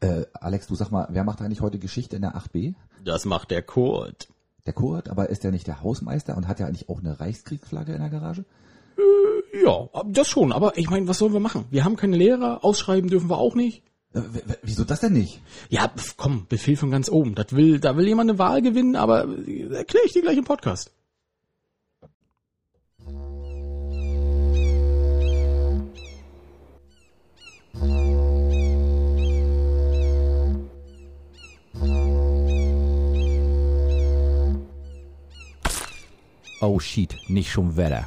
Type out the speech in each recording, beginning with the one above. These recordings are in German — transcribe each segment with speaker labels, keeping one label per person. Speaker 1: Äh, Alex, du sag mal, wer macht eigentlich heute Geschichte in der 8b?
Speaker 2: Das macht der Kurt.
Speaker 1: Der Kurt, aber ist der nicht der Hausmeister und hat ja eigentlich auch eine Reichskriegsflagge in der Garage?
Speaker 2: Ja, das schon, aber ich meine, was sollen wir machen? Wir haben keine Lehrer, ausschreiben dürfen wir auch nicht.
Speaker 1: Äh, w- w- wieso das denn nicht?
Speaker 2: Ja, pf, komm, Befehl von ganz oben. Das will, da will jemand eine Wahl gewinnen, aber äh, erkläre ich dir gleich im Podcast.
Speaker 3: Oh shit, nicht schon Wetter.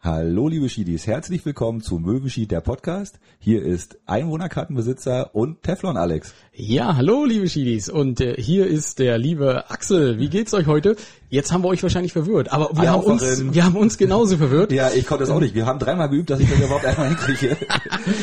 Speaker 1: Hallo liebe Schiedis, herzlich willkommen zu Möwenschied, der Podcast. Hier ist Einwohnerkartenbesitzer und Teflon Alex.
Speaker 2: Ja, hallo, liebe Schiedis. Und äh, hier ist der liebe Axel. Wie geht's euch heute? Jetzt haben wir euch wahrscheinlich verwirrt, aber wir, haben uns,
Speaker 1: Anfacherin.
Speaker 2: wir haben uns genauso verwirrt.
Speaker 1: Ja, ich konnte das auch nicht. Wir haben dreimal geübt, dass ich das überhaupt einmal hinkriege.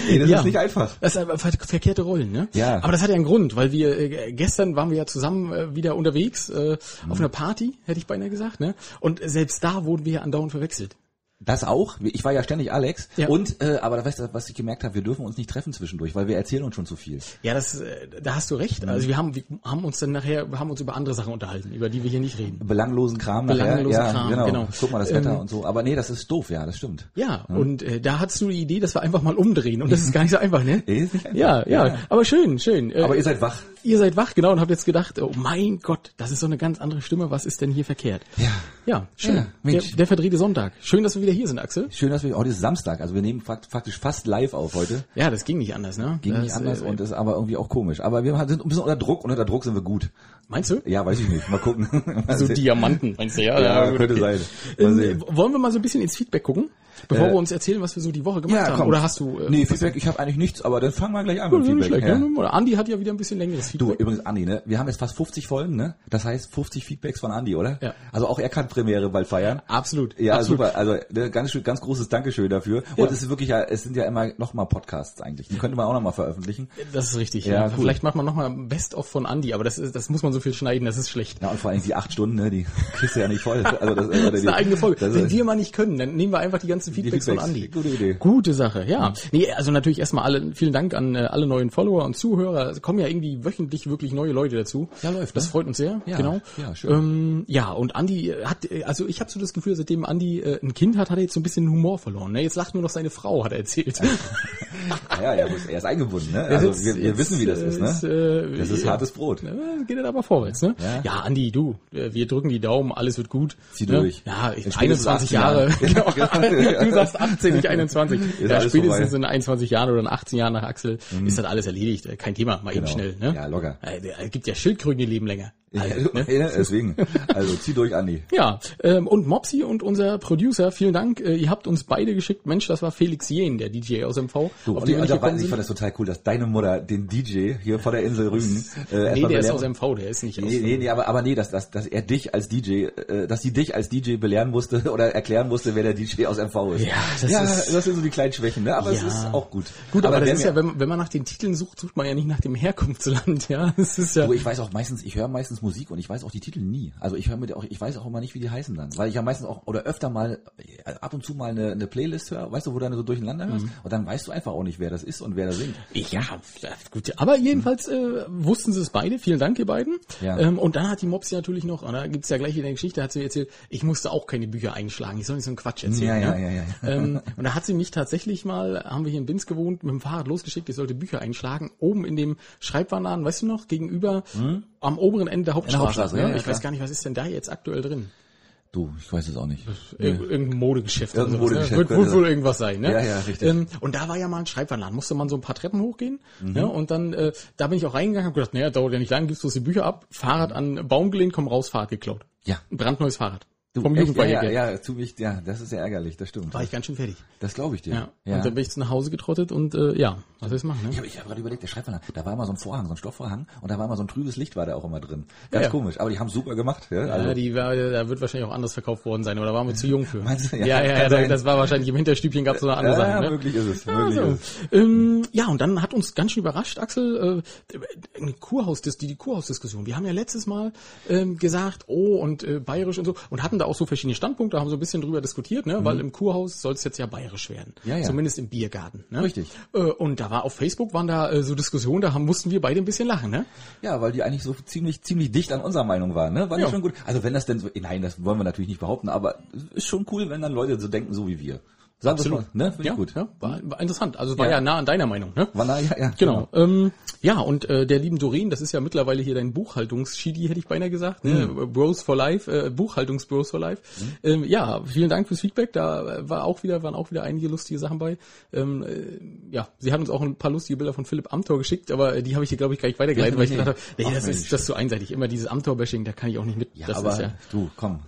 Speaker 1: Ey, das
Speaker 2: Ja.
Speaker 1: ist nicht einfach.
Speaker 2: Das ist aber ver verkehrte Rollen, ne?
Speaker 1: Ja.
Speaker 2: Aber das hat ja einen Grund, weil wir äh, gestern waren wir ja zusammen äh, wieder unterwegs äh,
Speaker 1: Mhm.
Speaker 2: auf einer Party, hätte ich beinahe gesagt, ne? Und selbst da wurden wir ja andauernd verwechselt.
Speaker 1: Das auch. Ich war ja ständig Alex.
Speaker 2: Ja.
Speaker 1: Und, äh, aber weißt du, was ich gemerkt habe, wir dürfen uns nicht treffen zwischendurch, weil wir erzählen uns schon zu viel.
Speaker 2: Ja, das, äh, da hast du recht. Also wir haben, wir haben uns dann nachher, wir haben uns über andere Sachen unterhalten, über die wir hier nicht reden.
Speaker 1: Belanglosen Kram.
Speaker 2: Belanglosen
Speaker 1: nachher. ja,
Speaker 2: Kram,
Speaker 1: genau.
Speaker 2: genau.
Speaker 1: Guck mal, das Wetter
Speaker 2: Ähm,
Speaker 1: und so. Aber nee, das ist doof, ja, das stimmt.
Speaker 2: Ja, und äh, da hattest du die Idee, dass wir einfach mal umdrehen. Und das ist gar nicht so einfach, ne?
Speaker 1: Nee, ist nicht einfach.
Speaker 2: Ja, ja, aber schön, schön. Äh,
Speaker 1: Aber ihr seid wach.
Speaker 2: ihr seid wach, genau, und habt jetzt gedacht, oh mein Gott, das ist so eine ganz andere Stimme, was ist denn hier verkehrt?
Speaker 1: Ja.
Speaker 2: Ja, schön.
Speaker 1: Ja,
Speaker 2: der,
Speaker 1: Mensch.
Speaker 2: der verdrehte Sonntag. Schön, dass wir wieder hier sind, Axel.
Speaker 1: Schön, dass wir heute ist Samstag, also wir nehmen fakt, faktisch fast live auf heute.
Speaker 2: Ja, das ging nicht anders, ne?
Speaker 1: Ging
Speaker 2: das,
Speaker 1: nicht anders
Speaker 2: äh,
Speaker 1: und ist aber irgendwie auch komisch. Aber wir sind ein bisschen unter Druck und unter Druck sind wir gut.
Speaker 2: Meinst du?
Speaker 1: Ja, weiß ich nicht. Mal gucken. Mal
Speaker 2: So
Speaker 1: sehen.
Speaker 2: Diamanten, meinst du, Also ja?
Speaker 1: Ja,
Speaker 2: gut,
Speaker 1: könnte
Speaker 2: okay.
Speaker 1: sein. Mal
Speaker 2: Ähm,
Speaker 1: sehen.
Speaker 2: wollen wir mal so ein bisschen ins Feedback gucken, bevor
Speaker 1: Äh,
Speaker 2: wir uns erzählen, was wir so die Woche gemacht haben?
Speaker 1: komm.
Speaker 2: Oder hast du... Äh,
Speaker 1: nee, Feedback, ich habe eigentlich nichts, aber dann fangen wir gleich an
Speaker 2: ja,
Speaker 1: mit
Speaker 2: das ist nicht
Speaker 1: Feedback.
Speaker 2: schlecht,
Speaker 1: ja.
Speaker 2: ne? Oder Andi hat ja wieder ein bisschen längeres Feedback.
Speaker 1: Du, übrigens, Andi, ne? Wir haben jetzt fast 50 Folgen, ne? Das heißt 50 Feedbacks von Andi, oder?
Speaker 2: Ja.
Speaker 1: Also auch er kann Premiere bald feiern.
Speaker 2: Absolut.
Speaker 1: Ja,
Speaker 2: absolut.
Speaker 1: super. Also ne, ganz schön, ganz großes Dankeschön dafür. Und es ist wirklich, ja, es sind ja immer nochmal Podcasts eigentlich. Die könnte man auch nochmal veröffentlichen.
Speaker 2: Das ist richtig.
Speaker 1: Ja,
Speaker 2: Ja,
Speaker 1: cool.
Speaker 2: Vielleicht macht man nochmal Best-of von Andi, aber das, ist, das muss man so viel schneiden, das ist schlecht.
Speaker 1: Ja, und vor allem die acht Stunden, ne, die kriegst du ja nicht voll. Also das, oder
Speaker 2: Das ist
Speaker 1: die-
Speaker 2: eine eigene Folge.
Speaker 1: das
Speaker 2: Wenn
Speaker 1: ist-
Speaker 2: wir mal nicht können, dann nehmen wir einfach die ganzen Feedbacks, von
Speaker 1: Feedbacks.
Speaker 2: Andi.
Speaker 1: Gute Idee. Mhm.
Speaker 2: Gute Sache, ja. Nee, also natürlich erstmal alle, vielen Dank an äh, alle neuen Follower und Zuhörer. Es kommen ja irgendwie wöchentlich wirklich neue Leute dazu.
Speaker 1: Ja, läuft,
Speaker 2: Das
Speaker 1: ne?
Speaker 2: freut uns sehr,
Speaker 1: Ja,
Speaker 2: genau.
Speaker 1: ja, schön.
Speaker 2: ähm, ja, und Andi äh, hat, äh, also ich habe so das Gefühl, seitdem Andi äh, ein Kind hat, hat er jetzt so ein bisschen den Humor verloren. Ne? Jetzt lacht nur noch seine Frau, hat er erzählt.
Speaker 1: ah Ja, ja, er ist- er ist eingebunden, ne?
Speaker 2: Ja,
Speaker 1: Also
Speaker 2: jetzt-
Speaker 1: wir, wir
Speaker 2: jetzt,
Speaker 1: wissen, wie das
Speaker 2: äh,
Speaker 1: ist, ne?
Speaker 2: äh,
Speaker 1: Das ist
Speaker 2: ja.
Speaker 1: hartes Brot.
Speaker 2: Ja, geht dann aber vorwärts, ne?
Speaker 1: Ja.
Speaker 2: Ja, Andi, du, äh, wir drücken die Daumen, alles wird gut.
Speaker 1: Zieh
Speaker 2: ne?
Speaker 1: durch.
Speaker 2: Ja,
Speaker 1: In spätestens
Speaker 2: 21
Speaker 1: 18
Speaker 2: Jahre.
Speaker 1: Jahren.
Speaker 2: Genau. du sagst 18, nicht 21. ja,
Speaker 1: alles
Speaker 2: spätestens
Speaker 1: vorbei. Mhm.
Speaker 2: in 21 Jahren oder in 18 Jahren nach Axel ist das alles erledigt. Äh, Kein Thema, mal eben
Speaker 1: Genau.
Speaker 2: schnell, ne?
Speaker 1: Ja, locker.
Speaker 2: Äh, der- gibt ja Schildkröten, die leben länger. Alter,
Speaker 1: Ja, Deswegen. Also zieh durch, Andi.
Speaker 2: ja, ähm, und Mopsi und unser Producer, vielen Dank. Äh, ihr habt uns beide geschickt. Mensch, das war Felix Jehn, der DJ aus MV.
Speaker 1: Du, und ich,
Speaker 2: den wir
Speaker 1: ich
Speaker 2: nicht gekommen
Speaker 1: fand
Speaker 2: sind.
Speaker 1: das total cool, dass deine Mutter den DJ hier von der Insel Rügen äh,
Speaker 2: Nee,
Speaker 1: erstmal
Speaker 2: der ist
Speaker 1: belehren-
Speaker 2: aus MV, der ist nicht aus
Speaker 1: Nee, nee, nee, aber, aber nee, dass, dass, dass er dich als DJ, äh, dass sie dich als DJ belehren musste oder erklären musste, wer der DJ aus MV ist.
Speaker 2: Ja, das ist-
Speaker 1: das sind so die kleinen Schwächen, ne? Aber es
Speaker 2: Ja.
Speaker 1: ist auch gut.
Speaker 2: Gut,
Speaker 1: wer
Speaker 2: aber, das ist
Speaker 1: mir-
Speaker 2: ja, wenn, wenn man nach den Titeln sucht, sucht man ja nicht nach dem Herkunftsland, ja. Das ist ja.
Speaker 1: Du, ich weiß auch meistens, ich höre meistens Musik und ich weiß auch die Titel nie. Also ich höre mir die auch, ich weiß auch immer nicht, wie die heißen dann. Weil ich ja meistens auch, oder öfter mal, äh, ab und zu mal eine, eine Playlist höre, weißt du, wo du dann so durcheinander
Speaker 2: Mhm.
Speaker 1: hörst. Und dann weißt du einfach auch nicht, wer das ist und wer da singt.
Speaker 2: Ja, gut. Aber jedenfalls äh, wussten sie es beide. Vielen Dank, ihr beiden.
Speaker 1: Ja.
Speaker 2: Ähm, und dann hat die Mopsi natürlich noch, und da gibt's ja gleich wieder eine Geschichte, hat sie erzählt, ich musste auch keine Bücher einschlagen, ich soll nicht so einen Quatsch erzählen.
Speaker 1: Ja,
Speaker 2: ne?
Speaker 1: ja, ja, ja.
Speaker 2: Ähm, und da hat sie mich tatsächlich mal, haben wir hier in Binz gewohnt, mit dem Fahrrad losgeschickt, ich sollte Bücher einschlagen, oben in dem Schreibwarenladen, weißt du noch, gegenüber am oberen Ende der Hauptstraße.
Speaker 1: Hm?
Speaker 2: ne?
Speaker 1: Hauptstraße, ja, ja,
Speaker 2: ich
Speaker 1: klar.
Speaker 2: weiß gar nicht, was ist denn da jetzt aktuell drin?
Speaker 1: Du, ich weiß es auch nicht.
Speaker 2: Ir irgendein Modegeschäft.
Speaker 1: Irgendein
Speaker 2: oder
Speaker 1: Modegeschäft
Speaker 2: sowas, Ne? Wird,
Speaker 1: könnte
Speaker 2: wird wohl
Speaker 1: sein.
Speaker 2: irgendwas sein, ne?
Speaker 1: Ja, ja, richtig.
Speaker 2: Ähm, und da war ja mal ein Schreibwarenladen. Musste man so ein paar Treppen hochgehen.
Speaker 1: Mhm.
Speaker 2: Ne? Und dann, äh, da bin ich auch reingegangen, hab gedacht, naja, dauert ja nicht lang, gibst du die Bücher ab, Fahrrad an einen Baum gelehnt, komm raus, Fahrrad geklaut.
Speaker 1: Ja.
Speaker 2: Ein brandneues Fahrrad.
Speaker 1: Du,
Speaker 2: Vom
Speaker 1: echt, ja,
Speaker 2: Jugendweihgeld.
Speaker 1: ja, ja, zu mich, ja, das ist ja ärgerlich, das stimmt.
Speaker 2: War ich ganz schön fertig.
Speaker 1: Das glaube ich dir.
Speaker 2: Ja. Und dann bin ich nach Hause getrottet und, äh, ja, was soll ich machen,
Speaker 1: Ich
Speaker 2: ne?
Speaker 1: habe ich hab gerade überlegt, der Schreibwarenladen, da war immer so ein Vorhang, so ein Stoffvorhang und da war immer so ein trübes Licht, war da auch immer drin. Ganz
Speaker 2: Ja.
Speaker 1: komisch, aber die haben super gemacht. Ja, also,
Speaker 2: ja, die war, da wird wahrscheinlich auch anders verkauft worden sein, oder waren wir zu jung für?
Speaker 1: Meinst du? Ja,
Speaker 2: ja, ja, ja,
Speaker 1: kann
Speaker 2: da-
Speaker 1: sein.
Speaker 2: das war wahrscheinlich im Hinterstübchen gab's so eine andere
Speaker 1: ja,
Speaker 2: Sache. Ne?
Speaker 1: möglich ist es.
Speaker 2: Ja,
Speaker 1: Möglich
Speaker 2: so.
Speaker 1: ist es.
Speaker 2: ähm, ja, und dann hat uns ganz schön überrascht, Axel, äh, eine Kurhaus, die, die Kurhausdiskussion. Wir haben ja letztes Mal ähm, gesagt, oh, und äh, bayerisch und so, und hatten da da auch so verschiedene Standpunkte, haben so ein bisschen drüber diskutiert, ne? weil im Kurhaus soll es jetzt ja bayerisch werden.
Speaker 1: Mhm. Ja, ja.
Speaker 2: Zumindest im Biergarten. Ne?
Speaker 1: Richtig.
Speaker 2: Äh, und da war auf Facebook waren da äh, so Diskussionen, da haben, mussten wir beide ein bisschen lachen. Ne?
Speaker 1: Ja, weil die eigentlich so ziemlich, ziemlich dicht an unserer Meinung waren, ne? War nicht
Speaker 2: Ja.
Speaker 1: schon gut. Also wenn das denn so, nein, das wollen wir natürlich nicht behaupten, aber es ist schon cool, wenn dann Leute so denken, so wie wir. Sagen wir's
Speaker 2: Absolut.
Speaker 1: mal, ne? Finde ich
Speaker 2: ja,
Speaker 1: gut.
Speaker 2: Ja, war, war interessant. Also war
Speaker 1: Ja.
Speaker 2: ja. nah an deiner Meinung. Ne?
Speaker 1: War na, ja, ja.
Speaker 2: Genau. Ähm, ja, und äh, der lieben Doreen, das ist ja mittlerweile hier dein Buchhaltungs-Schidi, hätte ich beinahe gesagt. Ne?
Speaker 1: Mhm.
Speaker 2: Bros for Life, äh, Buchhaltungs-Bros for Life. Ähm, ja, vielen Dank fürs Feedback. Da äh, war auch wieder, waren auch wieder einige lustige Sachen bei. Ähm, äh, ja, sie hat uns auch ein paar lustige Bilder von Philipp Amthor geschickt, aber äh, die habe ich hier, glaube ich, gleich weitergeleitet, weil ich
Speaker 1: Nee.
Speaker 2: gedacht habe, nee,
Speaker 1: Ach,
Speaker 2: das
Speaker 1: Mensch.
Speaker 2: ist das ist so einseitig. Immer dieses Amthor-Bashing, da kann ich auch nicht mit.
Speaker 1: Ja,
Speaker 2: das
Speaker 1: aber
Speaker 2: ist ja.
Speaker 1: du, komm.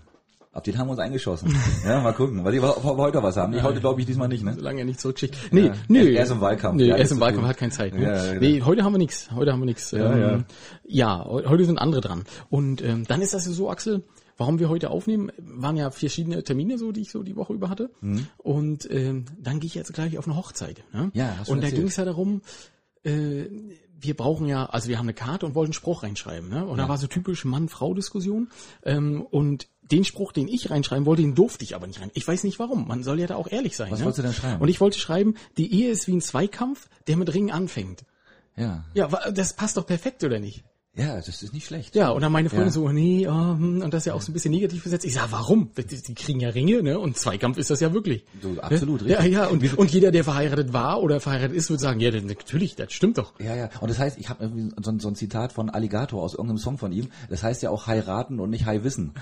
Speaker 1: Ab den haben wir uns eingeschossen. ja, mal gucken, weil die ob wir heute was haben. Ich heute glaube ich diesmal nicht, ne?
Speaker 2: Solange er nicht zurückschickt. Nee,
Speaker 1: Ja.
Speaker 2: nee.
Speaker 1: Er ist im Wahlkampf.
Speaker 2: Nee,
Speaker 1: Ja,
Speaker 2: er
Speaker 1: das
Speaker 2: ist im
Speaker 1: ist
Speaker 2: Wahlkampf,
Speaker 1: gut.
Speaker 2: hat keine Zeit. Ne?
Speaker 1: Ja, ja,
Speaker 2: Nee, heute haben wir nichts. Heute haben wir nichts. Ja,
Speaker 1: ja.
Speaker 2: ja, heu- heute sind andere dran. Und ähm, dann ist das ja so, Axel, warum wir heute aufnehmen, waren ja verschiedene Termine so, die ich so die Woche über hatte.
Speaker 1: Mhm.
Speaker 2: Und ähm, dann gehe ich jetzt gleich auf eine Hochzeit. Ne?
Speaker 1: Ja, hast du
Speaker 2: Und da
Speaker 1: erzählt.
Speaker 2: ging es ja darum, äh, wir brauchen ja, also wir haben eine Karte und wollten einen Spruch reinschreiben. Ne? Und da war so typisch Mann-Frau-Diskussion. Ähm, und den Spruch, den ich reinschreiben wollte, den durfte ich aber nicht rein. Ich weiß nicht warum. Man soll ja da auch ehrlich sein.
Speaker 1: Was
Speaker 2: ne?
Speaker 1: wolltest du denn schreiben?
Speaker 2: Und ich wollte schreiben, die Ehe ist wie ein Zweikampf, der mit Ringen anfängt.
Speaker 1: Ja.
Speaker 2: Ja, wa- das passt doch perfekt, oder nicht?
Speaker 1: Ja, das ist nicht schlecht.
Speaker 2: Ja, und dann meine Freundin
Speaker 1: Ja.
Speaker 2: so, nee, oh, hm, und das ist ja auch so ein bisschen negativ besetzt. Ich sag, warum? Die, die kriegen ja Ringe, ne? Und Zweikampf ist das ja wirklich.
Speaker 1: So, absolut,
Speaker 2: ne? Ja,
Speaker 1: richtig.
Speaker 2: ja, und, und jeder, der verheiratet war oder verheiratet ist, wird sagen, ja, das- natürlich, das stimmt doch.
Speaker 1: Ja, ja. Und das heißt, ich habe irgendwie so, ein- so ein Zitat von Alligator aus irgendeinem Song von ihm. Das heißt ja auch heiraten und nicht high wissen.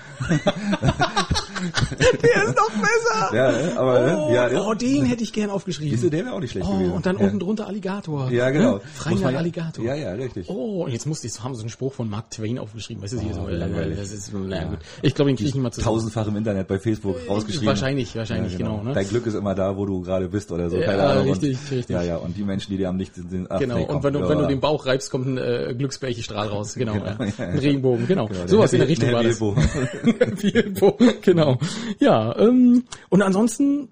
Speaker 2: Der ist noch besser!
Speaker 1: Ja, ne? aber ne?
Speaker 2: Oh,
Speaker 1: ja, ja.
Speaker 2: oh, den hätte ich gern aufgeschrieben.
Speaker 1: Siehst du, der wäre auch nicht schlecht
Speaker 2: oh,
Speaker 1: gewesen.
Speaker 2: und dann
Speaker 1: Ja.
Speaker 2: unten drunter Alligator.
Speaker 1: Ja, genau.
Speaker 2: Ne? Frei
Speaker 1: Muss
Speaker 2: nach
Speaker 1: man ja-
Speaker 2: Alligator.
Speaker 1: Ja, ja, richtig.
Speaker 2: Oh, und jetzt musste ich, haben sie einen Spruch von Mark Twain aufgeschrieben. Weißt du, hier so,
Speaker 1: Oh, langweilig.
Speaker 2: das ist, na, gut. Ich glaube, den kriege ich nicht mal zusammen.
Speaker 1: Tausendfach im Internet bei Facebook rausgeschrieben.
Speaker 2: Wahrscheinlich, wahrscheinlich, genau. ne?
Speaker 1: Dein Glück ist immer da, wo du gerade bist oder so.
Speaker 2: Ja,
Speaker 1: Keine Ahnung.
Speaker 2: richtig,
Speaker 1: und,
Speaker 2: richtig.
Speaker 1: Ja, ja. Und die Menschen, die dir am Licht sind, sind ach,
Speaker 2: Genau,
Speaker 1: nee, komm,
Speaker 2: und wenn du, wenn du
Speaker 1: ja.
Speaker 2: den Bauch reibst, kommt ein äh, Glücksbärchenstrahl raus. Genau, ja. ein Regenbogen, genau.
Speaker 1: Ja,
Speaker 2: Sowas in der
Speaker 1: Happy-
Speaker 2: Richtung war
Speaker 1: Happy
Speaker 2: das.
Speaker 1: Elbow.
Speaker 2: Bilbo, genau. Ja, ähm, und ansonsten,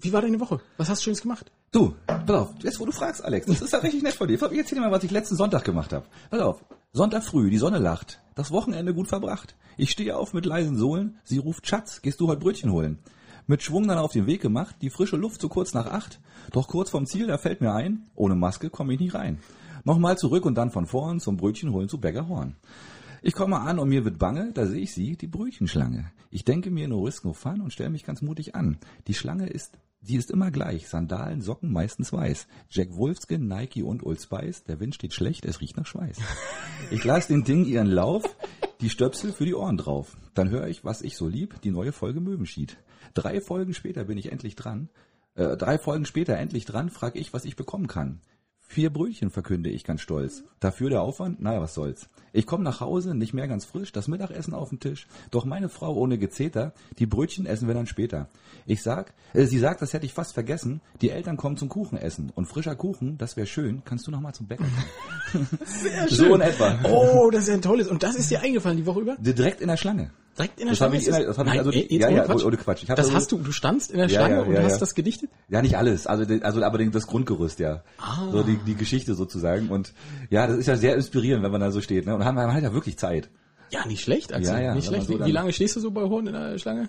Speaker 2: wie war deine Woche? Was hast du Schönes gemacht?
Speaker 1: Du, pass auf, jetzt wo du fragst, Alex, das ist ja richtig nett von dir. Ich erzähl dir mal, was ich letzten Sonntag gemacht habe. Pass auf, Sonntag früh, die Sonne lacht, das Wochenende gut verbracht. Ich stehe auf mit leisen Sohlen, sie ruft, Schatz, gehst du heute Brötchen holen? Mit Schwung dann auf den Weg gemacht, die frische Luft so kurz nach acht. Doch kurz vom Ziel, da fällt mir ein, ohne Maske komme ich nicht rein. Nochmal zurück und dann von vorn zum Brötchen holen zu Bäckerhorn. Ich komme an und mir wird bange, da sehe ich sie, die Brötchenschlange. Ich denke mir nur Risk no fun und stelle mich ganz mutig an. Die Schlange ist, sie ist immer gleich, Sandalen, Socken, meistens weiß. Jack Wolfskin, Nike und Old Spice, der Wind steht schlecht, es riecht nach Schweiß. Ich lasse den Ding ihren Lauf, die Stöpsel für die Ohren drauf. Dann höre ich, was ich so lieb, die neue Folge Möwenschied. Drei Folgen später bin ich endlich dran, äh, drei Folgen später endlich dran, frage ich, was ich bekommen kann. Vier Brötchen verkünde ich ganz stolz. Dafür der Aufwand? Naja, was soll's. Ich komme nach Hause, nicht mehr ganz frisch, das Mittagessen auf dem Tisch. Doch meine Frau ohne Gezeter, die Brötchen essen wir dann später. Ich sag, äh, sie sagt, das hätte ich fast vergessen, die Eltern kommen zum Kuchen essen. Und frischer Kuchen, das wäre schön, kannst du noch mal zum Bäcker kommen. So in etwa.
Speaker 2: Oh, das ist ja ein tolles. Und das ist dir eingefallen die Woche über?
Speaker 1: Direkt in der Schlange.
Speaker 2: Direkt in
Speaker 1: Das hab ich in der- das hab ich
Speaker 2: Nein,
Speaker 1: also-
Speaker 2: jetzt
Speaker 1: ja,
Speaker 2: ohne
Speaker 1: ja,
Speaker 2: Quatsch.
Speaker 1: ohne Quatsch. Ich hab
Speaker 2: das
Speaker 1: also-
Speaker 2: hast du, du standst in der
Speaker 1: Ja,
Speaker 2: Schlange
Speaker 1: ja,
Speaker 2: und
Speaker 1: ja,
Speaker 2: hast
Speaker 1: ja.
Speaker 2: das gedichtet?
Speaker 1: Ja, nicht alles, also, den- also aber den- das Grundgerüst, ja. Ah. So die, die Geschichte sozusagen. Und ja, das ist ja sehr inspirierend, wenn man da so steht. Ne? Und haben, haben halt ja wirklich Zeit.
Speaker 2: Ja, nicht schlecht, Axel.
Speaker 1: Ja, ja,
Speaker 2: nicht
Speaker 1: wenn man
Speaker 2: schlecht.
Speaker 1: so
Speaker 2: wie,
Speaker 1: dann-
Speaker 2: wie lange stehst du so bei Horn in der Schlange?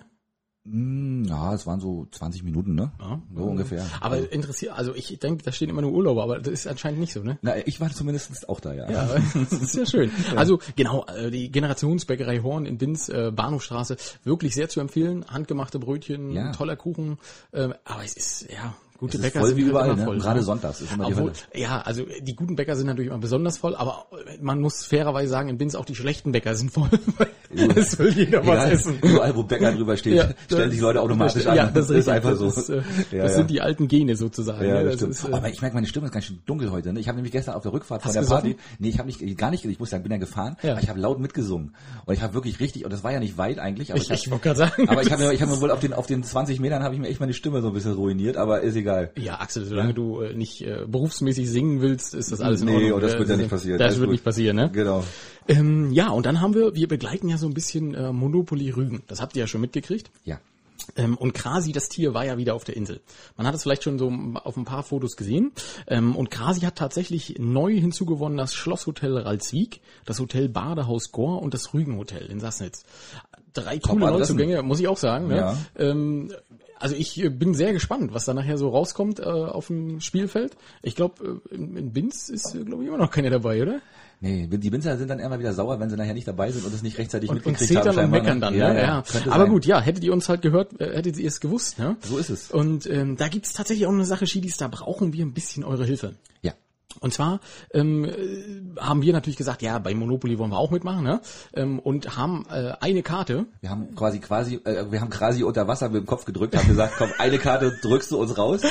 Speaker 1: Hm, Ja, es waren so 20 Minuten, ne? So ungefähr.
Speaker 2: Aber interessiert, also ich denke, da stehen immer nur Urlauber, aber das ist anscheinend nicht so, ne?
Speaker 1: Na, ich war zumindest auch da, ja.
Speaker 2: Ja, das ist ja schön. Also genau, äh, die Generationsbäckerei Horn in Binz, äh, Bahnhofstraße, wirklich sehr zu empfehlen. Handgemachte Brötchen,
Speaker 1: Ja.
Speaker 2: toller Kuchen. ähm, aber es ist, ja, gute
Speaker 1: Es ist
Speaker 2: Bäcker
Speaker 1: voll wie
Speaker 2: halt
Speaker 1: überall,
Speaker 2: immer
Speaker 1: ne? Gerade sonntags ist
Speaker 2: Ist
Speaker 1: immer die
Speaker 2: Obwohl,
Speaker 1: Hölle.
Speaker 2: ja, also äh, die guten Bäcker sind natürlich immer besonders voll, aber äh, man muss fairerweise sagen, in Binz auch die schlechten Bäcker sind voll. weil es will jeder was
Speaker 1: Egal,
Speaker 2: essen.
Speaker 1: Überall, wo Bäcker drüber steht, stellen sich Leute automatisch
Speaker 2: das,
Speaker 1: an.
Speaker 2: Ja, das, ist
Speaker 1: einfach
Speaker 2: einfach
Speaker 1: so.
Speaker 2: das Ist, äh,
Speaker 1: Ja,
Speaker 2: das
Speaker 1: ja.
Speaker 2: sind die alten Gene sozusagen.
Speaker 1: ja,
Speaker 2: ne?
Speaker 1: das stimmt.
Speaker 2: ist, äh,
Speaker 1: oh, aber ich merke, meine Stimme ist ganz schön dunkel heute. Ne? Ich habe nämlich gestern auf der Rückfahrt
Speaker 2: Hast
Speaker 1: von der
Speaker 2: du
Speaker 1: Party, nee, ich habe nicht, gar nicht, ich muss sagen, bin ja gefahren,
Speaker 2: Ja.
Speaker 1: aber ich habe laut mitgesungen und ich habe wirklich richtig, und das war ja nicht weit eigentlich, aber
Speaker 2: Ich-
Speaker 1: hab-
Speaker 2: ich wollte gerade sagen,
Speaker 1: aber ich
Speaker 2: das
Speaker 1: habe mir, ich habe mir wohl auf den auf den 20 Metern habe ich mir echt meine Stimme so ein bisschen ruiniert, aber ist egal.
Speaker 2: Ja, Axel, solange du äh, nicht äh, berufsmäßig singen willst, ist das alles in
Speaker 1: Nee,
Speaker 2: Ordnung.
Speaker 1: und das
Speaker 2: Äh,
Speaker 1: wird ja nicht passieren.
Speaker 2: Das
Speaker 1: Alles
Speaker 2: wird
Speaker 1: gut.
Speaker 2: nicht passieren, ne?
Speaker 1: Genau.
Speaker 2: Ähm, ja, und dann haben wir, wir begleiten ja so ein bisschen äh, Monopoly Rügen. Das habt ihr ja schon mitgekriegt.
Speaker 1: Ja.
Speaker 2: Ähm, und Krasi, das Tier, war ja wieder auf der Insel. Man hat es vielleicht schon so auf ein paar Fotos gesehen. Ähm, und Krasi hat tatsächlich neu hinzugewonnen das Schlosshotel Ralswiek, das Hotel Badehaus Gor und das Rügenhotel in Sassnitz. Drei
Speaker 1: Top
Speaker 2: coole
Speaker 1: Adressen.
Speaker 2: Neuzugänge, muss ich auch sagen. Ne?
Speaker 1: Ja.
Speaker 2: Ähm, also ich äh, bin sehr gespannt, was da nachher so rauskommt äh, auf dem Spielfeld. Ich glaube, äh, in, in Binz ist, glaube ich, immer noch keiner dabei, oder?
Speaker 1: Nee, die Winzer sind dann immer wieder sauer, wenn sie nachher nicht dabei sind und es nicht rechtzeitig
Speaker 2: Und, und
Speaker 1: mitgekriegt
Speaker 2: zetern
Speaker 1: haben.
Speaker 2: und
Speaker 1: halt scheinbar,
Speaker 2: meckern dann.
Speaker 1: Ja,
Speaker 2: ne?
Speaker 1: ja.
Speaker 2: ja.
Speaker 1: Könnte
Speaker 2: Aber
Speaker 1: sein.
Speaker 2: gut, ja, hättet ihr uns halt gehört, äh, hättet ihr es gewusst. Ne?
Speaker 1: So ist es.
Speaker 2: Und ähm, da gibt's tatsächlich auch eine Sache, Schiedis, da brauchen wir ein bisschen eure Hilfe.
Speaker 1: Ja.
Speaker 2: Und zwar ähm, äh, haben wir natürlich gesagt, ja, bei Monopoly wollen wir auch mitmachen, ne? Ähm, und haben äh, eine Karte.
Speaker 1: Wir haben quasi quasi, äh, wir haben quasi unter Wasser mit dem Kopf gedrückt, haben gesagt, komm, eine Karte drückst du uns raus.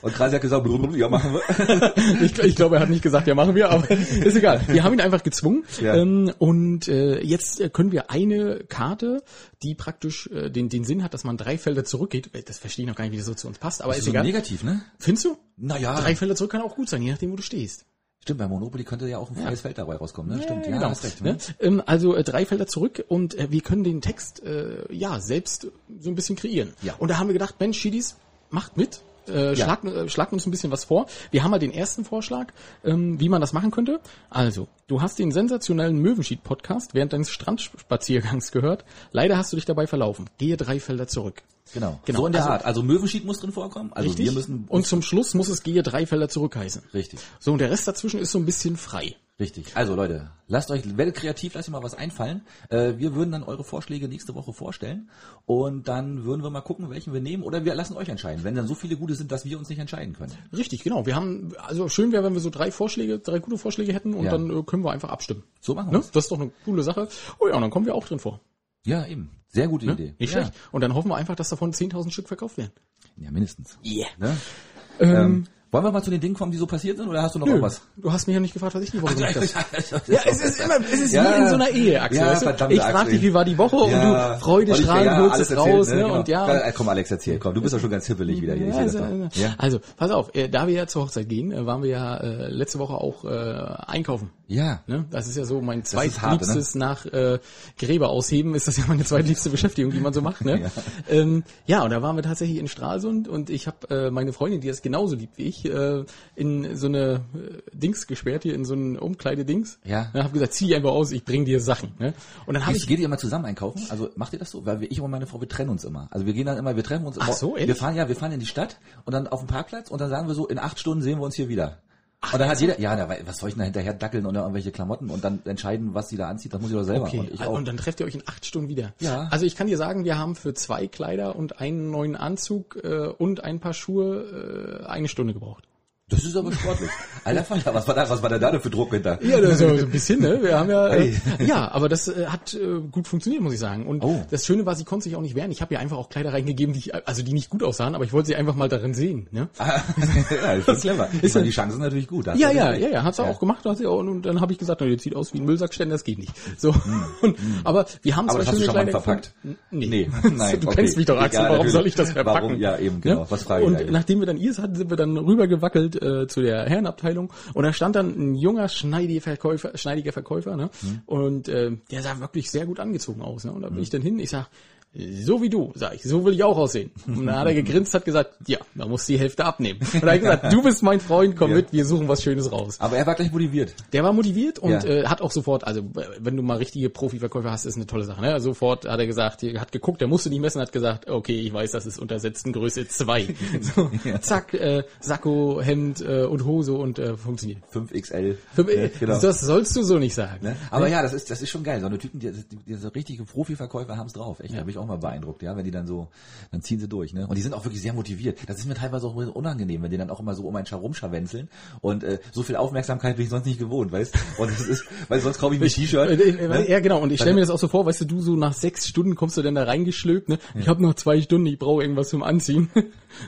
Speaker 1: Und quasi hat gesagt, blub, blub, ja, machen wir.
Speaker 2: Ich, ich glaube, er hat nicht gesagt, ja, machen wir, aber ist egal. Wir haben ihn einfach gezwungen.
Speaker 1: Ja.
Speaker 2: Ähm, und äh, jetzt äh, können wir eine Karte, die praktisch äh, den, den Sinn hat, dass man drei Felder zurückgeht. Äh, Das verstehe ich noch gar nicht, wie das so zu uns passt, aber ist,
Speaker 1: so
Speaker 2: egal.
Speaker 1: negativ, ne?
Speaker 2: Findest du?
Speaker 1: Naja,
Speaker 2: Drei Felder zurück kann auch gut sein, je nachdem, wo du stehst.
Speaker 1: stimmt, bei Monopoly könnte ja auch ein freies Feld dabei rauskommen, ne? stimmt, ja, hast recht.
Speaker 2: Ne?
Speaker 1: Ne?
Speaker 2: Ähm, also äh, drei Felder zurück und äh, wir können den Text äh, ja selbst so ein bisschen kreieren.
Speaker 1: Ja.
Speaker 2: Und da haben wir gedacht, Mensch, Schiedis, macht mit. Äh,
Speaker 1: Ja.
Speaker 2: schlagt, äh, schlagt uns ein bisschen was vor. Wir haben mal den ersten Vorschlag, ähm, wie man das machen könnte. Also, du hast den sensationellen Möwenschied-Podcast während deines Strandspaziergangs gehört. Leider hast du dich dabei verlaufen. Gehe drei Felder zurück.
Speaker 1: Genau.
Speaker 2: Genau.
Speaker 1: So in der
Speaker 2: Also-
Speaker 1: Art. Also Möwenschied muss drin vorkommen. Also
Speaker 2: Richtig?
Speaker 1: wir müssen
Speaker 2: und zum Schluss muss es gehe drei Felder zurück heißen.
Speaker 1: richtig,
Speaker 2: So, und der Rest dazwischen ist so ein bisschen frei.
Speaker 1: richtig. Also Leute, lasst euch, werdet kreativ, lasst euch mal was einfallen. Äh, wir würden dann eure Vorschläge nächste Woche vorstellen und dann würden wir mal gucken, welchen wir nehmen oder wir lassen euch entscheiden, wenn dann so viele gute sind, dass wir uns nicht entscheiden können.
Speaker 2: Richtig, genau. Wir haben, also schön wäre, wenn wir so drei Vorschläge, drei gute Vorschläge hätten und
Speaker 1: Ja.
Speaker 2: dann äh, können wir einfach abstimmen.
Speaker 1: So machen
Speaker 2: Ne?
Speaker 1: wir's.
Speaker 2: Das ist doch eine coole Sache. Oh ja, und dann kommen wir auch drin vor.
Speaker 1: Ja, eben. Sehr gute Idee.
Speaker 2: Nicht
Speaker 1: ja.
Speaker 2: Ne? schlecht. Und dann hoffen wir einfach, dass davon 10.000 Stück verkauft werden.
Speaker 1: Ja, mindestens.
Speaker 2: Yeah.
Speaker 1: Ne?
Speaker 2: Ähm,
Speaker 1: Ähm, wollen wir mal zu den Dingen kommen, die so passiert sind oder hast du noch
Speaker 2: nö,
Speaker 1: was?
Speaker 2: Du hast mich ja nicht gefragt, was ich die Woche gemacht habe.
Speaker 1: ja,
Speaker 2: es ist
Speaker 1: Ja.
Speaker 2: Ehe, Axel.
Speaker 1: Ja,
Speaker 2: weißt du?
Speaker 1: verdammte
Speaker 2: ich frag
Speaker 1: Axel.
Speaker 2: dich, wie war die Woche und du Freude strahlen, holst es raus, ne? Und ja.
Speaker 1: Komm, Alex, erzähl, komm. Du bist doch schon ganz hippelig wieder hier. Ich
Speaker 2: Ja,
Speaker 1: seh das
Speaker 2: also,
Speaker 1: doch.
Speaker 2: also, also, pass auf, äh, da wir ja zur Hochzeit gehen, äh, waren wir ja äh, letzte Woche auch äh, einkaufen.
Speaker 1: ja. ja.
Speaker 2: Ne? Das ist ja so mein
Speaker 1: ist hart, ne?
Speaker 2: zweitliebstes nach äh, Gräber ausheben, ist das ja meine zweitliebste Beschäftigung, die man so macht. Ne? ja. Ähm, ja, und da waren wir tatsächlich in Stralsund und ich habe äh, meine Freundin, die das genauso liebt wie ich, äh, in so eine äh, Dings gesperrt hier, in so ein Umkleidedings.
Speaker 1: Ja.
Speaker 2: Und habe gesagt, zieh einfach aus, ich bring dir Sachen. Ne? Und dann habe
Speaker 1: Ich,
Speaker 2: ich
Speaker 1: geht ihr immer zusammen einkaufen? Also macht ihr das so? Weil wir, ich und meine Frau, wir trennen uns immer. Also wir gehen dann immer, wir treffen uns.
Speaker 2: Ach
Speaker 1: immer-
Speaker 2: so, ehrlich?
Speaker 1: wir fahren ja, wir fahren in die Stadt und dann auf den Parkplatz und dann sagen wir so: In acht Stunden sehen wir uns hier wieder. und dann hat jeder, ja, da, was soll ich denn da hinterher dackeln und irgendwelche Klamotten und dann entscheiden, was sie da anzieht? Das muss ich doch selber.
Speaker 2: Okay,
Speaker 1: Und ich
Speaker 2: also-
Speaker 1: auch.
Speaker 2: und dann trefft ihr euch in acht Stunden wieder.
Speaker 1: Ja.
Speaker 2: Also ich kann dir sagen, wir haben für zwei Kleider und einen neuen Anzug äh, und ein paar Schuhe äh, eine Stunde gebraucht.
Speaker 1: Das ist aber sportlich. Alter Falter, was war da, was war da, da für Druck hinter?
Speaker 2: Ja, das so, so ein bisschen, ne? Wir haben ja. Äh,
Speaker 1: Ei.
Speaker 2: ja, aber das äh, hat äh, gut funktioniert, muss ich sagen. Und
Speaker 1: Oh.
Speaker 2: das Schöne war, sie konnte sich auch nicht wehren. Ich habe ihr einfach auch Kleider reingegeben, die ich, also die nicht gut aussahen, aber ich wollte sie einfach mal darin sehen. Ne?
Speaker 1: ja, das ist clever. Ist die Chancen natürlich gut. da hast
Speaker 2: Ja,
Speaker 1: du
Speaker 2: ja,
Speaker 1: recht.
Speaker 2: Also, ja, ja, hat's auch gemacht, hat sie auch, und dann habe ich gesagt, na, jetzt sieht aus wie ein Müllsackständer, das geht nicht. So, und, aber wir haben
Speaker 1: Hm, Aber das hast du charmant
Speaker 2: Kleider
Speaker 1: verpackt.
Speaker 2: gefunden. Nee,
Speaker 1: nein,
Speaker 2: du
Speaker 1: okay.
Speaker 2: kennst mich doch, Axel,
Speaker 1: Ja,
Speaker 2: warum
Speaker 1: natürlich.
Speaker 2: soll ich das verpacken?
Speaker 1: Warum? Ja, eben, genau.
Speaker 2: Ne?
Speaker 1: Was frage ich
Speaker 2: Und
Speaker 1: eigentlich?
Speaker 2: nachdem wir dann ihrs hatten, sind wir dann rübergewackelt äh, zu der Herrenabteilung und da stand dann ein junger, schneidiger Verkäufer, schneidiger Verkäufer ne? und äh, der sah wirklich sehr gut angezogen aus. Ne? Und da bin ich dann hin, ich sag, so wie du, sag ich, so will ich auch aussehen. Und dann hat er gegrinst, hat gesagt, ja, man muss die Hälfte abnehmen. Und dann hat er gesagt, du bist mein Freund, komm mit, wir suchen was Schönes raus.
Speaker 1: Aber er war gleich motiviert.
Speaker 2: Der war motiviert und
Speaker 1: Ja.
Speaker 2: äh, hat auch sofort, also äh, wenn du mal richtige Profiverkäufer hast, ist eine tolle Sache. Ne? Sofort hat er gesagt, er hat geguckt, der musste nicht messen, hat gesagt, okay, ich weiß, das ist untersetzten Größe 2. So, Zack, äh, Sakko, Hemd äh, und Hose und äh, funktioniert.
Speaker 1: 5XL.
Speaker 2: Für,
Speaker 1: Ja, genau.
Speaker 2: äh, Das sollst du so nicht sagen.
Speaker 1: Ne? Aber ja, das ist, das ist schon geil. So eine Typen, die, die, die so richtige Profiverkäufer haben's drauf. Echt, da bin ich auch mal beeindruckt, ja, wenn die dann so, dann ziehen sie durch, ne? Und die sind auch wirklich sehr motiviert. Das ist mir teilweise auch ein bisschen unangenehm, wenn die dann auch immer so um einen herumscharwenzeln und äh, so viel Aufmerksamkeit bin ich sonst nicht gewohnt, weißt Und das ist, weil sonst kaufe ich mir ein
Speaker 2: Äh,
Speaker 1: T-Shirt.
Speaker 2: äh,
Speaker 1: ne?
Speaker 2: Ja, genau. Und ich stelle mir das auch so vor, weißt du, du so nach sechs Stunden kommst du denn da reingeschlögt, ne? Ich habe noch zwei Stunden, ich brauche irgendwas zum Anziehen.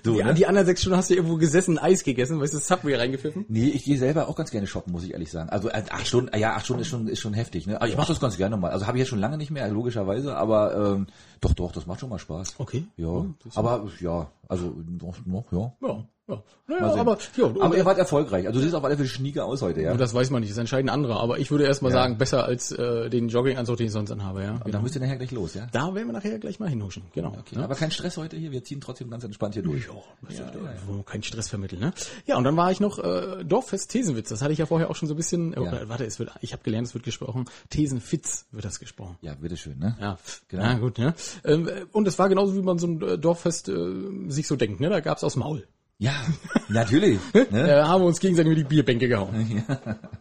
Speaker 1: So,
Speaker 2: die,
Speaker 1: ne?
Speaker 2: die anderen sechs Stunden hast du irgendwo gesessen, Eis gegessen, weißt du, Subway reingepfiffen.
Speaker 1: Nee, ich gehe selber auch ganz gerne shoppen, muss ich ehrlich sagen. Also äh, acht Stunden, ja, acht Stunden ist schon, ist schon heftig, ne? Aber ich mache das ganz gerne mal. Also habe ich ja schon lange nicht mehr, logischerweise, aber ähm, doch, doch, das macht schon mal Spaß.
Speaker 2: Okay.
Speaker 1: Ja.
Speaker 2: Oh, das ist-
Speaker 1: aber ja, also noch, noch ja.
Speaker 2: Ja. Ja,
Speaker 1: Mal
Speaker 2: naja,
Speaker 1: sehen.
Speaker 2: aber, ja, und- um
Speaker 1: Aber ihr wart erfolgreich. Also du siehst auf alle Fälle schnieker aus heute, ja.
Speaker 2: und das weiß man nicht, das entscheiden andere. Aber ich würde erstmal
Speaker 1: Ja.
Speaker 2: sagen, besser als äh, den Jogginganzug, den ich sonst anhabe, ja. Genau.
Speaker 1: Und dann müsst ihr nachher gleich los, ja.
Speaker 2: Da werden wir nachher gleich mal hinhuschen, genau.
Speaker 1: Okay.
Speaker 2: ja.
Speaker 1: Aber kein Stress heute hier, wir ziehen trotzdem ganz entspannt hier durch.
Speaker 2: Ja, ja, ja. Kein Stress vermitteln, ne? Ja, und dann war ich noch äh, Dorffest Thesenwitz. Das hatte ich ja vorher auch schon so ein bisschen. Äh,
Speaker 1: Ja.
Speaker 2: Warte, es wird, ich habe gelernt, es wird gesprochen. Thesenfitz wird das gesprochen.
Speaker 1: Ja, bitteschön, ne?
Speaker 2: Ja,
Speaker 1: Genau.
Speaker 2: genau. Ja, gut, ne? Ähm, äh, und es war genauso, wie man so ein äh, Dorffest äh, sich so denkt, ne? Da gab's aus Maul.
Speaker 1: Ja, natürlich. ne?
Speaker 2: Da haben wir uns gegenseitig über die Bierbänke gehauen.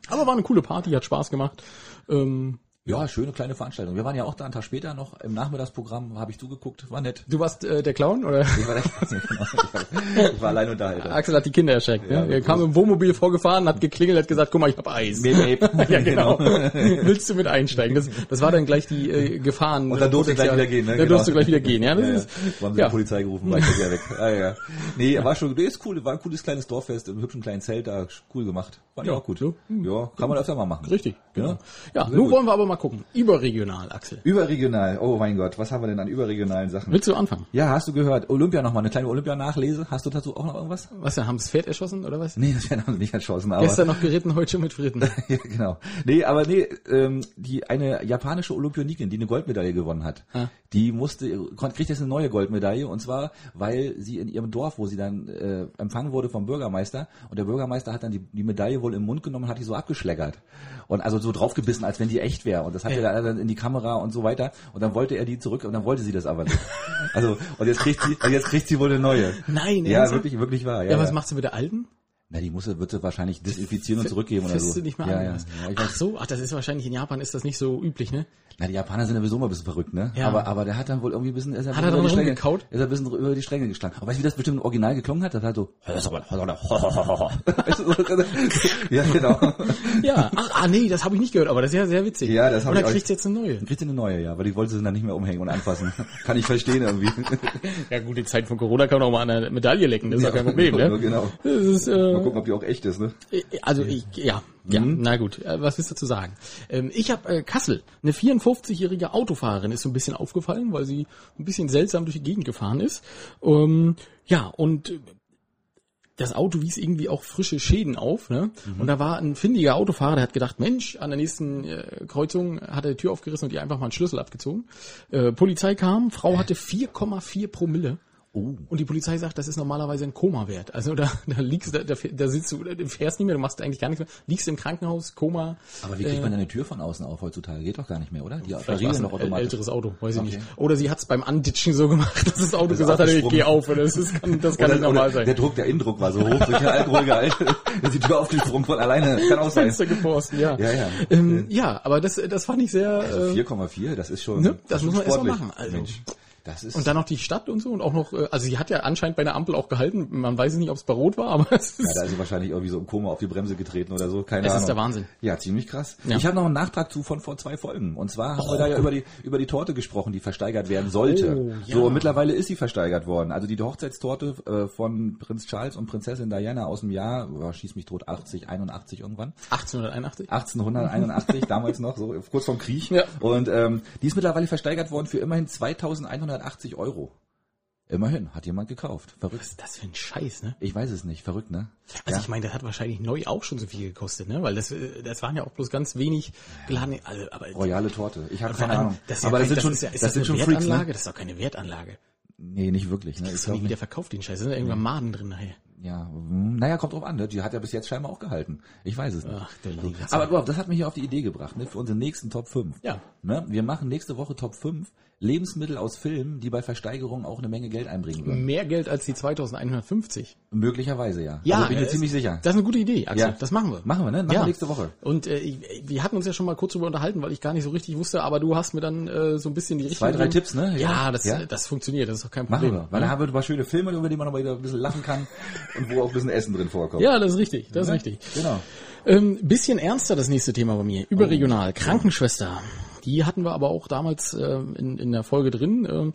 Speaker 2: Aber war eine coole Party, hat Spaß gemacht. Ähm,
Speaker 1: Ja, schöne kleine Veranstaltung. Wir waren ja auch da einen Tag später noch im Nachmittagsprogramm, habe ich zugeguckt, war nett.
Speaker 2: du warst äh, der Clown, oder?
Speaker 1: Ich war, genau. ich war allein unterhalter.
Speaker 2: Axel hat die Kinder erschreckt, ne?
Speaker 1: Ja,
Speaker 2: er kam im Wohnmobil vorgefahren, hat geklingelt, hat gesagt, guck mal, ich hab Eis. Ja, genau. Willst du mit einsteigen? Das, das war dann gleich die äh, Gefahren.
Speaker 1: Und dann durfte ich gleich wieder gehen, ne?
Speaker 2: Dann
Speaker 1: Genau.
Speaker 2: durfte du gleich wieder gehen, ja. Das
Speaker 1: Ja, ja.
Speaker 2: ist,
Speaker 1: Wo haben sie
Speaker 2: ja.
Speaker 1: die Polizei gerufen, war ich gleich wieder weg. Ah, ja. Nee, war schon, nee, ist cool, war ein cooles kleines Dorffest im hübschen kleinen Zelt da, cool gemacht. War ja
Speaker 2: Ja,
Speaker 1: auch gut.
Speaker 2: so. Hm.
Speaker 1: Ja, kann man öfter mal machen.
Speaker 2: Richtig,
Speaker 1: Ja.
Speaker 2: genau. Ja,
Speaker 1: Sehr
Speaker 2: nun
Speaker 1: gut.
Speaker 2: wollen wir aber mal gucken. Überregional, Axel.
Speaker 1: Überregional, oh mein Gott, was haben wir denn an überregionalen Sachen?
Speaker 2: Willst du anfangen?
Speaker 1: Ja, hast du gehört, Olympia nochmal, eine kleine Olympia-Nachlese, hast du dazu auch noch irgendwas?
Speaker 2: Was, haben das Pferd erschossen oder was?
Speaker 1: Nee, das wäre noch nicht erschossen, aber...
Speaker 2: Gestern noch geritten, heute schon mit Fritten.
Speaker 1: ja, genau. Nee, aber nee, ähm, die eine japanische Olympionikin, die eine Goldmedaille gewonnen hat,
Speaker 2: Ah.
Speaker 1: die musste, kon- kriegt jetzt eine neue Goldmedaille und zwar, weil sie in ihrem Dorf, wo sie dann äh, empfangen wurde vom Bürgermeister und der Bürgermeister hat dann die, die Medaille wohl im Mund genommen und hat die so abgeschleckert und also so draufgebissen, als wenn die echt wäre und das hat er dann in die Kamera und so weiter und dann wollte er die zurück und dann wollte sie das aber nicht. also und jetzt kriegt sie, und jetzt kriegt sie wohl eine neue.
Speaker 2: Nein,
Speaker 1: Ja,
Speaker 2: ernsthaft?
Speaker 1: wirklich, wirklich wahr.
Speaker 2: Ja, was machst du mit der alten?
Speaker 1: Na, die muss, wird sie wahrscheinlich desinfizieren und zurückgeben oder
Speaker 2: Fässt
Speaker 1: so.
Speaker 2: du nicht mehr
Speaker 1: ja,
Speaker 2: an.
Speaker 1: ja.
Speaker 2: was?
Speaker 1: Ja, ich weiß,
Speaker 2: ach so, ach, das ist wahrscheinlich in Japan ist das nicht so üblich, ne?
Speaker 1: Na, die Japaner sind ja sowieso mal ein bisschen verrückt, ne?
Speaker 2: Ja.
Speaker 1: Aber, aber der hat dann wohl irgendwie ein bisschen, ist er
Speaker 2: Hat
Speaker 1: ein
Speaker 2: er
Speaker 1: bisschen über
Speaker 2: dran
Speaker 1: die
Speaker 2: rumgekaut?
Speaker 1: Stränge, ist er ein bisschen über die Stränge geschlagen. Aber weißt du, wie das bestimmt im Original geklungen hat? Das hat so, Weißt du, so- ja, genau.
Speaker 2: Ja, ach, ah, nee, das habe ich nicht gehört, aber das ist ja sehr witzig.
Speaker 1: Ja, das hab
Speaker 2: Und
Speaker 1: ich
Speaker 2: dann
Speaker 1: auch-
Speaker 2: kriegst du jetzt eine neue.
Speaker 1: Dann kriegt sie eine neue, ja, weil die wollte sie dann nicht mehr umhängen und anfassen. Kann ich verstehen irgendwie.
Speaker 2: Ja gut, in Zeiten von Corona kann man auch mal an der Medaille lecken, das ist ja kein Problem, ne?
Speaker 1: Genau.
Speaker 2: Das ist,
Speaker 1: Mal
Speaker 2: äh,
Speaker 1: gucken, Mhm. ob die auch echt ist, ne?
Speaker 2: also ich, ja, ja, na gut, äh, was willst du zu sagen? Ähm, ich habe äh, Kassel, eine 54-jährige Autofahrerin ist so ein bisschen aufgefallen, weil sie ein bisschen seltsam durch die Gegend gefahren ist. Ähm, ja, und äh, das Auto wies irgendwie auch frische Schäden auf, ne?
Speaker 1: Mhm.
Speaker 2: Und da war ein findiger Autofahrer, der hat gedacht, Mensch, an der nächsten äh, Kreuzung hat er die Tür aufgerissen und ihr einfach mal einen Schlüssel abgezogen. Äh, Polizei kam, Frau hatte 4,4 Promille.
Speaker 1: Äh. Oh.
Speaker 2: Und die Polizei sagt, das ist normalerweise ein Koma-Wert. Also da, da liegst du, da, da, da sitzt du, du fährst nicht mehr, du machst eigentlich gar nichts mehr, liegst im Krankenhaus, Koma.
Speaker 1: Aber wie kriegt man denn eine Tür von außen auf heutzutage? Geht doch gar nicht mehr, oder? Die
Speaker 2: war's
Speaker 1: verriegeln doch
Speaker 2: ein äl-
Speaker 1: automatisch.
Speaker 2: älteres Auto, weiß ich
Speaker 1: Okay.
Speaker 2: nicht. Oder sie hat es beim Anditschen so gemacht, dass das Auto
Speaker 1: ist
Speaker 2: gesagt hat, ich
Speaker 1: aufgesprungen.
Speaker 2: geh auf. Oder Das, ist, kann, das kann
Speaker 1: Oder-
Speaker 2: nicht normal
Speaker 1: oder
Speaker 2: sein.
Speaker 1: Der Druck, der Innendruck war so hoch durch den Alkoholgehalt. ist die Tür aufgesprungen von alleine. Kann auch sein.
Speaker 2: Fenster geforsten, ja.
Speaker 1: Ja, ja.
Speaker 2: Ähm, ja, aber das, das fand ich sehr...
Speaker 1: Also
Speaker 2: äh,
Speaker 1: 4,4, das ist schon.
Speaker 2: Ne?
Speaker 1: das
Speaker 2: Das
Speaker 1: ist
Speaker 2: muss man erst
Speaker 1: sportlich.
Speaker 2: mal machen, also.
Speaker 1: Mensch, das ist.
Speaker 2: und dann noch die Stadt und so und auch noch, äh, also sie hat ja anscheinend bei einer Ampel auch gehalten, man weiß nicht, ob es bei Rot war, aber es
Speaker 1: ja,
Speaker 2: ist,
Speaker 1: da ist sie wahrscheinlich irgendwie so im Koma auf die Bremse getreten oder so. Keine
Speaker 2: Es ist
Speaker 1: Ahnung.
Speaker 2: der Wahnsinn.
Speaker 1: Ja, ziemlich krass.
Speaker 2: Ja.
Speaker 1: Ich habe noch einen Nachtrag zu von vor zwei Folgen. Und zwar haben wir da ja über die, über die Torte gesprochen, die versteigert werden sollte.
Speaker 2: Oh, ja.
Speaker 1: So, mittlerweile ist sie versteigert worden. Also die Hochzeitstorte äh, von Prinz Charles und Prinzessin Diana aus dem Jahr, oh, schieß mich tot, 80, 81 irgendwann.
Speaker 2: 1881.
Speaker 1: 1881, damals noch, so kurz vorm Krieg.
Speaker 2: Ja.
Speaker 1: Und ähm, die ist mittlerweile versteigert worden für immerhin 2180 Euro. Immerhin, hat jemand gekauft.
Speaker 2: Was
Speaker 1: Verrückt.
Speaker 2: ist das für ein Scheiß, ne?
Speaker 1: Ich weiß es nicht, verrückt, ne?
Speaker 2: Also
Speaker 1: ja.
Speaker 2: ich meine, das hat wahrscheinlich neu auch schon so viel gekostet, ne? Weil das, äh, das waren ja auch bloß ganz wenig geladene, also, aber
Speaker 1: Royale Torte. Ich habe
Speaker 2: vor
Speaker 1: Oh keine
Speaker 2: allem,
Speaker 1: Ahnung.
Speaker 2: das ist ja
Speaker 1: Aber das
Speaker 2: kein-
Speaker 1: sind schon,
Speaker 2: ist ja, ist
Speaker 1: das sind schon
Speaker 2: eine
Speaker 1: Freaks,
Speaker 2: Wertanlage,
Speaker 1: ne?
Speaker 2: das ist doch keine Wertanlage.
Speaker 1: Nee, nicht wirklich, ne? Ich
Speaker 2: Das ist
Speaker 1: glaub
Speaker 2: nie wieder verkauft, den Scheiß. Da sind ja irgendwann Maden drin nachher.
Speaker 1: Ja, hm, naja, kommt drauf an, ne? Die hat ja bis jetzt scheinbar auch gehalten. Ich weiß es nicht.
Speaker 2: Ach, der liebe Zeit.
Speaker 1: Aber wow, das hat mich hier auf die Idee gebracht, ne? Für unseren nächsten Top 5.
Speaker 2: Ja.
Speaker 1: Ne? Wir machen nächste Woche Top 5 Lebensmittel aus Filmen, die bei Versteigerung auch eine Menge Geld einbringen würden.
Speaker 2: Mehr Geld als die 2150.
Speaker 1: Möglicherweise, ja. Also bin ich
Speaker 2: äh,
Speaker 1: ziemlich sicher.
Speaker 2: Das ist eine gute Idee, Axel.
Speaker 1: Ja.
Speaker 2: Das machen wir.
Speaker 1: Machen wir, ne? Machen
Speaker 2: ja.
Speaker 1: wir nächste Woche.
Speaker 2: Und äh, ich- wir hatten uns ja schon mal kurz darüber unterhalten, weil ich gar nicht so richtig wusste, aber du hast mir dann äh, so ein bisschen die
Speaker 1: Zwei,
Speaker 2: Richtung
Speaker 1: drei
Speaker 2: gegeben.
Speaker 1: Tipps, ne?
Speaker 2: Ja,
Speaker 1: Ja.
Speaker 2: das,
Speaker 1: Ja.
Speaker 2: das funktioniert, das ist doch kein
Speaker 1: Machen
Speaker 2: Problem. ne?
Speaker 1: wir, weil da haben wir ein paar schöne Filme, über die man noch wieder ein bisschen lachen kann und wo auch ein bisschen Essen drin vorkommt.
Speaker 2: Ja, das ist richtig, das ist
Speaker 1: Ne?
Speaker 2: richtig.
Speaker 1: Genau.
Speaker 2: Ähm, bisschen ernster das nächste Thema bei mir. Überregional.
Speaker 1: Oh.
Speaker 2: Krankenschwester. Die hatten wir aber auch damals ähm, in, in der Folge drin. Ähm,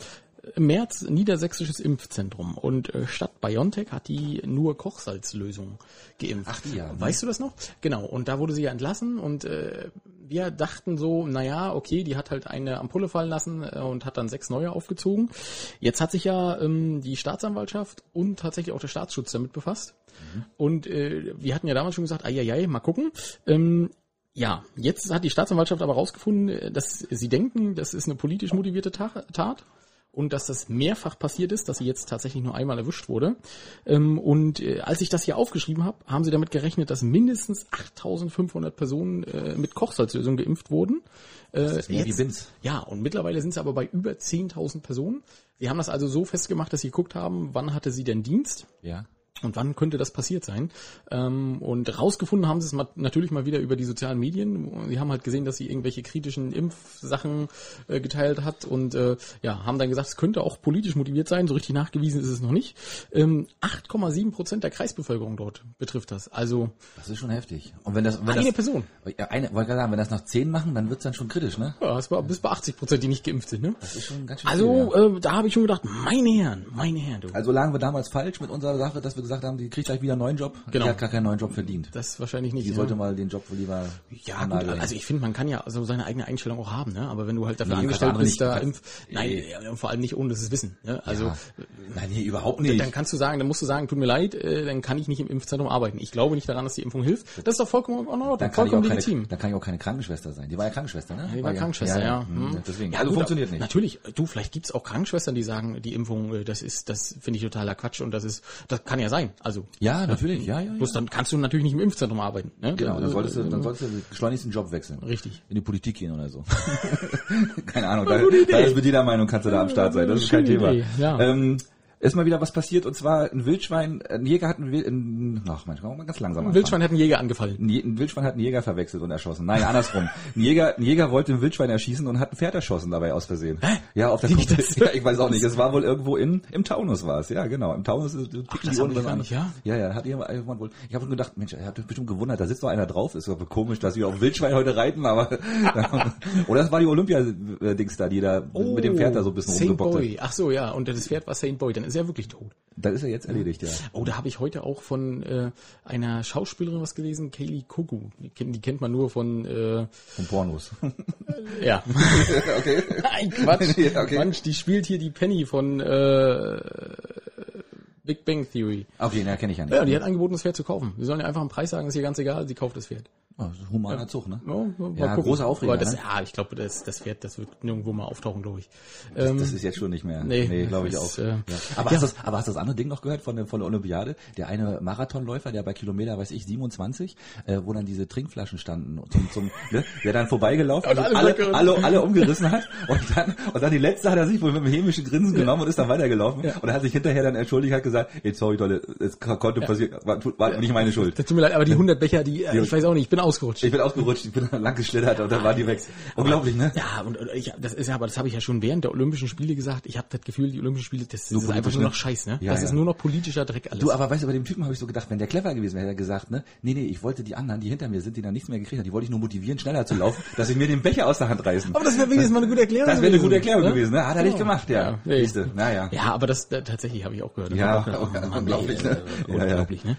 Speaker 2: Im März niedersächsisches Impfzentrum. Und äh, Stadt Biontech hat die nur Kochsalzlösung geimpft.
Speaker 1: Ach, die ja, ne?
Speaker 2: Weißt du das noch? Genau. Und da wurde sie ja entlassen und äh, wir dachten so, naja, okay, die hat halt eine Ampulle fallen lassen äh, und hat dann sechs neue aufgezogen. Jetzt hat sich ja ähm, die Staatsanwaltschaft und tatsächlich auch der Staatsschutz damit befasst. Und äh, wir hatten ja damals schon gesagt, ai, mal gucken. Ähm, ja, jetzt hat die Staatsanwaltschaft aber rausgefunden, äh, dass sie denken, das ist eine politisch motivierte Ta Tat und dass das mehrfach passiert ist, dass sie jetzt tatsächlich nur einmal erwischt wurde. Ähm, und äh, als ich das hier aufgeschrieben habe, haben sie damit gerechnet, dass mindestens 8.500 Personen äh, mit Kochsalzlösung geimpft wurden. Äh,
Speaker 1: ist mehr wie Binz.
Speaker 2: ja, und mittlerweile sind es aber bei über 10.000 Personen. Sie haben das also so festgemacht, dass sie geguckt haben, wann hatte sie denn Dienst
Speaker 1: Ja.
Speaker 2: und wann könnte das passiert sein? Ähm, und rausgefunden haben sie es ma- natürlich mal wieder über die sozialen Medien. Sie haben halt gesehen, dass sie irgendwelche kritischen Impfsachen äh, geteilt hat und äh, ja, haben dann gesagt, es könnte auch politisch motiviert sein. So richtig nachgewiesen ist es noch nicht. Ähm, 8,7 Prozent der Kreisbevölkerung dort betrifft das. Also
Speaker 1: Das ist schon heftig. Und wenn das, wenn
Speaker 2: eine
Speaker 1: das,
Speaker 2: Person.
Speaker 1: Ja, eine, wollte gerade sagen, wenn das nach zehn machen, dann wird's dann schon kritisch, ne?
Speaker 2: Ja, es war bis bei 80 Prozent, die nicht geimpft sind. Ne?
Speaker 1: Das ist schon ganz schön viel,
Speaker 2: Also
Speaker 1: ja.
Speaker 2: äh, da habe ich schon gedacht, meine Herren, meine Herren, du.
Speaker 1: also lagen wir damals falsch mit unserer Sache, dass wir gesagt haben, die kriegt gleich wieder einen neuen Job.
Speaker 2: Genau.
Speaker 1: Die hat gar keinen neuen Job verdient.
Speaker 2: das wahrscheinlich nicht.
Speaker 1: Die
Speaker 2: ja.
Speaker 1: sollte mal den Job lieber
Speaker 2: Ja,
Speaker 1: an
Speaker 2: gut,
Speaker 1: Nagel hängen.
Speaker 2: also ich finde, man kann ja so seine eigene Einstellung auch haben, ne? Aber wenn du halt dafür
Speaker 1: Nein,
Speaker 2: angestellt
Speaker 1: kannst
Speaker 2: bist,
Speaker 1: du
Speaker 2: da
Speaker 1: andere nicht.
Speaker 2: impf, nein, ja, und vor allem nicht ohne das Wissen. Ne? Also
Speaker 1: ja. Nein, nee, überhaupt nicht.
Speaker 2: dann kannst du sagen, dann musst du sagen, tut mir leid, äh, dann kann ich nicht im Impfzentrum arbeiten. Ich glaube nicht daran, dass die Impfung hilft. Das ist doch vollkommen in Ordnung,
Speaker 1: Dann kann, ich auch
Speaker 2: vollkommen
Speaker 1: keine,
Speaker 2: legitim.
Speaker 1: dann kann ich auch keine Krankenschwester sein. Die war ja Krankenschwester, ne?
Speaker 2: Die war Krankenschwester, ja.
Speaker 1: Hm,
Speaker 2: Hm.
Speaker 1: Deswegen.
Speaker 2: Ja,
Speaker 1: also
Speaker 2: gut,
Speaker 1: funktioniert
Speaker 2: aber
Speaker 1: nicht.
Speaker 2: Natürlich, du, vielleicht gibt's auch Krankenschwestern, die sagen, die Impfung, äh, das ist, das finde ich totaler Quatsch und das ist, das kann ja sein. Also,
Speaker 1: Ja, natürlich. Ja, ja, ja.
Speaker 2: bloß dann kannst du natürlich nicht im Impfzentrum arbeiten. Ne?
Speaker 1: Genau, dann solltest du, dann
Speaker 2: Äh,
Speaker 1: solltest du schleunigst den Job wechseln.
Speaker 2: Richtig.
Speaker 1: In die Politik gehen oder so. Keine Ahnung, da,
Speaker 2: gute Idee.
Speaker 1: da ist mit jeder Meinung kannst du da am Start sein. Das ist kein
Speaker 2: Schöne
Speaker 1: Thema.
Speaker 2: Idee, ja.
Speaker 1: Ähm, ist mal wieder was passiert und zwar ein Wildschwein, ein Jäger hat ein, Wild- ein ach Mensch, machen wir mal ganz langsam
Speaker 2: Ein
Speaker 1: anfangen.
Speaker 2: Wildschwein hat einen Jäger angefallen.
Speaker 1: Ein Je- ein Wildschwein hat einen Jäger verwechselt und erschossen. Nein, andersrum. Ein Jäger, ein Jäger wollte ein Wildschwein erschießen und hat ein Pferd erschossen dabei aus Versehen. Ja, auf der
Speaker 2: Wie das?
Speaker 1: Ja, ich weiß auch nicht. Es war wohl irgendwo in, im Taunus war es. Ja, genau. Im Taunus ist ticken
Speaker 2: das haben die
Speaker 1: Ohren
Speaker 2: gar nicht, ja?
Speaker 1: Ja, ja. Hat jemand, jemand wohl, ich habe schon gedacht, Mensch, ihr habt euch bestimmt gewundert, da sitzt noch einer drauf. Ist aber komisch, dass wir auf ein Wildschwein heute reiten, aber, oder es war die Olympia-Dings da, die da mit dem Pferd da so ein bisschen
Speaker 2: Oh, Saint
Speaker 1: rumgebockt hat.
Speaker 2: Boy. Ach so, ja. Und das Pferd war Saint Boy. Dann ist er wirklich tot.
Speaker 1: Das ist ja jetzt erledigt, ja.
Speaker 2: Oh, da habe ich heute auch von äh, einer Schauspielerin was gelesen, Kaylee Kuku. Die, kennt- die kennt man nur von, äh,
Speaker 1: Von Pornos.
Speaker 2: ja.
Speaker 1: okay.
Speaker 2: Nein, Quatsch.
Speaker 1: Ja, okay.
Speaker 2: Mensch, die spielt hier die Penny von äh, Big Bang Theory.
Speaker 1: Okay, na, kenne ich ja nicht.
Speaker 2: Ja, die hat angeboten, das Pferd zu kaufen. Wir sollen ja einfach einen Preis sagen, ist ihr ganz egal, sie kauft das Pferd.
Speaker 1: Oh, das ist ein humaner Zug, ne?
Speaker 2: Ja, mal
Speaker 1: Ja,
Speaker 2: gucken.
Speaker 1: großer Aufreger,
Speaker 2: Aber Das,
Speaker 1: ne?
Speaker 2: Ja, ich glaube, das, das Pferd, das wird nirgendwo mal auftauchen, glaube ich.
Speaker 1: Das,
Speaker 2: Ähm,
Speaker 1: das ist jetzt schon nicht mehr.
Speaker 2: nee,
Speaker 1: Nee, glaube ich
Speaker 2: das
Speaker 1: auch.
Speaker 2: ist, äh,
Speaker 1: ja. aber, hast du, das- aber hast du das andere Ding noch gehört von der, von der Olympiade? Der eine Marathonläufer, der bei Kilometer, weiß ich, 27, äh, wo dann diese Trinkflaschen standen, zum, zum, ne, der dann vorbeigelaufen ist,
Speaker 2: Und alle
Speaker 1: und alle,
Speaker 2: weggerissen.
Speaker 1: alle, alle umgerissen hat und dann, und dann die letzte hat er sich wohl mit einem hämischen Grinsen genommen und ist dann weitergelaufen und er hat sich hinterher dann entschuldigt, hat gesagt, hey, sorry, Leute, es konnte passieren, war, war nicht meine Schuld.
Speaker 2: das tut mir leid, aber die 100 Becher, die, äh, ich weiß auch nicht, ich bin ausgerutscht.
Speaker 1: Ich bin ausgerutscht, ich bin lang geschlittert und dann waren die weg. Unglaublich, ne?
Speaker 2: Ja, und und ich, das ist ja, aber das habe ich ja schon während der Olympischen Spiele gesagt. Ich habe das Gefühl, die Olympischen Spiele, das, das ist
Speaker 1: politisch,
Speaker 2: einfach nur
Speaker 1: ne?
Speaker 2: noch Scheiß, ne?
Speaker 1: Ja,
Speaker 2: das
Speaker 1: ja.
Speaker 2: ist nur noch politischer Dreck alles.
Speaker 1: Du, aber weißt du, bei dem Typen habe ich so gedacht, wenn der clever gewesen wäre, hätte er gesagt, ne, nee, nee, ich wollte die anderen, die hinter mir sind, die da nichts mehr gekriegt haben, die wollte ich nur motivieren, schneller zu laufen, dass sie mir den Becher aus der Hand reißen.
Speaker 2: das wäre wenigstens mal eine gute Erklärung.
Speaker 1: Das wäre eine gute Erklärung
Speaker 2: ne?
Speaker 1: gewesen, ne? Hat er nicht gemacht, ja.
Speaker 2: Ja, nee.
Speaker 1: Siehst du, naja.
Speaker 2: Ja, aber das äh, tatsächlich habe ich auch gehört.
Speaker 1: Ja,
Speaker 2: Ich hab auch gedacht,
Speaker 1: ja, unglaublich, ne?
Speaker 2: äh,
Speaker 1: Ja, ja.
Speaker 2: Unglaublich, ne?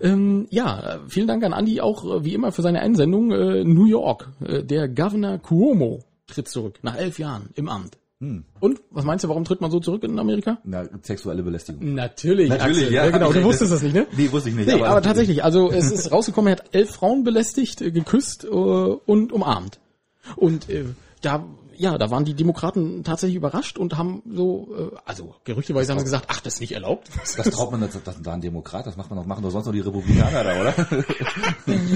Speaker 2: Ähm, ja, äh, vielen Dank an Andi auch äh, wie immer für seine Einsendung. Äh, New York, äh, der Governor Cuomo tritt zurück nach elf Jahren im Amt.
Speaker 1: Hm.
Speaker 2: Und was meinst du, warum tritt man so zurück in Amerika?
Speaker 1: Na, sexuelle Belästigung.
Speaker 2: Natürlich,
Speaker 1: Natürlich,
Speaker 2: Axel.
Speaker 1: ja, hab
Speaker 2: genau,
Speaker 1: ich
Speaker 2: du
Speaker 1: recht.
Speaker 2: wusstest das nicht, ne?
Speaker 1: Nee, wusste ich nicht.
Speaker 2: Nee, aber, tatsächlich, also es ist rausgekommen, er hat elf Frauen belästigt, äh, geküsst äh, und umarmt. Und äh, da, ja, da waren die Demokraten tatsächlich überrascht und haben so, äh, also gerüchteweise haben sie gesagt, ach, das ist nicht erlaubt.
Speaker 1: Das traut man, das, das ist da ein Demokrat, das macht man doch, machen doch sonst noch die Republikaner da, oder?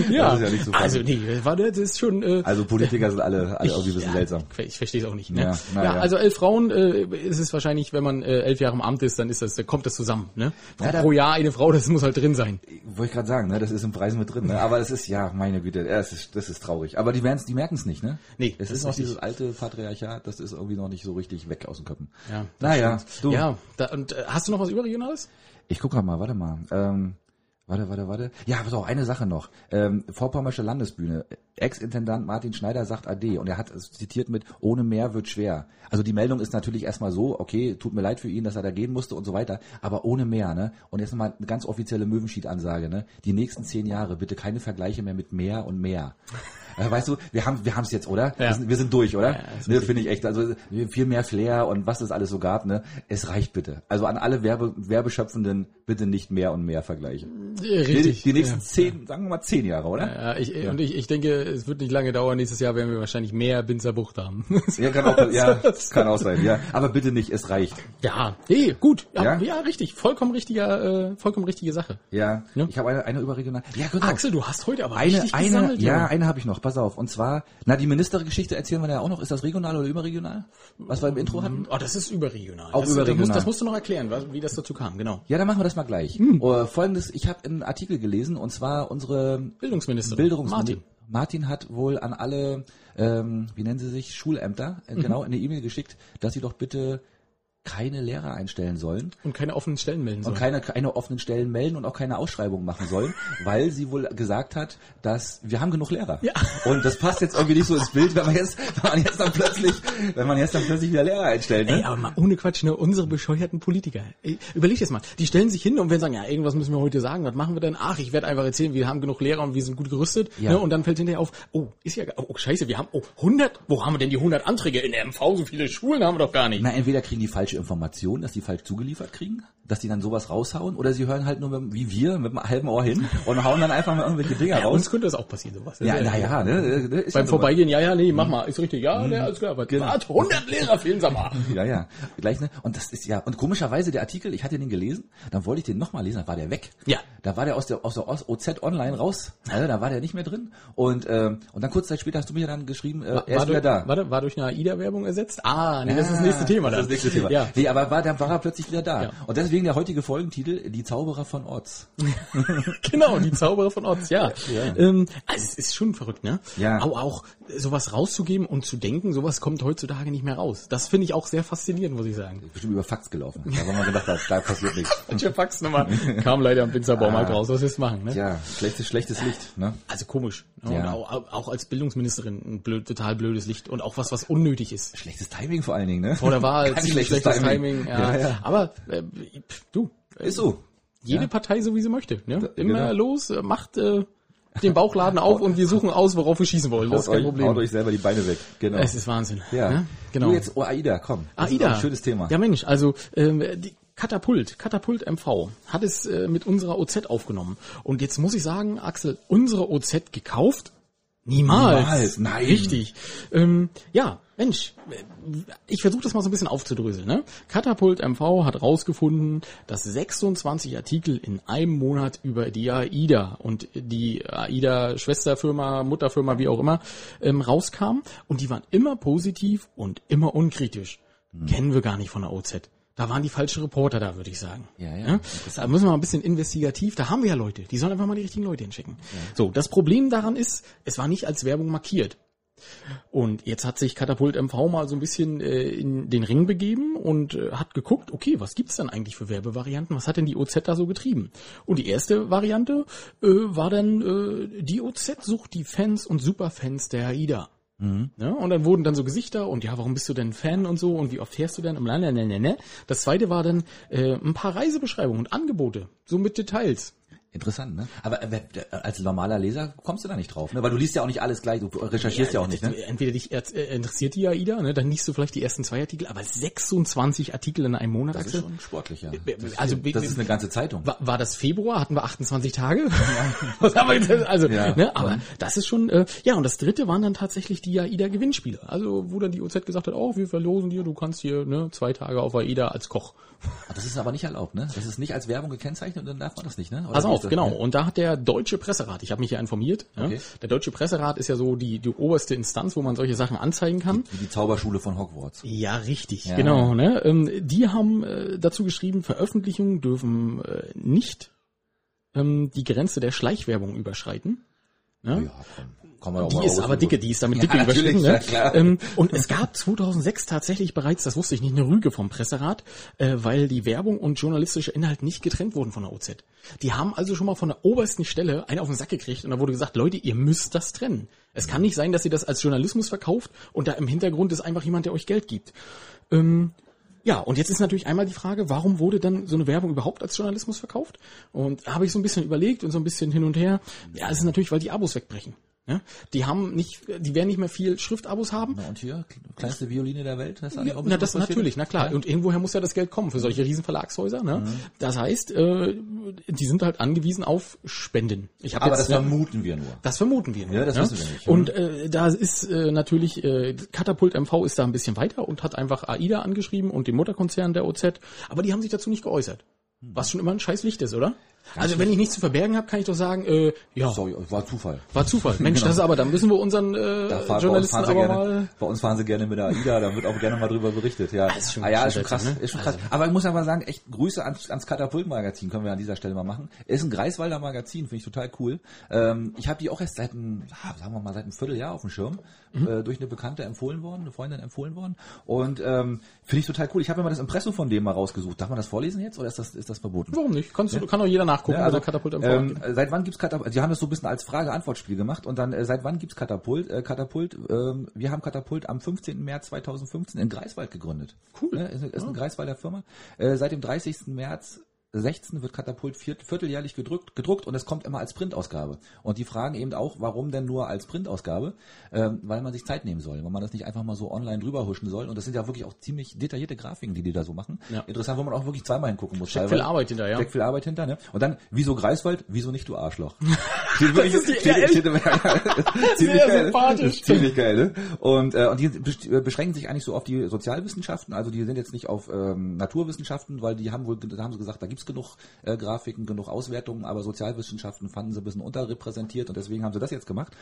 Speaker 2: ja,
Speaker 1: das ist ja nicht so
Speaker 2: also
Speaker 1: funny.
Speaker 2: nee, war, das ist schon... Äh,
Speaker 1: Also Politiker sind alle, alle irgendwie ein bisschen
Speaker 2: ja,
Speaker 1: seltsam.
Speaker 2: Ich, ich verstehe es auch nicht. Ne? Ja,
Speaker 1: Ja, na ja.
Speaker 2: also elf Frauen äh, ist es wahrscheinlich, wenn man äh, elf Jahre im Amt ist, dann ist das, dann kommt das zusammen. Ne?
Speaker 1: Ja, da-
Speaker 2: Pro Jahr eine Frau, das muss halt drin sein.
Speaker 1: Wollte ich gerade sagen, ne, das ist im Preis mit drin, ne? Aber das ist, ja, meine Güte, ja, das ist, das ist traurig. Aber die werden's, die merken es nicht, ne?
Speaker 2: Nee, das
Speaker 1: Es
Speaker 2: ist
Speaker 1: ist noch
Speaker 2: richtig.
Speaker 1: dieses alte Patriarchat, das ist irgendwie noch nicht so richtig weg aus den Köpfen.
Speaker 2: Ja, das
Speaker 1: Naja,
Speaker 2: stimmt.
Speaker 1: du.
Speaker 2: Ja, da, und äh, hast du noch was Überregionales?
Speaker 1: Ich gucke mal, warte mal. Ähm, warte, warte, warte. Ja, pass auf, eine Sache noch. Ähm, Vorpommersche Landesbühne. Ex-Intendant Martin Schneider sagt AD und er hat es zitiert mit Ohne mehr wird schwer. Also die Meldung ist natürlich erstmal so, okay, tut mir leid für ihn, dass er da gehen musste und so weiter, aber ohne mehr, ne? Und jetzt nochmal eine ganz offizielle Möwenschied-Ansage, ne? Die nächsten zehn Jahre, bitte keine Vergleiche mehr mit mehr und mehr. Äh, Weißt du, wir haben wir haben's jetzt, oder?
Speaker 2: Ja.
Speaker 1: Wir, sind, wir sind durch, oder?
Speaker 2: Ja, ist
Speaker 1: ne, finde ich echt. Also viel mehr Flair und was es alles so gab, ne? Es reicht bitte. Also an alle Werbe, Werbeschöpfenden bitte nicht mehr und mehr Vergleiche.
Speaker 2: Richtig.
Speaker 1: Die, die nächsten zehn, sagen wir mal zehn Jahre, oder?
Speaker 2: Ja, Äh, ich, Und ich, ich denke, es wird nicht lange dauern. Nächstes Jahr werden wir wahrscheinlich mehr Binzer Bucht haben.
Speaker 1: Ja, kann auch, ja, kann auch sein, ja. Aber bitte nicht, es reicht.
Speaker 2: ja, hey, gut. Ja, ja?
Speaker 1: Ja?
Speaker 2: richtig. Vollkommen richtiger, äh, vollkommen richtige Sache.
Speaker 1: Ja.
Speaker 2: Ja.
Speaker 1: Ich habe eine, eine überregional. Ja, genau.
Speaker 2: Axel, du hast heute aber
Speaker 1: Eine,
Speaker 2: richtig
Speaker 1: eine,
Speaker 2: gesammelt.
Speaker 1: ja,
Speaker 2: Junge.
Speaker 1: eine habe ich noch, pass auf. Und zwar, na, die Ministergeschichte erzählen wir ja auch noch. Ist das regional oder überregional? Was wir im Intro hatten?
Speaker 2: Oh, das ist überregional.
Speaker 1: Auch
Speaker 2: das, Das musst,
Speaker 1: überregional.
Speaker 2: das musst du noch erklären, was, wie das dazu kam, genau.
Speaker 1: Ja, dann machen wir das mal gleich.
Speaker 2: Hm.
Speaker 1: Äh, Folgendes, ich habe einen Artikel gelesen und zwar unsere
Speaker 2: Bildungsminister.
Speaker 1: Bildungsminister.
Speaker 2: Martin.
Speaker 1: Martin. Martin hat wohl an alle, ähm, wie nennen sie sich, Schulämter,
Speaker 2: Mhm.
Speaker 1: äh, genau, eine E-Mail geschickt, dass sie doch bitte keine Lehrer einstellen sollen.
Speaker 2: Und keine offenen Stellen melden
Speaker 1: Und
Speaker 2: sollen.
Speaker 1: keine, keine offenen Stellen melden und auch keine Ausschreibung machen sollen, weil sie wohl gesagt hat, dass wir haben genug Lehrer.
Speaker 2: Ja.
Speaker 1: Und das passt jetzt irgendwie nicht so ins Bild, wenn man jetzt, wenn man jetzt dann plötzlich, wenn man jetzt dann plötzlich wieder Lehrer einstellt.
Speaker 2: Ey,
Speaker 1: Ne?
Speaker 2: aber mal ohne Quatsch, ne? Unsere bescheuerten Politiker. Ey, überleg dir das mal. Die stellen sich hin und werden sagen, ja, irgendwas müssen wir heute sagen. Was machen wir denn? Ach, ich werde einfach erzählen, wir haben genug Lehrer und wir sind gut gerüstet.
Speaker 1: Ja.
Speaker 2: Ne? Und dann fällt hinterher auf, oh, ist ja, ge- oh, scheiße, wir haben, oh, 100, wo haben wir denn die 100 Anträge in der MV? So viele Schulen haben wir doch gar nicht.
Speaker 1: Na, entweder kriegen die falsche Information, dass die falsch zugeliefert kriegen, dass die dann sowas raushauen, oder sie hören halt nur mit, wie wir mit einem halben Ohr hin und hauen dann einfach mal irgendwelche Dinger
Speaker 2: Ja, uns
Speaker 1: raus.
Speaker 2: könnte das auch passieren, sowas.
Speaker 1: Ja, naja, ne? äh, Ist
Speaker 2: Beim
Speaker 1: ja sowas.
Speaker 2: Vorbeigehen, ja, ja, nee, mach mal, ist richtig, ja, ja, alles klar, aber
Speaker 1: Genau.
Speaker 2: warte, 100 Lehrer fehlen, sag mal.
Speaker 1: Ja, ja. Gleich, ne? Und das ist ja, und komischerweise der Artikel, ich hatte den gelesen, dann wollte ich den nochmal lesen, dann war der weg.
Speaker 2: Ja.
Speaker 1: Da war der aus der, aus der Oz- OZ online raus. Also, da war der nicht mehr drin. Und, ähm, und dann kurz Zeit später hast du mir dann geschrieben, äh, er ist wieder
Speaker 2: durch,
Speaker 1: da.
Speaker 2: Warte, war durch eine AIDA-Werbung ersetzt? Ah, nee, das ist das
Speaker 1: Ah,
Speaker 2: nächste Thema
Speaker 1: Das
Speaker 2: dann.
Speaker 1: ist das nächste Thema.
Speaker 2: Ja.
Speaker 1: Nee, aber war, dann war er plötzlich wieder da.
Speaker 2: Ja.
Speaker 1: Und deswegen der heutige Folgentitel, Die Zauberer von Oz.
Speaker 2: Genau, die Zauberer von Oz, ja. Ähm, also es ist schon verrückt, ne?
Speaker 1: Ja.
Speaker 2: Auch, auch sowas rauszugeben und zu denken, sowas kommt heutzutage nicht mehr raus. Das finde ich auch sehr faszinierend, muss ich sagen.
Speaker 1: Bestimmt über Fax gelaufen. Da haben wir gedacht, da, da passiert nichts.
Speaker 2: Manche Faxnummer kam leider am Pinzerbaum halt raus, was wir jetzt machen, ne?
Speaker 1: Ah. Ja, schlechtes, schlechtes Licht, ne?
Speaker 2: Also komisch. Ne? Und
Speaker 1: Ja.
Speaker 2: auch, auch als Bildungsministerin ein blöd, total blödes Licht und auch was, was unnötig ist.
Speaker 1: Schlechtes Timing vor allen Dingen, ne?
Speaker 2: Vor der Wahl,
Speaker 1: Ganz
Speaker 2: halt ziemlich
Speaker 1: schlechtes Timing.
Speaker 2: ja.
Speaker 1: Ja, ja.
Speaker 2: Aber äh, pf, du, äh,
Speaker 1: Ist so.
Speaker 2: jede
Speaker 1: Ja.
Speaker 2: Partei so wie sie möchte. Ne? Immer
Speaker 1: genau.
Speaker 2: los, äh, macht äh, den Bauchladen auf und wir suchen aus, worauf wir schießen wollen. Das ist
Speaker 1: haut,
Speaker 2: kein
Speaker 1: euch, haut
Speaker 2: Problem.
Speaker 1: euch selber die Beine weg. Genau.
Speaker 2: Es ist Wahnsinn.
Speaker 1: Ja,
Speaker 2: ne? genau.
Speaker 1: Du jetzt, oh, AIDA, komm. Das ist auch
Speaker 2: AIDA.
Speaker 1: Ein schönes Thema.
Speaker 2: Ja, Mensch, also ähm, die Katapult, Katapult MV hat es äh, mit unserer OZ aufgenommen. Und jetzt muss ich sagen, Axel, unsere OZ gekauft? Niemals.
Speaker 1: Niemals, nein.
Speaker 2: Richtig. Ähm, ja, Mensch, äh, ich versuche das mal so ein bisschen aufzudröseln. Ne? Katapult MV hat rausgefunden, dass 26 Artikel in einem Monat über die AIDA und die AIDA-Schwesterfirma, Mutterfirma, wie auch immer, ähm, rauskamen. Und die waren immer positiv und immer unkritisch.
Speaker 1: Hm.
Speaker 2: Kennen wir gar nicht von der OZ. Da waren die falschen Reporter da, würde ich sagen. Ne?
Speaker 1: Ja, ja.
Speaker 2: Da müssen wir mal ein bisschen investigativ, da haben wir ja Leute, die sollen einfach mal die richtigen Leute hinschicken. So, das Problem daran ist, es war nicht als Werbung markiert. Und jetzt hat sich Katapult MV mal so ein bisschen äh, in den Ring begeben und äh, hat geguckt, okay, was gibt's denn eigentlich für Werbevarianten? Was hat denn die OZ da so getrieben? Und die erste Variante äh, war dann, äh, die OZ sucht die Fans und Superfans der AIDA. Ja, und dann wurden dann so Gesichter und ja, warum bist du denn Fan und so und wie oft fährst du denn im Land? Ne, ne, ne. Das zweite war dann äh, ein paar Reisebeschreibungen und Angebote, so mit Details.
Speaker 1: Interessant, ne? Aber äh, wer- äh, als normaler Leser kommst du da nicht drauf, ne? Weil du liest ja auch nicht alles gleich, du recherchierst ja, auch nicht, ne?
Speaker 2: Entweder dich erz- äh, interessiert die AIDA, ne? dann liest du vielleicht die ersten zwei Artikel, aber 26 Artikel in einem Monat. Axel.
Speaker 1: sportlich, ja.
Speaker 2: Also,
Speaker 1: Das ist eine ganze Zeitung.
Speaker 2: war, war das Februar? Hatten wir 28 Tage? Was haben wir jetzt? Also,
Speaker 1: Ja.
Speaker 2: ne, aber das ist schon, äh, ja, und das dritte waren dann tatsächlich die AIDA-Gewinnspiele. Also, wo dann die OZ gesagt hat, oh, wir verlosen dir, du kannst hier, ne, zwei Tage auf AIDA als Koch.
Speaker 1: Das ist aber nicht erlaubt, ne? Das ist nicht als Werbung gekennzeichnet und dann darf man das nicht, ne? Oder
Speaker 2: Pass
Speaker 1: wie ist
Speaker 2: auf,
Speaker 1: das?
Speaker 2: genau.
Speaker 1: Ja.
Speaker 2: Und da hat der Deutsche Presserat, ich habe mich ja informiert, ne?
Speaker 1: Okay.
Speaker 2: der Deutsche Presserat ist ja so die, die oberste Instanz, wo man solche Sachen anzeigen kann.
Speaker 1: Wie die Zauberschule von Hogwarts.
Speaker 2: Ja, richtig.
Speaker 1: Ja.
Speaker 2: Genau. Ne? Ähm, die haben äh, dazu geschrieben, Veröffentlichungen dürfen äh, nicht ähm, die Grenze der Schleichwerbung überschreiten. Ne?
Speaker 1: Oh komm. Kann man auch
Speaker 2: Die
Speaker 1: mal
Speaker 2: ist
Speaker 1: raus-
Speaker 2: aber dicke, die ist damit
Speaker 1: Ja,
Speaker 2: dicke
Speaker 1: natürlich,
Speaker 2: überschritten. Ne?
Speaker 1: ja, klar.
Speaker 2: Ähm, und es gab 2006 tatsächlich bereits, das wusste ich nicht, eine Rüge vom Presserat, äh, weil die Werbung und journalistische Inhalt nicht getrennt wurden von der OZ. Die haben also schon mal von der obersten Stelle einen auf den Sack gekriegt und da wurde gesagt, Leute, ihr müsst das trennen. Es kann nicht sein, dass ihr das als Journalismus verkauft und da im Hintergrund ist einfach jemand, der euch Geld gibt. Ja, und jetzt ist natürlich einmal die Frage, warum wurde dann so eine Werbung überhaupt als Journalismus verkauft? Und da habe ich so ein bisschen überlegt und so ein bisschen hin und her. Ja, es ist natürlich, weil die Abos wegbrechen. Ja? Die haben nicht, die werden nicht mehr viel Schriftabos haben.
Speaker 1: Na und hier, kleinste Violine der Welt, hast du
Speaker 2: Ja,
Speaker 1: auch
Speaker 2: na, das
Speaker 1: was passiert?
Speaker 2: natürlich, na klar. Und irgendwoher muss ja das Geld kommen für solche Riesenverlagshäuser. Ne?
Speaker 1: Mhm.
Speaker 2: Das heißt, äh, die sind halt angewiesen auf Spenden. Ich hab ne,
Speaker 1: Aber das
Speaker 2: ja,
Speaker 1: vermuten wir nur.
Speaker 2: das vermuten wir. nur,
Speaker 1: Ja, das wissen wir nicht, ja.
Speaker 2: Und äh, da ist äh, natürlich, äh, Katapult MV ist da ein bisschen weiter und hat einfach AIDA angeschrieben und den Mutterkonzern der OZ, aber die haben sich dazu nicht geäußert.
Speaker 1: Hm.
Speaker 2: Was schon immer ein scheiß Licht ist, oder? also wenn ich nichts zu verbergen habe, kann ich doch sagen, äh, ja,
Speaker 1: Sorry, war Zufall.
Speaker 2: war Zufall. Mensch, das ist aber, dann müssen wir unseren äh,
Speaker 1: Genau. Da fahren, bei, uns
Speaker 2: Journalisten
Speaker 1: fahren sie
Speaker 2: aber
Speaker 1: gerne,
Speaker 2: mal...
Speaker 1: bei uns fahren sie gerne mit der AIDA, da wird auch gerne mal drüber berichtet. Ja,
Speaker 2: ist schon-
Speaker 1: ah, ja
Speaker 2: schon
Speaker 1: ist schon krass.
Speaker 2: seltsam, ne?
Speaker 1: Ist schon krass. Aber ich muss aber sagen, echt Grüße ans, ans Katapult-Magazin können wir an dieser Stelle mal machen. Ist ein Greifswalder Magazin, finde ich total cool. Ähm, ich habe die auch erst seit einem, ah, sagen wir mal, seit einem Vierteljahr auf dem Schirm
Speaker 2: Mhm.
Speaker 1: äh, durch eine Bekannte empfohlen worden, eine Freundin empfohlen worden. Und ähm, finde ich total cool. Ich habe mir mal das Impressum von dem mal rausgesucht. Darf man das vorlesen jetzt oder ist das, ist das verboten?
Speaker 2: Warum nicht? Kannst, du Kann doch jeder nachgucken,
Speaker 1: Ja,
Speaker 2: ja,
Speaker 1: also,
Speaker 2: der Katapult MV
Speaker 1: ähm, seit wann gibt's Katapult? Sie haben das so ein bisschen als Frage-Antwort-Spiel gemacht und dann äh, seit wann gibt's Katapult? Äh, Katapult, ähm, wir haben Katapult am 15. März 2015 in Greifswald gegründet.
Speaker 2: Cool. Ah.
Speaker 1: Ne, ist, ist eine Greifswalder Firma. Äh, seit dem 30. März 16 wird Katapult viert, vierteljährlich gedruckt, gedruckt und es kommt immer als Printausgabe. Und die fragen eben auch, warum denn nur als Printausgabe? Ähm, weil man sich Zeit nehmen soll, weil man das nicht einfach mal so online drüber huschen soll. Und das sind ja wirklich auch ziemlich detaillierte Grafiken, die die da so machen.
Speaker 2: Ja.
Speaker 1: Interessant, wo man auch wirklich zweimal hingucken muss.
Speaker 2: Steckt viel
Speaker 1: teilweise.
Speaker 2: Arbeit hinter, ja.
Speaker 1: Steckt viel Arbeit hinter, ne? Und dann, wieso Greifswald? Wieso nicht, du Arschloch? Steht wirklich-
Speaker 2: ist die-
Speaker 1: steht-
Speaker 2: ja,
Speaker 1: steht im- Ziemlich
Speaker 2: Sehr
Speaker 1: geil.
Speaker 2: sympathisch.
Speaker 1: Ist Ziemlich geil, ne? Und, äh, und die besch- äh, beschränken sich eigentlich so auf die Sozialwissenschaften, also die sind jetzt nicht auf ähm, Naturwissenschaften, weil die haben wohl, da haben sie gesagt, da gibt's genug äh, Grafiken, genug Auswertungen, aber Sozialwissenschaften fanden sie ein bisschen unterrepräsentiert und deswegen haben sie das jetzt gemacht.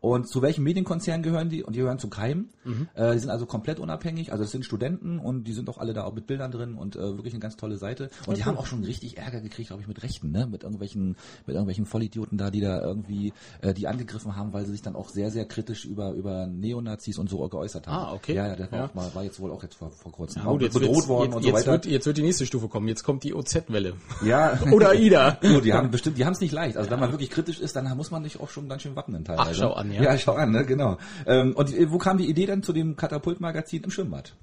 Speaker 1: Und zu welchem Medienkonzern gehören die? Und die gehören zu Keim.
Speaker 2: Mhm.
Speaker 1: Äh, die sind also komplett unabhängig. Also es sind Studenten und die sind auch alle da auch mit Bildern drin und äh, wirklich eine ganz tolle Seite. Und die haben auch schon richtig Ärger gekriegt, glaube ich, mit Rechten, ne? Mit irgendwelchen, mit irgendwelchen Vollidioten da, die da irgendwie äh, die angegriffen haben, weil sie sich dann auch sehr, sehr kritisch über über Neonazis und so geäußert haben.
Speaker 2: Ah, okay.
Speaker 1: Ja, ja, das war
Speaker 2: Ja.
Speaker 1: auch mal, war jetzt wohl auch jetzt vor, vor kurzem.
Speaker 2: Ja,
Speaker 1: War
Speaker 2: gut, jetzt wird's-
Speaker 1: bedroht worden
Speaker 2: jetzt,
Speaker 1: und so
Speaker 2: jetzt
Speaker 1: weiter.
Speaker 2: Wird, jetzt wird die nächste Stufe kommen. Jetzt kommt die OZ-Welle.
Speaker 1: ja.
Speaker 2: Oder Ida.
Speaker 1: Du, die haben bestimmt, die haben es nicht leicht. Also wenn man wirklich kritisch ist, dann muss man sich auch schon ganz schön wappnen teilweise.
Speaker 2: Ach, schau an,
Speaker 1: ja.
Speaker 2: ja.
Speaker 1: Ja, schau an, ne? genau. Ähm, und äh, wo kam die Idee dann zu dem Katapultmagazin im Schwimmbad?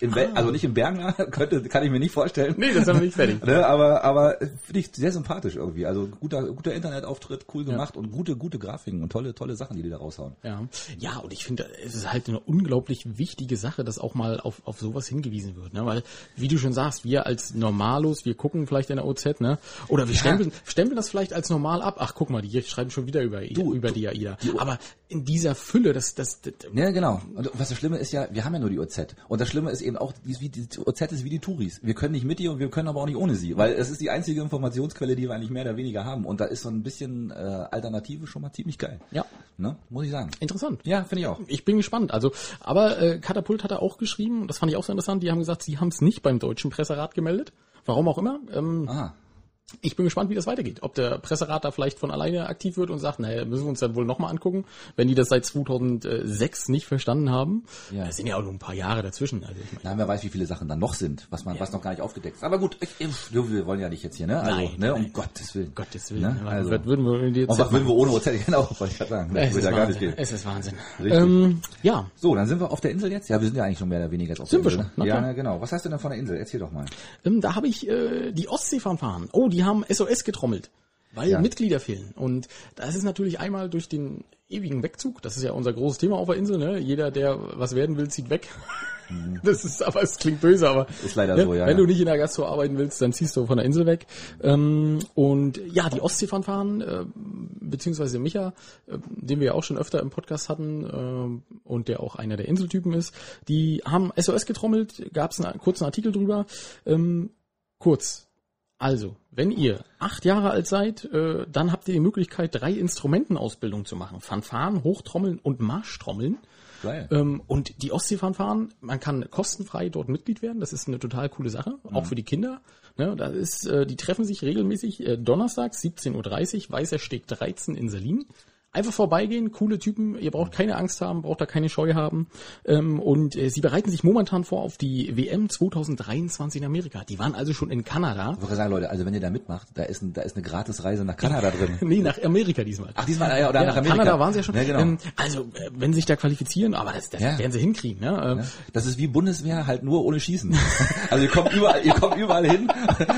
Speaker 1: Im Wel- Also nicht im Bergner, könnte, kann ich mir nicht vorstellen.
Speaker 2: Ah. Nee, das haben wir nicht fertig.
Speaker 1: Ne, aber aber äh, finde ich sehr sympathisch irgendwie. Also guter guter Internetauftritt, cool gemacht und gute gute Grafiken und tolle tolle Sachen, die die da raushauen.
Speaker 2: Ja. ja, und ich finde, es ist halt eine unglaublich wichtige Sache, dass auch mal auf, auf sowas hingewiesen wird. Ne? Weil, wie du schon sagst, wir als Normalos, wir gucken vielleicht in der OZ, ne? Oder wir stempeln, stempeln das vielleicht als normal ab. Ach, guck mal, die schreiben schon wieder über, du, über die AIDA. Aber in dieser Fülle, das, das, das
Speaker 1: Ja, genau. Und was das Schlimme ist ja, wir haben ja nur die OZ. Und das Schlimme ist eben auch, die, ist wie- die OZ ist wie die Touris. Wir können nicht mit ihr und wir können aber auch nicht ohne sie, weil es ist die einzige Informationsquelle, die wir eigentlich mehr oder weniger haben. Und da ist so ein bisschen äh, Alternative schon mal ziemlich geil.
Speaker 2: Ja.
Speaker 1: Ne? Muss ich sagen.
Speaker 2: interessant.
Speaker 1: Ja, finde ich auch.
Speaker 2: Ich bin gespannt. Also, aber äh, Katapult hat er auch geschrieben, das fand ich auch sehr interessant, die haben gesagt, sie haben es nicht beim deutschen Presserat gemeldet. Warum auch immer. Ähm,
Speaker 1: Aha.
Speaker 2: Ich bin gespannt, wie das weitergeht. Ob der Presserat da vielleicht von alleine aktiv wird und sagt, naja, müssen wir uns dann wohl nochmal angucken, wenn die das seit 2006 nicht verstanden haben.
Speaker 1: Ja.
Speaker 2: Das sind ja auch nur ein paar Jahre dazwischen. Also ich meine,
Speaker 1: Na, wer weiß, wie viele Sachen da noch sind, was man, was noch gar nicht aufgedeckt ist. Aber gut, ich, ich, wir wollen ja nicht jetzt hier, ne? Also,
Speaker 2: Nein,
Speaker 1: ne? Um
Speaker 2: nein.
Speaker 1: Gottes Willen.
Speaker 2: Gottes Willen.
Speaker 1: Ne?
Speaker 2: ne?
Speaker 1: Also.
Speaker 2: Was würden wir die jetzt
Speaker 1: Und was würden wir ohne OZ? Genau, wollte ich gerade sagen. Das
Speaker 2: es
Speaker 1: würde
Speaker 2: ist,
Speaker 1: ja gar nicht
Speaker 2: Wahnsinn.
Speaker 1: gehen.
Speaker 2: es ist Wahnsinn.
Speaker 1: Richtig.
Speaker 2: Ähm, ja,
Speaker 1: So, dann sind wir auf der Insel jetzt. Ja, wir sind ja eigentlich schon mehr oder weniger jetzt auf
Speaker 2: Sind
Speaker 1: der
Speaker 2: wir
Speaker 1: Insel.
Speaker 2: schon, na
Speaker 1: ne? Ja,
Speaker 2: klar.
Speaker 1: ne, genau. Was hast du denn von der Insel? Erzähl doch mal.
Speaker 2: ähm, da habe ich äh, die Ostseefanfaren. Oh, die haben SOS getrommelt, weil
Speaker 1: Ja.
Speaker 2: Mitglieder fehlen. Und das ist natürlich einmal durch den ewigen Wegzug. Das ist ja unser großes Thema auf der Insel. Ne? Jeder, der was werden will, zieht weg.
Speaker 1: Mhm.
Speaker 2: Das ist aber, es klingt böse, aber
Speaker 1: Ist leider
Speaker 2: ne?
Speaker 1: so, ja,
Speaker 2: wenn
Speaker 1: ja.
Speaker 2: du nicht in der Gastro arbeiten willst, dann ziehst du von der Insel weg. Ähm, und ja, die Ostseefanfaren, äh, beziehungsweise Micha, äh, den wir ja auch schon öfter im Podcast hatten äh, und der auch einer der Inseltypen ist, die haben SOS getrommelt, gab es einen kurzen Artikel drüber. Ähm, kurz. Also, wenn ihr acht Jahre alt seid, äh, dann habt ihr die Möglichkeit, drei Instrumentenausbildung zu machen. Fanfaren, Hochtrommeln und Marschtrommeln.
Speaker 1: Geil.
Speaker 2: Ähm, und die Ostseefanfaren, man kann kostenfrei dort Mitglied werden. Das ist eine total coole Sache, auch für die Kinder. Ne, da ist, äh, die treffen sich regelmäßig äh, donnerstags 17.30 Uhr, Weißer Steg 13 in Berlin. Einfach vorbeigehen, coole Typen, ihr braucht keine Angst haben, braucht da keine Scheu haben. Ähm, und äh, sie bereiten sich momentan vor auf die WM 2023 in Amerika. Die waren also schon in Kanada.
Speaker 1: Ich wollte sagen, Leute, also wenn ihr da mitmacht, da ist, ein, da ist eine Gratisreise nach Kanada drin.
Speaker 2: Nee, nach Amerika diesmal.
Speaker 1: Ach, diesmal, äh, oder nach Amerika.
Speaker 2: Kanada waren sie ja schon.
Speaker 1: Ja, genau.
Speaker 2: Ähm, also, äh, wenn sie sich da qualifizieren, aber das, das
Speaker 1: Ja.
Speaker 2: werden sie hinkriegen. Ne? Ähm,
Speaker 1: Das ist wie Bundeswehr, halt nur ohne Schießen. Also ihr kommt überall, ihr kommt überall hin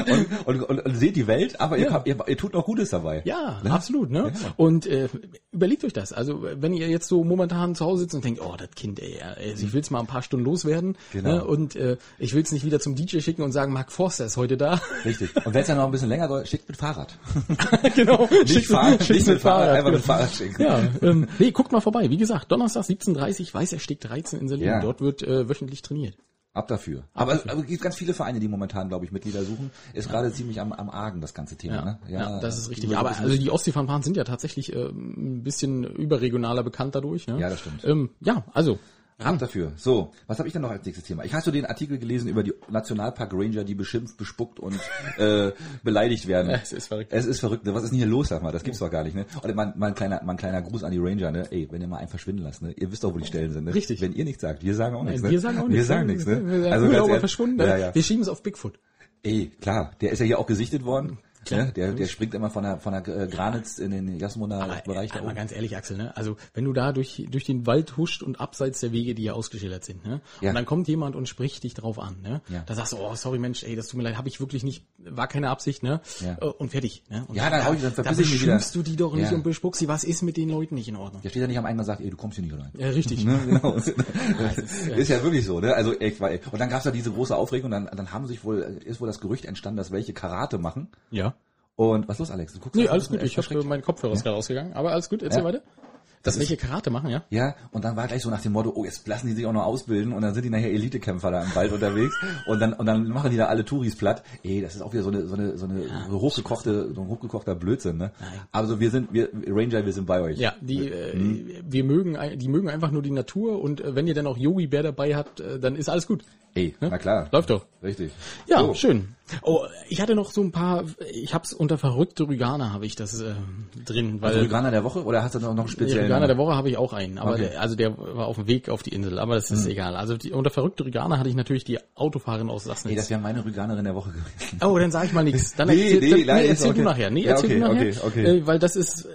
Speaker 1: und, und, und, und seht die Welt, aber ihr, habt- ihr, ihr tut noch Gutes dabei.
Speaker 2: Ja, absolut, ne? Und äh, überlegt euch das. Also wenn ihr jetzt so momentan zu Hause sitzt und denkt, oh, das Kind, ey, also ich will es mal ein paar Stunden loswerden
Speaker 1: Genau.
Speaker 2: ne, und äh, ich will es nicht wieder zum DJ schicken und sagen, Mark Forster ist heute da.
Speaker 1: Richtig. Und wenn es dann noch ein bisschen länger soll, schickt mit Fahrrad.
Speaker 2: genau.
Speaker 1: Nicht,
Speaker 2: Schickt-
Speaker 1: Fahrrad,
Speaker 2: schickt
Speaker 1: nicht mit Fahrrad, einfach mit
Speaker 2: Genau.
Speaker 1: Fahrrad schicken.
Speaker 2: Ja, ähm, nee, guckt mal vorbei. Wie gesagt, Donnerstag 17.30 Weißersteg 13 in Selin.
Speaker 1: Ja.
Speaker 2: Dort wird äh, wöchentlich trainiert.
Speaker 1: Ab dafür. Aber, aber es gibt ganz viele Vereine, die momentan, glaube ich, Mitglieder suchen. Ist gerade ziemlich am, am Argen, das ganze Thema. ne?
Speaker 2: Ja, das ist richtig.
Speaker 1: die-
Speaker 2: Aber also die Ostseefanfaren sind ja tatsächlich äh, ein bisschen überregionaler bekannt dadurch. Ne?
Speaker 1: Ja, das stimmt.
Speaker 2: Ähm, ja, also
Speaker 1: Ab dafür. So, was habe ich denn noch als nächstes Thema? Ich hast du den Artikel gelesen über die Nationalpark Ranger, die beschimpft, bespuckt und äh, beleidigt werden.
Speaker 2: Es ist verrückt.
Speaker 1: Es ist verrückt. Ne? Was ist denn hier los, sag mal? Das gibt's doch gar nicht, ne? Und mal, mal, ein kleiner, mal ein kleiner Gruß an die Ranger, ne? Ey, wenn ihr mal einen verschwinden lasst, ne? Ihr wisst doch, wo die Stellen sind, ne?
Speaker 2: Richtig. Äh,
Speaker 1: Wenn ihr nichts sagt, wir sagen auch nichts, ne?
Speaker 2: wir sagen auch nichts.
Speaker 1: Wir sagen nichts,
Speaker 2: Wir
Speaker 1: ne?
Speaker 2: sagen, also
Speaker 1: ehrlich-
Speaker 2: verschwunden.
Speaker 1: Ja,
Speaker 2: ne?
Speaker 1: ja.
Speaker 2: Wir schieben es auf Bigfoot.
Speaker 1: Ey, klar, der ist ja hier auch gesichtet worden.
Speaker 2: Klar.
Speaker 1: Ne? Der, der springt immer von der, von der äh, Granitz in den Jasmunder
Speaker 2: Aber,
Speaker 1: Bereich
Speaker 2: äh,
Speaker 1: da
Speaker 2: mal
Speaker 1: oben.
Speaker 2: ganz ehrlich, Axel, ne? also wenn du da durch, durch den Wald huscht und abseits der Wege, die ja ausgeschildert sind, ne?
Speaker 1: Ja.
Speaker 2: und dann kommt jemand und spricht dich drauf an, ne?
Speaker 1: Ja.
Speaker 2: da sagst du, oh, sorry Mensch, ey, das tut mir leid, habe ich wirklich nicht, war keine Absicht, ne?
Speaker 1: Ja.
Speaker 2: Äh, und fertig. Ne? Und
Speaker 1: Ja, dann hau ich- dann
Speaker 2: da
Speaker 1: verpiss ich mich wieder.
Speaker 2: beschimpfst du die doch nicht
Speaker 1: Ja.
Speaker 2: und bespuckst sie, was ist mit den Leuten nicht in Ordnung?
Speaker 1: Der steht ja nicht am einen und sagt, ey, du kommst hier nicht rein.
Speaker 2: Ja, richtig. äh,
Speaker 1: Ne? Genau. ist ja wirklich so, ne? Also echt, weil, und dann gab es da diese große Aufregung, dann, dann haben sich wohl, äh, ist wohl das Gerücht entstanden, dass welche Karate machen.
Speaker 2: Ja.
Speaker 1: Und was ist los, Alex? Du guckst äh,
Speaker 2: Nee,
Speaker 1: jetzt ein
Speaker 2: alles
Speaker 1: bisschen
Speaker 2: gut, ich
Speaker 1: erschreckt.
Speaker 2: habe meinen Kopfhörer ist gerade ausgegangen, aber alles gut, erzähl
Speaker 1: Ja.
Speaker 2: weiter. Dass welche Karate machen, ja?
Speaker 1: Ja, und dann war gleich so nach dem Motto, oh, jetzt lassen die sich auch noch ausbilden und dann sind die nachher Elitekämpfer da im Wald unterwegs und dann, und dann machen die da alle Touris platt. Ey, das ist auch wieder so eine, so eine, so eine so hochgekochte, so ein hochgekochter Blödsinn, ne? Also wir sind, wir, Ranger, wir sind bei euch.
Speaker 2: Ja, die, äh,
Speaker 1: Mhm.
Speaker 2: wir mögen, ein- die mögen einfach nur die Natur und äh, wenn ihr dann auch Yogi Bär dabei habt, äh, dann ist alles gut.
Speaker 1: Ey,
Speaker 2: Ne?
Speaker 1: na klar.
Speaker 2: Läuft doch.
Speaker 1: Richtig.
Speaker 2: Ja,
Speaker 1: So.
Speaker 2: schön. Oh, ich hatte noch so ein paar, ich hab's unter verrückte Rüganer habe ich das äh, drin, weil
Speaker 1: Also Veganer der Woche oder hast du noch noch einen speziellen?
Speaker 2: Rüganer der Woche habe ich auch einen, aber
Speaker 1: Okay. Mhm.
Speaker 2: der, also der war auf dem Weg auf die Insel, aber das ist egal. Also die, unter verrückte Rüganer hatte ich natürlich die Autofahrerin aus
Speaker 1: Ey, das
Speaker 2: Sassnitz.
Speaker 1: wäre meine Veganerin der Woche gewesen.
Speaker 2: oh, dann sage ich mal nichts. Dann
Speaker 1: Nee,
Speaker 2: erzähl,
Speaker 1: nee,
Speaker 2: dann,
Speaker 1: leider
Speaker 2: nee,
Speaker 1: ist
Speaker 2: erzähl
Speaker 1: okay.
Speaker 2: du nachher. Nee,
Speaker 1: Ja,
Speaker 2: erzähl
Speaker 1: okay,
Speaker 2: du nachher,
Speaker 1: okay, okay.
Speaker 2: Äh, weil das ist äh,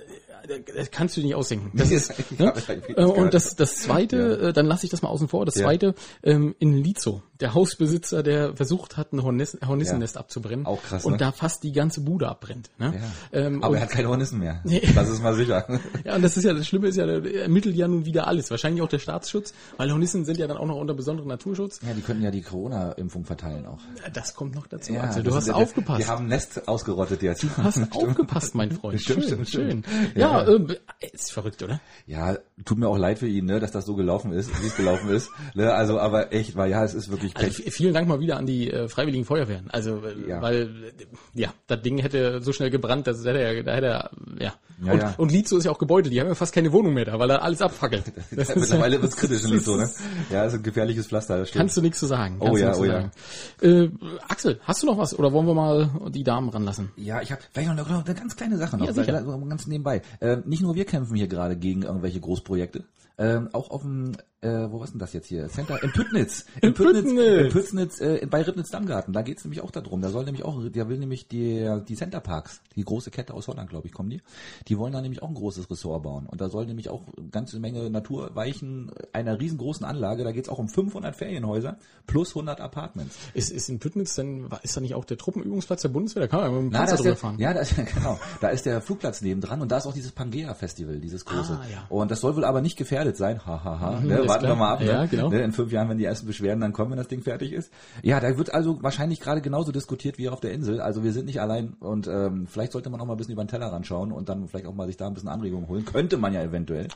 Speaker 2: das kannst du dir nicht ausdenken. Das
Speaker 1: Nee,
Speaker 2: ist,
Speaker 1: ich
Speaker 2: ne?
Speaker 1: hab halt das eigentlich
Speaker 2: Äh,
Speaker 1: gehört.
Speaker 2: Und das, das zweite, äh, dann lasse ich das mal außen vor, das
Speaker 1: Ja.
Speaker 2: zweite ähm, in Lizo, der Hausbesitzer, der versucht hat, ein Hornissen, Hornissennest
Speaker 1: Ja.
Speaker 2: abzubrennen.
Speaker 1: Auch krass,
Speaker 2: Und
Speaker 1: ne?
Speaker 2: da fast die ganze Bude abbrennt. Ne?
Speaker 1: Ja.
Speaker 2: Ähm,
Speaker 1: Aber
Speaker 2: und,
Speaker 1: er hat keine Hornissen mehr.
Speaker 2: Nee.
Speaker 1: Das ist mal sicher.
Speaker 2: ja, und das ist ja, das Schlimme ist ja, der ermittelt ja nun wieder alles. Wahrscheinlich auch der Staatsschutz, weil Hornissen sind ja dann auch noch unter besonderem Naturschutz.
Speaker 1: Ja, die könnten ja die Corona-Impfung verteilen auch.
Speaker 2: Das kommt noch dazu,
Speaker 1: Ja,
Speaker 2: Axel. Du
Speaker 1: das
Speaker 2: hast
Speaker 1: sind-
Speaker 2: aufgepasst.
Speaker 1: Wir haben Nest ausgerottet jetzt.
Speaker 2: Du hast aufgepasst, mein Freund.
Speaker 1: Stimmt,
Speaker 2: schön,
Speaker 1: stimmt, stimmt.
Speaker 2: schön. Ja,
Speaker 1: Ja.
Speaker 2: ähm, ist verrückt, oder?
Speaker 1: Ja, tut mir auch leid für ihn, ne, dass das so gelaufen ist, wie es gelaufen ist. Ne, also, aber echt, weil ja, es ist wirklich
Speaker 2: Also
Speaker 1: Pech.
Speaker 2: v- vielen Dank mal wieder an die äh, Freiwilligen Feuerwehren. Also, äh,
Speaker 1: Ja.
Speaker 2: weil, äh, ja, das Ding hätte so schnell gebrannt, das hätte er, da hätte er, ja.
Speaker 1: Ja,
Speaker 2: und,
Speaker 1: ja.
Speaker 2: und Lizo ist ja auch Gebäude, die haben ja fast keine Wohnung mehr da, weil da alles abfackelt. Das ist ja-
Speaker 1: Mittlerweile wird es kritisch in Lito, ne?
Speaker 2: das
Speaker 1: Ja, ist ein gefährliches Pflaster, das stimmt.
Speaker 2: Kannst du nichts zu sagen.
Speaker 1: Oh
Speaker 2: kannst du
Speaker 1: ja,
Speaker 2: nichts zu
Speaker 1: oh
Speaker 2: sagen.
Speaker 1: ja.
Speaker 2: Äh, Axel, hast du noch was? Oder wollen wir mal die Damen ranlassen?
Speaker 1: Ja, ich habe vielleicht noch noch eine ganz kleine Sache noch,
Speaker 2: Ja, sicher.
Speaker 1: ganz- ganz nebenbei. Ähm, nicht nur wir kämpfen hier gerade gegen irgendwelche Großprojekte, ähm, auch auf dem, äh, wo was denn das jetzt hier? Center in Püttnitz. In,
Speaker 2: Püttnitz.
Speaker 1: In Püttnitz, äh, in- bei Ribnitz-Dammgarten. Da geht's nämlich auch darum. Da soll nämlich auch, da will nämlich die, die Centerparks, die große Kette aus Holland, glaube ich, kommen die. Die wollen da nämlich auch ein großes Ressort bauen. Und da soll nämlich auch eine ganze Menge Natur weichen, einer riesengroßen Anlage. Da geht's auch um 500 Ferienhäuser plus 100 Apartments.
Speaker 2: Ist, ist in Püttnitz denn, ist da nicht auch der Truppenübungsplatz der Bundeswehr? Da kann man ja mit dem
Speaker 1: Na, da
Speaker 2: Panzer
Speaker 1: ist der,
Speaker 2: drüber fahren.
Speaker 1: ja, da ist, genau. Da ist der Flugplatz nebendran und da ist auch dieses Pangea-Festival, dieses große.
Speaker 2: Ah, ja.
Speaker 1: Und das soll wohl aber nicht gefährdet sein. Ha, ha, ha.
Speaker 2: Mhm,
Speaker 1: ne?
Speaker 2: ist
Speaker 1: Warten
Speaker 2: klar.
Speaker 1: wir mal ab. Ne?
Speaker 2: Ja, genau.
Speaker 1: Ne? In fünf Jahren, wenn die ersten Beschwerden dann kommen, wenn das Ding fertig ist. Ja, da wird also wahrscheinlich gerade genauso diskutiert wie auf der Insel. Also wir sind nicht allein und ähm, vielleicht sollte man auch mal ein bisschen über den Teller ranschauen und dann vielleicht auch mal sich da ein bisschen Anregungen holen. Könnte man ja eventuell.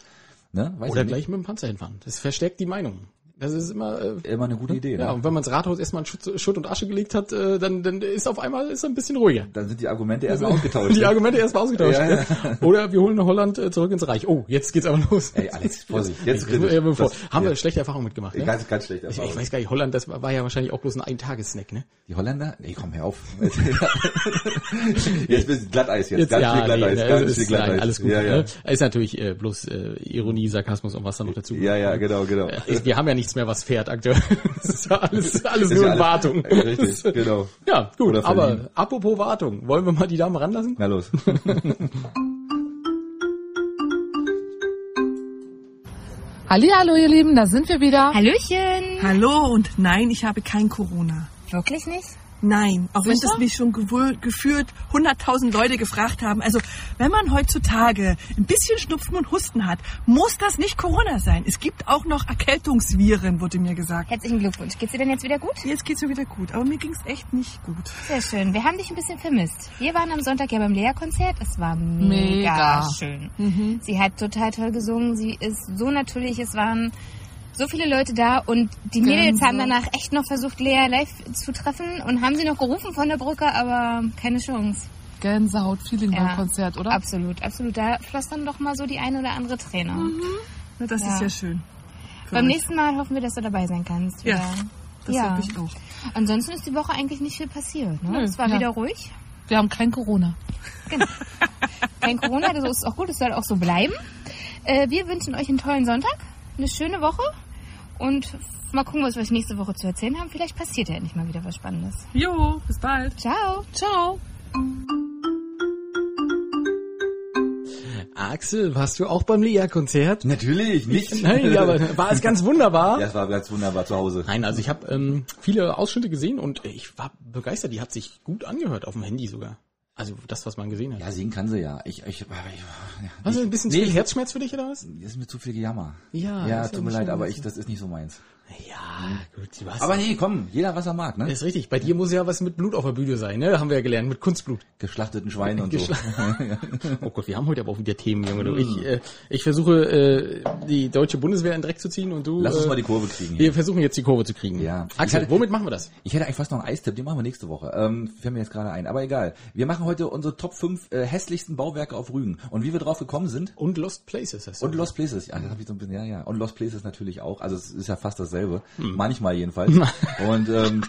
Speaker 1: Ne? Weiß
Speaker 2: Oder
Speaker 1: ich
Speaker 2: gleich mit dem Panzer hinfahren. Das verstärkt die Meinung. Das ist immer, äh,
Speaker 1: Nicht. Immer eine gute Idee.
Speaker 2: Ja,
Speaker 1: Ne?
Speaker 2: und wenn man das Rathaus erstmal in Schutt, Schutt und Asche gelegt hat, äh, dann, dann ist auf einmal ist er ein bisschen ruhiger.
Speaker 1: Dann sind die Argumente erstmal ausgetauscht. ne?
Speaker 2: Die Argumente erstmal ausgetauscht.
Speaker 1: Ja, ja.
Speaker 2: ne? Oder wir holen nach Holland äh, zurück ins Reich. Oh, jetzt geht's aber los.
Speaker 1: Ey, Alex, Vorsicht. Jetzt
Speaker 2: Jetzt,
Speaker 1: kritisch.
Speaker 2: äh, bevor,
Speaker 1: Das-
Speaker 2: haben wir
Speaker 1: ja.
Speaker 2: schlechte Erfahrungen mitgemacht. Ne?
Speaker 1: Ganz, ganz schlecht.
Speaker 2: ich, ich weiß gar nicht, Holland, das war ja wahrscheinlich auch bloß ein Eintagessnack, ne?
Speaker 1: Die Holländer? Nee, komm, hör auf. jetzt bist du Glatteis jetzt.
Speaker 2: ne,
Speaker 1: ganz
Speaker 2: ist,
Speaker 1: viel Glatteis.
Speaker 2: nein, alles gut.
Speaker 1: Ja, ja.
Speaker 2: Ne? Ist natürlich äh, bloß äh, Ironie, Sarkasmus und was da noch dazu
Speaker 1: ja, ja,
Speaker 2: gehört, ne?
Speaker 1: genau, genau.
Speaker 2: Äh, ist- Wir haben ja nichts mehr, was fährt aktuell. Das ist ja alles, alles
Speaker 1: Ist
Speaker 2: nur
Speaker 1: ja alles-
Speaker 2: in Wartung.
Speaker 1: Äh, Richtig, genau.
Speaker 2: Ja, gut,
Speaker 1: Oder verliehen.
Speaker 2: aber apropos Wartung, wollen wir mal die Dame ranlassen?
Speaker 1: Na los.
Speaker 4: Hallihallo, ihr Lieben, da sind wir wieder.
Speaker 5: Hallöchen!
Speaker 6: Hallo und nein, ich habe kein Corona.
Speaker 5: Wirklich nicht? Nein, auch wenn
Speaker 4: Sicher?
Speaker 5: das mich schon gewö- gefühlt 100.000 Leute gefragt haben. Also, wenn man heutzutage ein bisschen Schnupfen und Husten hat, muss das nicht Corona sein. Es gibt auch noch Erkältungsviren, wurde mir gesagt.
Speaker 6: Herzlichen Glückwunsch. Geht's dir denn jetzt wieder gut?
Speaker 5: Jetzt geht's mir wieder gut, aber mir ging's echt nicht gut.
Speaker 6: Sehr schön. Wir haben dich ein bisschen vermisst. Wir waren am Sonntag ja beim Lea-Konzert. Es war mega, Hm.
Speaker 4: Mega.
Speaker 6: schön. Sie hat total toll gesungen. Sie ist so natürlich. Es waren so viele Leute da und die Mädels haben danach echt noch versucht, Lea live zu treffen und haben sie noch gerufen von der Brücke, aber keine Chance.
Speaker 4: Gänsehaut-Feeling
Speaker 6: Ja.
Speaker 4: beim Konzert, oder?
Speaker 6: Absolut, absolut. Da floss dann doch mal so die eine oder andere Träne.
Speaker 5: Na, das
Speaker 6: Ja.
Speaker 5: ist ja schön.
Speaker 6: Beim nächsten Mal hoffen wir, dass du dabei sein kannst.
Speaker 5: Ja,
Speaker 6: wieder.
Speaker 5: Das
Speaker 6: ja.
Speaker 5: hab ich auch.
Speaker 6: Ansonsten ist die Woche eigentlich nicht viel passiert. Ne?
Speaker 4: Nö,
Speaker 6: es war
Speaker 4: ja.
Speaker 6: wieder ruhig.
Speaker 4: Wir haben kein Corona.
Speaker 6: Kein Corona, das ist auch gut, das soll auch so bleiben. Äh, wir wünschen euch einen tollen Sonntag, eine schöne Woche und mal gucken, was wir euch nächste Woche zu erzählen haben. Vielleicht passiert ja endlich mal wieder was Spannendes.
Speaker 5: Jo, bis bald.
Speaker 6: Ciao. Ciao.
Speaker 2: Axel, warst du auch beim Lea-Konzert?
Speaker 1: Natürlich, nicht.
Speaker 2: Nein, ja, aber war es ganz wunderbar.
Speaker 1: Ja, das war ganz wunderbar zu Hause.
Speaker 2: Nein, also ich habe ähm, viele Ausschnitte gesehen und ich war begeistert. Die hat sich gut angehört, auf dem Handy sogar. Also das, was man gesehen hat.
Speaker 1: Ja, singen kann sie ja. Ich, ich, aber ich, ja.
Speaker 2: Hast du ein bisschen zu
Speaker 1: nee,
Speaker 2: viel Herzschmerz für dich oder was?
Speaker 1: Das ist mir zu viel Gejammer.
Speaker 2: Ja,
Speaker 1: Ja,
Speaker 2: das ist
Speaker 1: tut
Speaker 2: ja
Speaker 1: mir
Speaker 2: schon
Speaker 1: leid, aber
Speaker 2: ein
Speaker 1: ich, das ist nicht so meins.
Speaker 2: Ja, gut, was?
Speaker 1: Aber nee, komm, jeder was er mag, ne?
Speaker 2: ist richtig. Bei dir muss ja was mit Blut auf der Bühne sein, ne? Haben wir ja gelernt, mit Kunstblut.
Speaker 1: Geschlachteten Schweine und so.
Speaker 2: Oh Gott, wir haben heute aber auch wieder Themen, Junge.
Speaker 1: Hm.
Speaker 2: Du. Ich, äh, ich versuche, äh, die deutsche Bundeswehr in den Dreck zu ziehen und du.
Speaker 1: Lass uns
Speaker 2: äh,
Speaker 1: mal die Kurve kriegen. hier.
Speaker 2: Wir versuchen jetzt die Kurve zu kriegen.
Speaker 1: Ja.
Speaker 2: Axel,
Speaker 1: Ich hatte-
Speaker 2: womit machen wir das?
Speaker 1: Ich hätte eigentlich fast noch einen Eistipp, den machen wir nächste Woche. Ähm, fällt mir jetzt gerade ein, aber egal. Wir machen heute unsere Top 5 äh, hässlichsten Bauwerke auf Rügen. Und wie wir drauf gekommen sind,
Speaker 2: Und Lost Places. hast du
Speaker 1: und
Speaker 2: gesagt.
Speaker 1: Lost Places, ja, das hab ich so ein bisschen, ja, ja. Und Lost Places natürlich auch. Also es ist ja fast dasselbe. Manchmal jedenfalls. und ähm,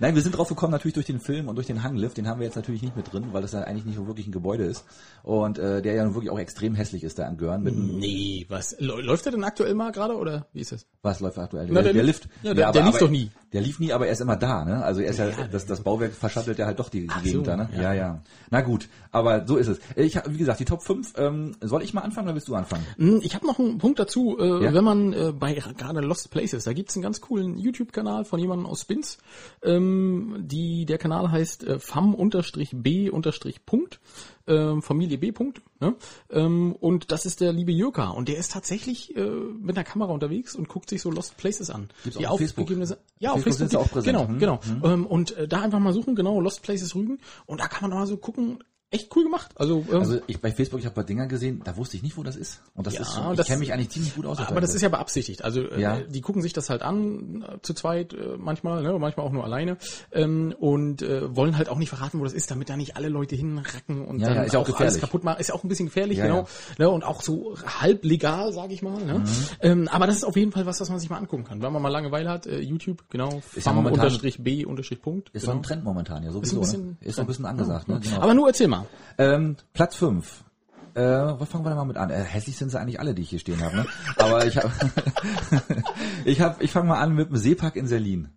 Speaker 1: nein, wir sind drauf gekommen natürlich durch den Film und durch den Hanglift, den haben wir jetzt natürlich nicht mit drin, weil das ja eigentlich nicht wirklich ein Gebäude ist. Und äh, der ja nun wirklich auch extrem hässlich ist, da an Görn mit einem
Speaker 2: Nee, was? Läu- Läuft der denn aktuell mal gerade oder wie ist das?
Speaker 1: Was läuft aktuell?
Speaker 2: Na, der Lift. Ja, der- der lief
Speaker 1: aber,
Speaker 2: doch nie.
Speaker 1: Der lief nie, aber er ist immer da, ne? Also er ist ja, das, das Bauwerk verschattelt ja halt doch die, die Gegend
Speaker 2: so,
Speaker 1: da, ne?
Speaker 2: ja.
Speaker 1: Ja. ja, Na gut, aber so ist es. Ich hab, wie gesagt, die Top 5, ähm, soll ich mal anfangen oder willst du anfangen?
Speaker 2: Hm, Ich habe noch einen Punkt dazu, äh,
Speaker 1: Ja?
Speaker 2: wenn man äh, bei gerade Lost Places, da gibt's einen ganz coolen YouTube-Kanal von jemandem aus Spins, ähm, die der Kanal heißt äh, fam-b- Punkt, ähm, Familie B. Punkt, ne? ähm, und das ist der liebe Jürka und der ist tatsächlich äh, mit einer Kamera unterwegs und guckt sich so Lost Places an.
Speaker 1: Gibt's auch auf Facebook?
Speaker 2: aufgegebenene- Ja,
Speaker 1: Auf Facebook
Speaker 2: auf Facebook,
Speaker 1: sind sie auch präsent.
Speaker 2: Genau,
Speaker 1: Hm,
Speaker 2: genau. Ähm, und äh, da einfach mal suchen, genau Lost Places Rügen und da kann man mal so gucken, echt cool gemacht. Also, ähm,
Speaker 1: Also ich bei Facebook, ich habe paar Dinger gesehen, da wusste ich nicht, wo das ist. Und das
Speaker 2: Ja,
Speaker 1: ist schon, ich
Speaker 2: das-
Speaker 1: kenne mich eigentlich ziemlich gut aus.
Speaker 2: Aber das ist ja beabsichtigt. Also äh,
Speaker 1: Ja.
Speaker 2: die gucken sich das halt an, äh, zu zweit äh, manchmal, ne, manchmal auch nur alleine ähm, und äh, wollen halt auch nicht verraten, wo das ist, damit da nicht alle Leute hinracken und
Speaker 1: Ja,
Speaker 2: dann
Speaker 1: ja, ist ja auch
Speaker 2: alles
Speaker 1: gefährlich.
Speaker 2: kaputt machen. Ist ja auch ein bisschen gefährlich,
Speaker 1: Ja, Mhm.
Speaker 2: genau. Ne, und auch so halb legal, sag ich mal. Ne? Ähm, aber das ist auf jeden Fall was, was man sich mal angucken kann. Wenn man mal Langeweile hat, äh, YouTube, genau,
Speaker 1: Ist ja momentan-
Speaker 2: fam-b- Punkt.
Speaker 1: Ist so
Speaker 2: genau.
Speaker 1: ein Trend momentan, ja,
Speaker 2: Ist ein
Speaker 1: sowieso.
Speaker 2: bisschen-
Speaker 1: ne? ist so ein bisschen angesagt, ne? Genau.
Speaker 2: Aber nur erzähl mal.
Speaker 1: Ähm, Platz 5. Äh, was fangen wir denn mal mit an? Äh, hässlich sind sie eigentlich alle, die ich hier stehen habe, ne? Aber ich habe ich hab, ich fange mal an mit dem Seepark in Berlin.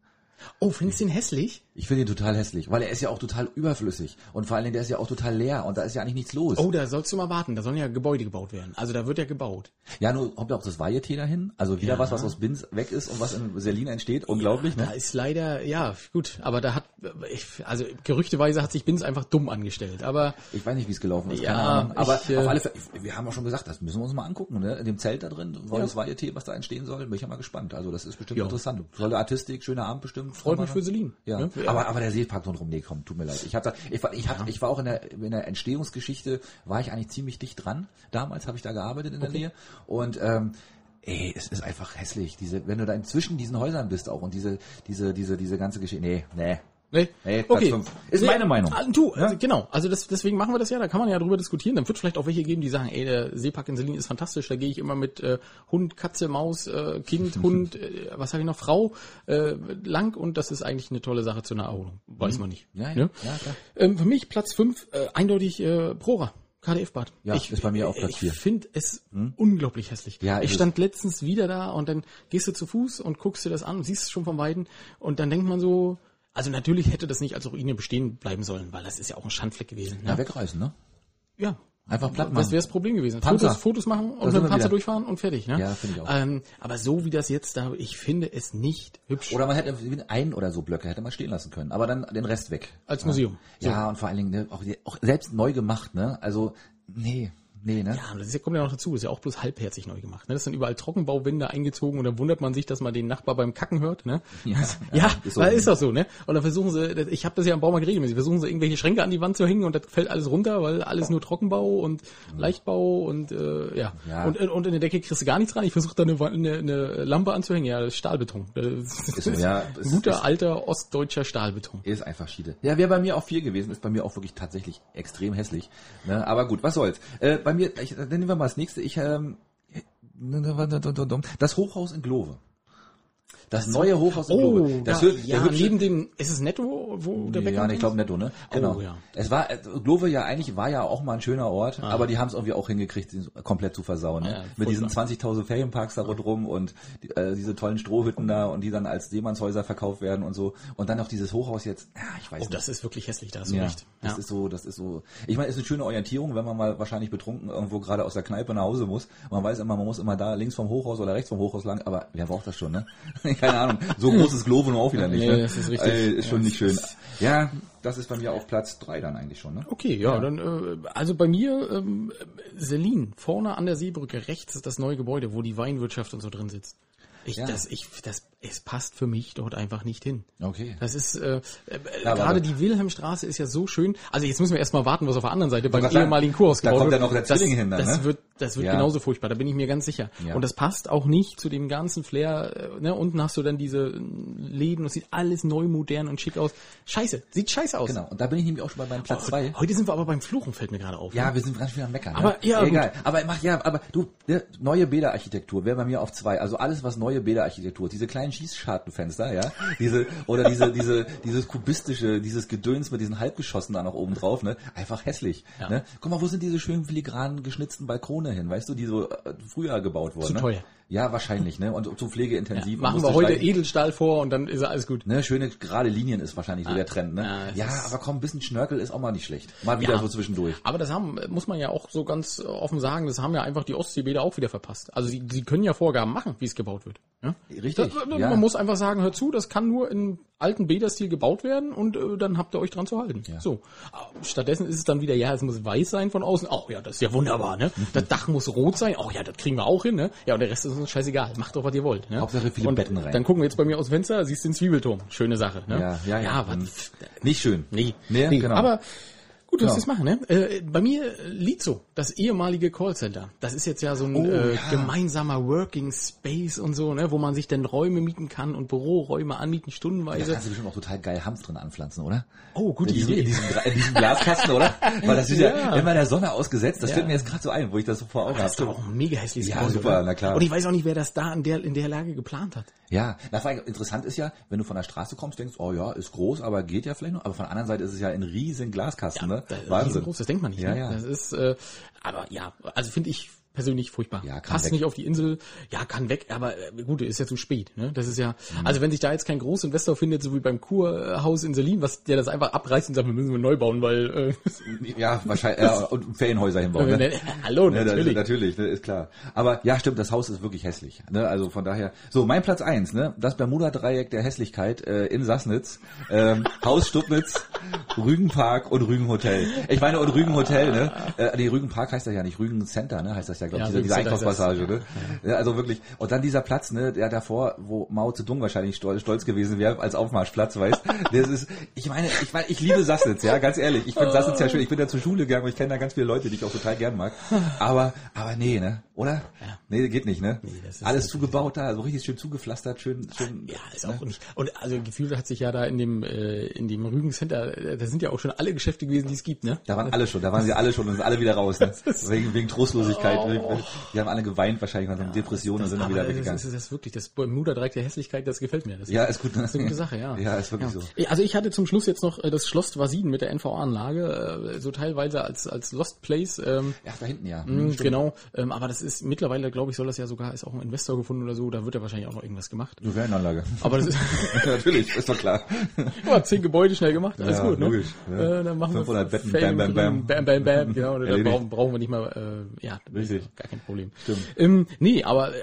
Speaker 2: Oh, findest du den hässlich?
Speaker 1: Ich finde ihn total hässlich, weil er ist ja auch total überflüssig und vor allen Dingen der ist ja auch total leer und da ist ja eigentlich nichts los.
Speaker 2: Oh, da sollst du mal warten. Da sollen ja Gebäude gebaut werden. Also da wird ja gebaut.
Speaker 1: Ja, nur kommt ja auch das Varieté dahin, also wieder
Speaker 2: Ja.
Speaker 1: was, was aus Binz weg ist und was in Selin entsteht, unglaublich,
Speaker 2: Da
Speaker 1: ne?
Speaker 2: ist leider, ja, gut, aber da hat, ich- also gerüchteweise hat sich Binz einfach dumm angestellt, aber
Speaker 1: Ich weiß nicht, wie es gelaufen ist, keine
Speaker 2: Ja,
Speaker 1: Ahnung. Aber
Speaker 2: ich, äh,
Speaker 1: auf alle Fälle, wir haben auch schon gesagt, das müssen wir uns mal angucken, ne? In dem Zelt da drin, weil das Varieté, was da entstehen soll, bin ich ja mal gespannt. Also das ist bestimmt
Speaker 2: Ja.
Speaker 1: interessant. Tolle Artistik, schöner Abend bestimmt.
Speaker 2: Freut mich für Selin,
Speaker 1: Ja.
Speaker 2: ne?
Speaker 1: Aber, aber der Seepark so rum, nee, komm, tut mir leid. Ich, hab da, ich, war, ich, hab, ich war auch in der, in der Entstehungsgeschichte, war ich eigentlich ziemlich dicht dran. Damals habe ich da gearbeitet in der Nähe. Und ähm, ey, es ist einfach hässlich. Diese, wenn du da inzwischen diesen Häusern bist auch und diese, diese, diese, diese ganze Geschichte. Nee, nee.
Speaker 2: ne?
Speaker 1: Nee, Platz fünf. Ist meine Meinung.
Speaker 2: Ah, Du, also, genau. Also das, deswegen machen wir das ja, da kann man ja drüber diskutieren. Dann wird vielleicht auch welche geben, die sagen, ey, der Seepark in Selin ist fantastisch, da gehe ich immer mit äh, Hund, Katze, Maus, äh, Kind, Hund, äh, was habe ich noch, Frau äh, lang und das ist eigentlich eine tolle Sache zu einer Erholung. Weiß man nicht.
Speaker 1: Mhm. Ja, ja.
Speaker 2: Ne?
Speaker 1: Ja, klar.
Speaker 2: ähm, für mich Platz fünf äh, eindeutig äh, Prora. KDF-Bad.
Speaker 1: Ja, ist bei mir auch Platz vier. Hm?
Speaker 2: Ich finde es unglaublich hässlich.
Speaker 1: Ja,
Speaker 2: ich
Speaker 1: ist es.
Speaker 2: stand letztens wieder da und dann gehst du zu Fuß und guckst dir das an und siehst es schon von Weitem und dann denkt man so, also natürlich hätte das nicht als Ruine bestehen bleiben sollen, weil das ist ja auch ein Schandfleck gewesen.
Speaker 1: Na,
Speaker 2: Ne?
Speaker 1: wegreißen, ne?
Speaker 2: Ja.
Speaker 1: Einfach platt machen.
Speaker 2: Das wäre das Problem gewesen.
Speaker 1: Panzer.
Speaker 2: Fotos, Fotos machen
Speaker 1: Da
Speaker 2: und mit
Speaker 1: sind
Speaker 2: dem
Speaker 1: wir
Speaker 2: Panzer
Speaker 1: wieder.
Speaker 2: durchfahren und fertig. Ne?
Speaker 1: Ja, finde ich auch.
Speaker 2: Ähm, aber so wie das jetzt da, ich finde es nicht hübsch.
Speaker 1: Oder man hätte ein oder so Blöcke hätte man stehen lassen können, aber dann den Rest weg.
Speaker 2: Als
Speaker 1: ja.
Speaker 2: Museum.
Speaker 1: Ja, und vor allen Dingen ne, auch, auch selbst neu gemacht, ne? Also nee, nee, ne?
Speaker 2: Ja, aber das ist ja, kommt ja noch dazu, ist ja auch bloß halbherzig neu gemacht. Ne? Das sind überall Trockenbauwände eingezogen und dann wundert man sich, dass man den Nachbar beim Kacken hört. Ne?
Speaker 1: Ja,
Speaker 2: Ja,
Speaker 1: ist
Speaker 2: ist,
Speaker 1: so.
Speaker 2: ist doch so, ne? Und dann versuchen sie, ich habe das ja am Baumarkt regelmäßig, versuchen sie irgendwelche Schränke an die Wand zu hängen und das fällt alles runter, weil alles nur Trockenbau und Leichtbau und äh, ja.
Speaker 1: Ja.
Speaker 2: Und, und in der Decke kriegst du gar nichts rein. Ich versuche da eine, Wa- eine, eine Lampe anzuhängen, ja, das ist Stahlbeton. Das ist,
Speaker 1: so, ja, es
Speaker 2: guter
Speaker 1: ist-
Speaker 2: alter ostdeutscher Stahlbeton.
Speaker 1: Ist einfach Schiede. Ja, wäre bei mir auch viel gewesen, ist bei mir auch wirklich tatsächlich extrem hässlich. Ne? Aber gut, was soll's. Äh, bei mir, ich, dann nehmen wir mal das nächste. Ich, ähm, das Hochhaus in Glove. Das neue Hochhaus in Glove. Oh, Das
Speaker 2: Oh, ja,
Speaker 1: hü- der
Speaker 2: ja
Speaker 1: hübsche-
Speaker 2: neben dem, ist es netto, wo der
Speaker 1: ja,
Speaker 2: Bäcker Oh,
Speaker 1: nee, ich glaube netto, ne? Genau.
Speaker 2: ja.
Speaker 1: Es war, äh, Glove ja eigentlich war ja auch mal ein schöner Ort, aber die haben es irgendwie auch hingekriegt, den so- komplett zu versauen. Ne?
Speaker 2: Ah, ja,
Speaker 1: Mit diesen
Speaker 2: furchtbar.
Speaker 1: 20.000 Ferienparks da rundherum und die, äh, diese tollen Strohhütten da und die dann als Seemannshäuser verkauft werden und so. Und dann auch dieses Hochhaus jetzt, ja, ich weiß
Speaker 2: Oh,
Speaker 1: nicht.
Speaker 2: das ist wirklich hässlich, da hast du
Speaker 1: ja,
Speaker 2: recht.
Speaker 1: Das ist so, das ist so. Ich meine, es ist eine schöne Orientierung, wenn man mal wahrscheinlich betrunken irgendwo gerade aus der Kneipe nach Hause muss. Man weiß immer, man muss immer da links vom Hochhaus oder rechts vom Hochhaus lang, aber wer braucht das schon, ne? Keine Ahnung. So groß ist Glove nun auch wieder nicht.
Speaker 2: Nee,
Speaker 1: ne?
Speaker 2: das ist richtig.
Speaker 1: Äh, ist schon
Speaker 2: Ja,
Speaker 1: nicht schön. Ja, das ist bei mir auf Platz drei dann eigentlich schon, ne?
Speaker 2: Okay, ja, dann äh, also bei mir ähm, Selin vorne an der Seebrücke rechts ist das neue Gebäude, wo die Weinwirtschaft und so drin sitzt. Ich,
Speaker 1: Ja.
Speaker 2: das, ich, das, es passt für mich dort einfach nicht hin.
Speaker 1: Okay.
Speaker 2: Das ist äh, äh,
Speaker 1: Ja, aber-
Speaker 2: gerade die Wilhelmstraße ist ja so schön. Also jetzt müssen wir erstmal warten, was auf der anderen Seite beim
Speaker 1: wollte gerade
Speaker 2: ehemaligen
Speaker 1: sagen,
Speaker 2: Kurhaus
Speaker 1: da
Speaker 2: gebaut
Speaker 1: kommt
Speaker 2: wird.
Speaker 1: ja noch der
Speaker 2: das,
Speaker 1: Zwilling hin dann,
Speaker 2: das
Speaker 1: ne?
Speaker 2: wird, das wird
Speaker 1: Ja.
Speaker 2: genauso furchtbar. Da bin ich mir ganz sicher.
Speaker 1: Ja.
Speaker 2: Und das passt auch nicht zu dem ganzen Flair. Äh, ne? Unten hast du dann diese äh, Läden. Das sieht alles neu, modern und schick aus. Scheiße, sieht scheiße aus.
Speaker 1: Genau. Und da bin ich nämlich auch schon bei meinem Platz
Speaker 2: Heute-
Speaker 1: zwei.
Speaker 2: Heute sind wir aber beim Fluchen, fällt mir gerade auf.
Speaker 1: Ja, wir sind ganz schön am Meckern. ne?
Speaker 2: Aber- ja,
Speaker 1: egal. Aber mach ja, aber du, ne, neue Bäderarchitektur wäre bei mir auf zwei. Also alles, was neue Bäderarchitektur, ist. diese kleinen Schießschartenfenster, ja, diese oder diese diese dieses kubistische, dieses Gedöns mit diesen Halbgeschossen da noch oben drauf, ne, einfach hässlich.
Speaker 2: Ja.
Speaker 1: Ne? Guck mal, wo sind diese schönen filigranen geschnitzten Balkone hin, weißt du, die so äh, früher gebaut wurden?
Speaker 2: Zu
Speaker 1: ne?
Speaker 2: teuer.
Speaker 1: Ja, wahrscheinlich, ne, und zu pflegeintensiv. und
Speaker 2: Machen
Speaker 1: musst
Speaker 2: wir
Speaker 1: du
Speaker 2: heute eh
Speaker 1: streichen.
Speaker 2: Edelstahl vor und dann ist alles gut.
Speaker 1: Ne, schöne gerade Linien ist wahrscheinlich so der Trend,
Speaker 2: Ah, ja,
Speaker 1: ne?
Speaker 2: es
Speaker 1: Ja,
Speaker 2: ist-
Speaker 1: aber komm, ein bisschen Schnörkel ist auch mal nicht schlecht. Mal wieder
Speaker 2: Ja.
Speaker 1: so zwischendurch.
Speaker 2: Aber das haben, muss man ja auch so ganz offen sagen, das haben ja einfach die Ostseebäder auch wieder verpasst. Also sie, sie können ja Vorgaben machen, wie es gebaut wird. Ja?
Speaker 1: Richtig,
Speaker 2: Das, äh, ne, man
Speaker 1: ja.
Speaker 2: muss einfach sagen, hör zu, das kann nur in alten Bäderstil gebaut werden und äh, dann habt ihr euch dran zu halten. So. Stattdessen ist es dann wieder, ja, es muss weiß sein von außen. Oh ja, das ist ja wunderbar, ne? Das Dach muss rot sein. Oh ja, das kriegen wir auch hin, ne? Ja, und der Rest ist uns scheißegal. Macht doch, was ihr wollt. Ne?
Speaker 1: Hauptsache viele
Speaker 2: und
Speaker 1: Betten rein.
Speaker 2: Dann gucken wir jetzt bei mir aus dem Fenster, siehst den Zwiebelturm. Schöne Sache,
Speaker 1: Ja,
Speaker 2: ne?
Speaker 1: ja, ja.
Speaker 2: ja
Speaker 1: Mhm.
Speaker 2: was,
Speaker 1: Nicht schön.
Speaker 2: Nee,
Speaker 1: Nee, genau.
Speaker 2: Aber gut, du
Speaker 1: Genau.
Speaker 2: hast es machen, ne? Äh, bei mir äh, Lizo, das ehemalige Callcenter. Das ist jetzt ja so ein
Speaker 1: Oh,
Speaker 2: äh,
Speaker 1: ja.
Speaker 2: gemeinsamer Working Space und so, ne, wo man sich dann Räume mieten kann und Büroräume anmieten
Speaker 1: Da
Speaker 2: stundenweise.
Speaker 1: kannst du bestimmt auch total geil Hanf drin anpflanzen, oder?
Speaker 2: Oh, gute
Speaker 1: in diesem,
Speaker 2: Idee.
Speaker 1: In diesem, Gra- in diesem Glaskasten, oder? Weil das ist ja,
Speaker 2: Ja.
Speaker 1: immer der Sonne ausgesetzt. Das
Speaker 2: Ja.
Speaker 1: fällt mir jetzt gerade so ein, wo ich das so vor Augen
Speaker 2: das ist doch
Speaker 1: habe.
Speaker 2: auch ein mega hässliches
Speaker 1: Ja,
Speaker 2: Gebäude,
Speaker 1: super, na klar.
Speaker 2: Und ich weiß auch nicht, wer das da in der, in der Lage geplant hat.
Speaker 1: Ja, na, vor allem interessant ist ja, wenn du von der Straße kommst, denkst, oh ja, ist groß, aber geht ja vielleicht noch. Aber von der anderen Seite ist es ja ein riesen Glaskasten, ne?
Speaker 2: Das ist
Speaker 1: Wahnsinn.
Speaker 2: riesengroß, das denkt man nicht.
Speaker 1: Ja,
Speaker 2: ne?
Speaker 1: ja.
Speaker 2: Das ist, äh, aber ja, also finde ich persönlich furchtbar.
Speaker 1: Ja, kann
Speaker 2: Passt
Speaker 1: weg.
Speaker 2: nicht auf die Insel, ja, kann weg, aber äh, gut, ist ja zu spät. Ne? Das ist ja,
Speaker 1: Mhm.
Speaker 2: also wenn sich da jetzt kein Großinvestor findet, so wie beim Kurhaus in Selin, was der das einfach abreißt und sagt, wir müssen wir neu bauen, weil äh,
Speaker 1: Ja, wahrscheinlich. Ja, und Ferienhäuser hinbauen. Ne?
Speaker 2: hallo,
Speaker 1: Ne,
Speaker 2: natürlich.
Speaker 1: Da, natürlich, ne, ist klar. Aber ja, stimmt, das Haus ist wirklich hässlich. Ne? Also von daher. So, mein Platz eins, ne? Das Bermuda-Dreieck der Hässlichkeit äh, in Sassnitz, ähm, Haus Stubnitz, Rügenpark und Rügenhotel. Ich meine, und Rügenhotel, ne? Äh, nee, Rügenpark heißt das ja nicht, Rügen Center, ne? Heißt das ja, glaube
Speaker 2: Ja,
Speaker 1: ich, diese, diese
Speaker 2: Rügen Center ist das.
Speaker 1: Einkaufspassage, ne? Ja, also wirklich. Und dann dieser Platz, ne, der davor, wo Mao Zedong wahrscheinlich stolz, stolz gewesen wäre, als Aufmarschplatz, weißt Das ist, ich meine, ich meine, ich liebe Sassnitz, ja, ganz ehrlich. Ich finde Sassnitz ja schön. Ich bin da zur Schule gegangen und ich kenne da ganz viele Leute, die ich auch total gern mag. Aber, aber nee, ne? Oder? Nee, geht nicht, ne?
Speaker 2: das ist
Speaker 1: Alles zugebaut da, so richtig schön zugepflastert, schön, schön.
Speaker 2: Ja, ist auch nicht. Und also gefühlt hat sich ja da in dem äh, in dem Rügen Center, äh, da sind ja auch schon alle Geschäfte gewesen, die es gibt, ne?
Speaker 1: Da waren alle schon, da waren sie alle schon und sind alle wieder raus. Ne? Wegen, wegen Trostlosigkeit. Wegen, ne? die haben alle geweint wahrscheinlich, waren so Depressionen und sind dann wieder
Speaker 2: Oh. das,
Speaker 1: weggegangen.
Speaker 2: das ist das wirklich, das Bermuda-Dreieck der Hässlichkeit, das gefällt mir. Das
Speaker 1: Ja, ist gut. Ne?
Speaker 2: Das ist eine gute Sache, ja.
Speaker 1: Ja, ist wirklich
Speaker 2: Ja.
Speaker 1: so.
Speaker 2: Also ich hatte zum Schluss jetzt noch äh, das Schloss Wasiden mit der NVA-Anlage, äh, so teilweise als, als Lost Place. Ähm,
Speaker 1: Ja, da hinten ja.
Speaker 2: mh,
Speaker 1: Mhm, Stimmt.
Speaker 2: genau, ähm, aber das ist mittlerweile, glaube ich, soll das ja sogar, ist auch ein Investor gefunden oder so, da wird ja wahrscheinlich auch noch irgendwas gemacht.
Speaker 1: Eine Wehranlage.
Speaker 2: Aber das ist
Speaker 1: Natürlich, ist doch klar.
Speaker 2: aber zehn Gebäude schnell gemacht. Also alles
Speaker 7: Ja,
Speaker 2: gut, ne?
Speaker 7: logisch, ne?
Speaker 2: Äh, dann machen
Speaker 1: 500
Speaker 2: wir
Speaker 1: Betten,
Speaker 2: Fame
Speaker 1: bam, bam, bam.
Speaker 2: bam, bam, bam, genau. Dann
Speaker 1: Erledigt.
Speaker 2: brauchen, brauchen wir nicht mal, äh, ja, das ist
Speaker 1: Richtig.
Speaker 2: gar kein Problem.
Speaker 1: Stimmt.
Speaker 2: Ähm, nee, aber äh,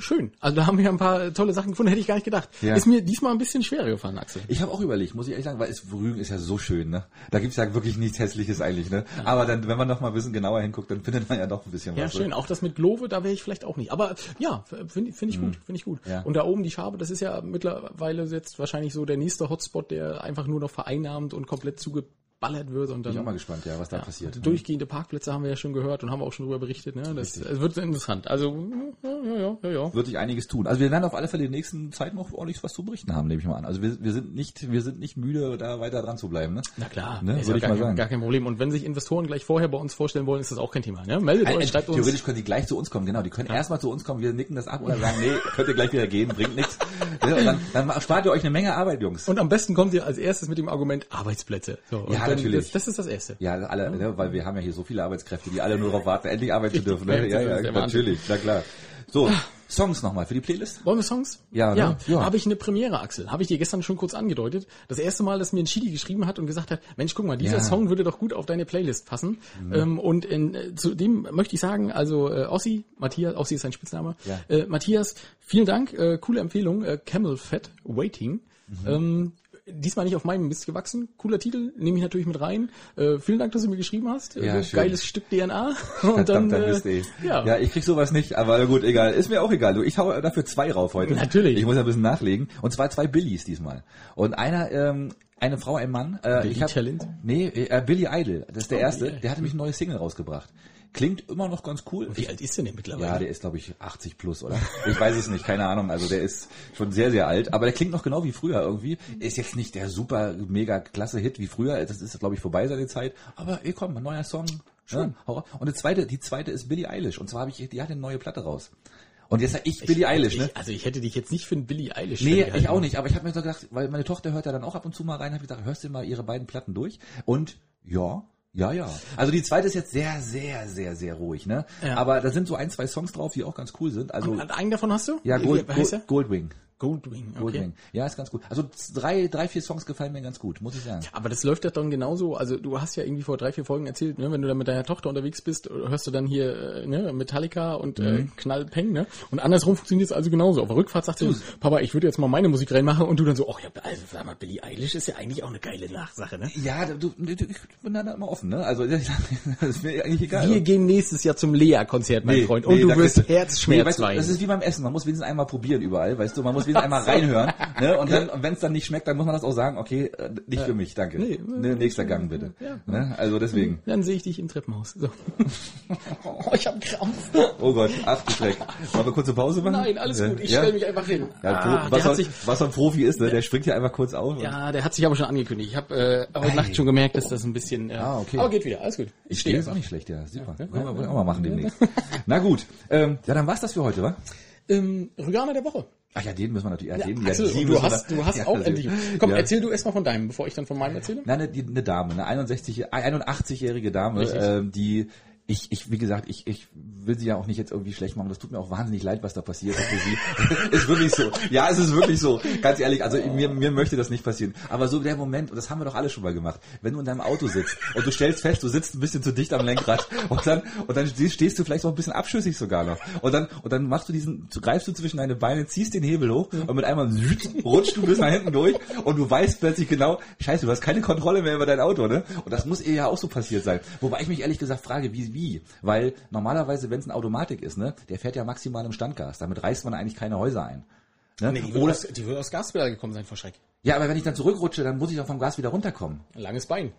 Speaker 2: schön. Also da haben wir ein paar tolle Sachen gefunden, hätte ich gar nicht gedacht.
Speaker 1: Ja.
Speaker 2: Ist mir diesmal ein bisschen schwerer gefallen, Axel.
Speaker 1: Ich habe auch überlegt, muss ich ehrlich sagen, weil es Rügen ist ja so schön, ne? Da gibt's ja wirklich nichts Hässliches eigentlich, ne? Aber dann, wenn man noch mal ein bisschen genauer hinguckt, dann findet man ja doch ein bisschen
Speaker 2: Ja,
Speaker 1: was.
Speaker 2: schön.
Speaker 1: ne?
Speaker 2: Auch das mit Glove, da wäre ich vielleicht auch nicht. Aber ja, finde find ich gut, finde ich gut.
Speaker 1: Ja.
Speaker 2: Und da oben die Schabe, das ist ja mittlerweile jetzt wahrscheinlich so der nächste Hotspot, der einfach nur noch vereinnahmt und komplett zugeballert wird und
Speaker 1: Bin ich auch mal
Speaker 2: dann also
Speaker 1: gespannt, ja, was da passiert.
Speaker 2: durchgehende Parkplätze haben wir ja schon gehört und haben auch schon drüber berichtet. Ne? Das
Speaker 1: Richtig.
Speaker 2: äh, wird interessant. Also ja, ja, ja, ja, ja.
Speaker 1: Wird sich einiges tun. Also wir werden auf alle Fälle in der nächsten Zeit noch ordentlich was zu berichten haben, nehme ich mal an. Also wir, wir sind nicht, wir sind nicht müde, da weiter dran zu bleiben, ne?
Speaker 2: Na klar,
Speaker 1: Ne?
Speaker 2: ist
Speaker 1: Würde
Speaker 2: ja
Speaker 1: ich
Speaker 2: gar,
Speaker 1: mal
Speaker 2: kein,
Speaker 1: sagen.
Speaker 2: gar kein Problem. Und wenn sich Investoren gleich vorher bei uns vorstellen wollen, ist das auch kein Thema. Ne? Meldet
Speaker 1: Ein-
Speaker 2: euch,
Speaker 1: ein-
Speaker 2: schreibt uns.
Speaker 1: Theoretisch können die gleich zu uns kommen, genau. Die können erstmal zu uns kommen, wir nicken das ab oder sagen, nee, könnt ihr gleich wieder gehen, bringt nichts. Ne? Und dann, dann spart ihr euch eine Menge Arbeit, Jungs.
Speaker 2: Und am besten kommt ihr als erstes mit dem Argument Arbeitsplätze. So, und
Speaker 1: Ja,
Speaker 2: dann-
Speaker 1: natürlich.
Speaker 2: Das, das ist das Erste.
Speaker 1: Ja, alle, ne, weil wir haben ja hier so viele Arbeitskräfte, die alle nur darauf warten, endlich arbeiten zu dürfen.
Speaker 2: Ja,
Speaker 1: Ne? Ja,
Speaker 2: das
Speaker 1: ja,
Speaker 2: ist der Wahnsinn. Ah.
Speaker 1: natürlich, na klar. So, Songs nochmal für die Playlist.
Speaker 2: Wollen wir Songs?
Speaker 1: Ja, ne?
Speaker 2: ja.
Speaker 1: Ja.
Speaker 2: Habe ich eine Premiere, Axel. Habe ich dir gestern schon kurz angedeutet. Das erste Mal, dass mir ein Chili geschrieben hat und gesagt hat, Mensch, guck mal, dieser
Speaker 1: Ja.
Speaker 2: Song würde doch gut auf deine Playlist passen. Ähm, und in, äh, zu dem möchte ich sagen, also äh, Ossi, Matthias, Ossi ist sein Spitzname.
Speaker 1: Ja.
Speaker 2: Äh, Matthias, vielen Dank, äh, coole Empfehlung. Äh, Camel Fat Waiting.
Speaker 1: Mhm.
Speaker 2: Ähm, Diesmal nicht auf meinem Mist gewachsen. Cooler Titel, nehme ich natürlich mit rein. Äh, vielen Dank, dass du mir geschrieben hast. Äh,
Speaker 1: Ja,
Speaker 2: so
Speaker 1: schön.
Speaker 2: geiles Stück DNA. Und dann,
Speaker 1: Verdammter Mist,
Speaker 2: äh,
Speaker 1: ey. eh- Ja. ja, ich krieg sowas nicht, aber na gut, egal. Ist mir auch egal. Du, ich hau dafür zwei rauf heute.
Speaker 2: Natürlich.
Speaker 1: Ich muss ein bisschen nachlegen. Und zwar zwei Billys diesmal. Und einer, ähm, eine Frau, ein Mann. Äh,
Speaker 2: Billy
Speaker 1: ich hab,
Speaker 2: Talent?
Speaker 1: Nee, äh, Billy Idol. Das ist der erste.
Speaker 2: Billy Idol.
Speaker 1: Der hatte mich eine neue Single rausgebracht. Klingt immer noch ganz cool.
Speaker 2: Wie alt ist denn der mittlerweile?
Speaker 1: Ja, der ist, glaube ich, 80 plus, oder? Ich weiß es nicht, keine Ahnung. Also der ist schon sehr, sehr alt, aber der klingt noch genau wie früher irgendwie.
Speaker 2: Mhm.
Speaker 1: Ist jetzt nicht der super, mega klasse Hit wie früher. Das ist, glaube ich, vorbei seine Zeit. Aber ey, komm, ein neuer Song. Schön. hau raus. Und die zweite, die zweite ist Billie Eilish. Und zwar habe ich, die hat eine neue Platte raus. Und jetzt ich Billie Eilish,
Speaker 2: ich,
Speaker 1: ne?
Speaker 2: Also ich hätte dich jetzt nicht für einen Billie Eilish.
Speaker 1: Nee,
Speaker 2: gehalten.
Speaker 1: ich auch nicht, aber ich habe mir so gedacht, weil meine Tochter hört da dann auch ab und zu mal rein, habe ich gedacht, hörst du mal ihre beiden Platten durch? Und ja, ja, ja. Also die zweite ist jetzt sehr, sehr, sehr, sehr ruhig, ne?
Speaker 2: Ja.
Speaker 1: Aber da sind so ein, zwei Songs drauf, die auch ganz cool sind. Also
Speaker 2: Und einen davon hast du?
Speaker 1: ja,
Speaker 2: Wie-
Speaker 1: Gold,
Speaker 2: wie heißt
Speaker 1: Gold,
Speaker 2: er?
Speaker 1: Goldwing.
Speaker 2: Goldwing. Okay.
Speaker 1: Goldwing. Ja, ist ganz gut. Also z- drei, drei, vier Songs gefallen mir ganz gut, muss ich sagen.
Speaker 2: Aber das läuft ja dann genauso. Also du hast ja irgendwie vor drei, vier Folgen erzählt, ne, wenn du dann mit deiner Tochter unterwegs bist, hörst du dann hier äh, ne, Metallica und äh, Knallpeng, ne? Und andersrum funktioniert es also genauso. Auf der Rückfahrt sagt sie, Papa, ich würde jetzt mal meine Musik reinmachen und du dann so, oh ja, also sag mal, Billie Eilish ist ja eigentlich auch eine geile Nachsache, ne?
Speaker 1: Ja, du, du, du- ich bin da immer offen, ne? Also das ist mir eigentlich egal.
Speaker 2: Wir gehen nächstes Jahr zum Lea-Konzert, mein Freund, und du
Speaker 1: da
Speaker 2: wirst
Speaker 1: kriegst
Speaker 2: Herzschmerz
Speaker 1: weißt du,
Speaker 2: weinen.
Speaker 1: Das ist wie beim Essen, man muss wenigstens einmal probieren überall, weißt du, man muss wenigstens einmal reinhören. Ne? Und, dann- und wenn es dann nicht schmeckt, dann muss man das auch sagen, okay, äh, nicht für mich, danke.
Speaker 2: nee.
Speaker 1: ne, nächster Gang bitte.
Speaker 2: Ja.
Speaker 1: Ne? Also deswegen.
Speaker 2: dann sehe ich dich im Treppenhaus. So. oh, ich hab Krampf.
Speaker 1: Oh Gott, ach du Schreck. Wollen wir kurze Pause machen?
Speaker 2: Nein, alles
Speaker 1: Ne?
Speaker 2: gut. Ich
Speaker 1: ja?
Speaker 2: stelle mich einfach hin.
Speaker 1: Ja,
Speaker 2: Ah,
Speaker 1: Pro-
Speaker 2: der
Speaker 1: was,
Speaker 2: hat
Speaker 1: so-
Speaker 2: sich,
Speaker 1: was so ein Profi ist, ne? der springt ja einfach kurz auf. und-
Speaker 2: ja, der hat sich aber schon angekündigt. Ich habe äh, heute Nacht schon gemerkt, dass das ein bisschen. Äh,
Speaker 1: Ah, okay.
Speaker 2: Aber geht wieder. Alles gut.
Speaker 1: Ich stehe ist auch nicht schlecht, ja. Super. Können wir wohl auch mal machen demnächst. Na gut. Ähm, ja, dann war's das für heute, wa?
Speaker 2: Ähm, Rüganer der Woche.
Speaker 1: Ach ja, den müssen wir natürlich. Ja, den, ja,
Speaker 2: Axel,
Speaker 1: die
Speaker 2: und
Speaker 1: müssen
Speaker 2: also, du
Speaker 1: wir-
Speaker 2: hast, du hast
Speaker 1: ja,
Speaker 2: auch
Speaker 1: also-
Speaker 2: endlich. Komm,
Speaker 1: ja.
Speaker 2: erzähl du erst mal von deinem, bevor ich dann von meinem erzähle.
Speaker 1: Nein, eine, die- eine Dame, eine 61, 81-jährige Dame,
Speaker 2: Richtig.
Speaker 1: ähm, die ich, ich, wie gesagt, ich, ich will sie ja auch nicht jetzt irgendwie schlecht machen. Das tut mir auch wahnsinnig leid, was da passiert ist für sie. ist wirklich so. Ja, es ist wirklich so. Ganz ehrlich, also mir, mir möchte das nicht passieren. Aber so der Moment, und das haben wir doch alle schon mal gemacht, wenn du in deinem Auto sitzt und du stellst fest, du sitzt ein bisschen zu dicht am Lenkrad und dann, und dann stehst stehst du vielleicht auch ein bisschen abschüssig sogar noch. Und dann, und dann machst du diesen, greifst du zwischen deine Beine, ziehst den Hebel hoch und mit einmal rutscht du bis nach hinten durch und du weißt plötzlich genau, scheiße, du hast keine Kontrolle mehr über dein Auto, ne? Und das muss ihr ja auch so passiert sein. Wobei ich mich ehrlich gesagt frage, wie, wie? Weil normalerweise, wenn es eine Automatik ist, ne, der fährt ja maximal im Standgas. Damit reißt man eigentlich keine Häuser ein. Ne? Oder,
Speaker 2: die wird aus Gaspedal gekommen sein vor Schreck.
Speaker 1: ja, aber wenn ich dann zurückrutsche, dann muss ich doch vom Gas wieder runterkommen.
Speaker 2: Langes Bein.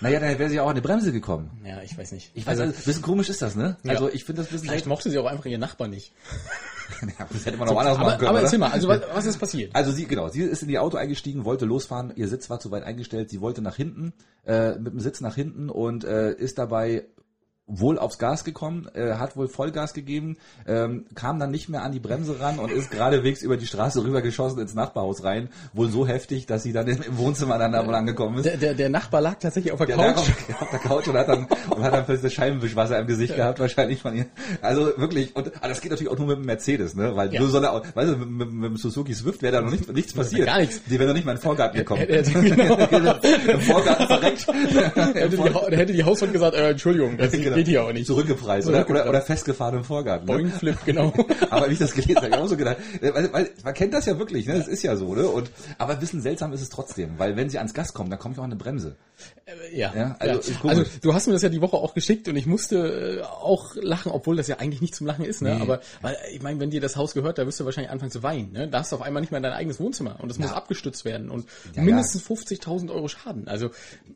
Speaker 1: Naja, dann wäre sie ja auch an die Bremse gekommen.
Speaker 2: ja, ich weiß nicht.
Speaker 1: Ich weiß, also, ein bisschen komisch ist das, ne? Also ich finde das ein bisschen
Speaker 2: vielleicht mochte sie auch einfach ihren Nachbarn nicht.
Speaker 1: Ja, das hätte man auch anders machen
Speaker 2: aber
Speaker 1: können.
Speaker 2: aber
Speaker 1: oder?
Speaker 2: erzähl mal, also was, was ist passiert?
Speaker 1: Also sie, genau, sie ist in ihr Auto eingestiegen, wollte losfahren, ihr Sitz war zu weit eingestellt, sie wollte nach hinten, äh, mit dem Sitz nach hinten und äh, ist dabei wohl aufs Gas gekommen, äh, hat wohl Vollgas gegeben, ähm, kam dann nicht mehr an die Bremse ran und ist geradewegs über die Straße rübergeschossen ins Nachbarhaus rein, wohl so heftig, dass sie dann im, im Wohnzimmer dann da wohl angekommen ist.
Speaker 2: Der, der, der Nachbar lag tatsächlich auf der,
Speaker 1: Der lag
Speaker 2: Couch.
Speaker 1: auf, auf der Couch und hat dann, und hat dann plötzlich Scheibenwischwasser im Gesicht gehabt, wahrscheinlich von ihr. Also wirklich, und ah, das geht natürlich auch nur mit dem Mercedes, ne? Weil
Speaker 2: Ja.
Speaker 1: so soll er auch, weißt du, mit, mit, mit dem Suzuki Swift wäre da noch nicht, nichts passiert.
Speaker 2: Gar nichts.
Speaker 1: Die wäre noch nicht mal in den Vorgarten gekommen.
Speaker 2: Hätte- hätte- genau.
Speaker 1: Im Vorgarten verreckt.
Speaker 2: Hätte die, Hau- hätte die Hausfrau gesagt, äh, Entschuldigung, das
Speaker 1: Genau.
Speaker 2: geht hier auch nicht.
Speaker 1: Zurückgepreist, oder?
Speaker 2: Zurückgepreist.
Speaker 1: Oder, oder festgefahren im Vorgarten. Ne?
Speaker 2: Boing, flip, genau.
Speaker 1: Aber wie ich das gelesen habe, ich auch so gedacht, äh, weil, weil, man kennt das ja wirklich, ne? Das ist ja so, ne? Und, aber ein bisschen seltsam ist es trotzdem, weil wenn sie ans Gas kommen, dann kommt ja auch eine Bremse.
Speaker 2: Ja,
Speaker 1: Ja,
Speaker 2: also,
Speaker 1: also
Speaker 2: ja.
Speaker 1: ist komisch.
Speaker 2: also du hast mir das ja die Woche auch geschickt und ich musste äh, auch lachen, obwohl das ja eigentlich nicht zum Lachen ist, ne? Aber weil, äh, ich meine, wenn dir das Haus gehört, da wirst du wahrscheinlich anfangen zu weinen, ne? Da hast du auf einmal nicht mehr dein eigenes Wohnzimmer und das muss abgestützt werden und
Speaker 1: Ja,
Speaker 2: mindestens 50.000 Euro Schaden. Also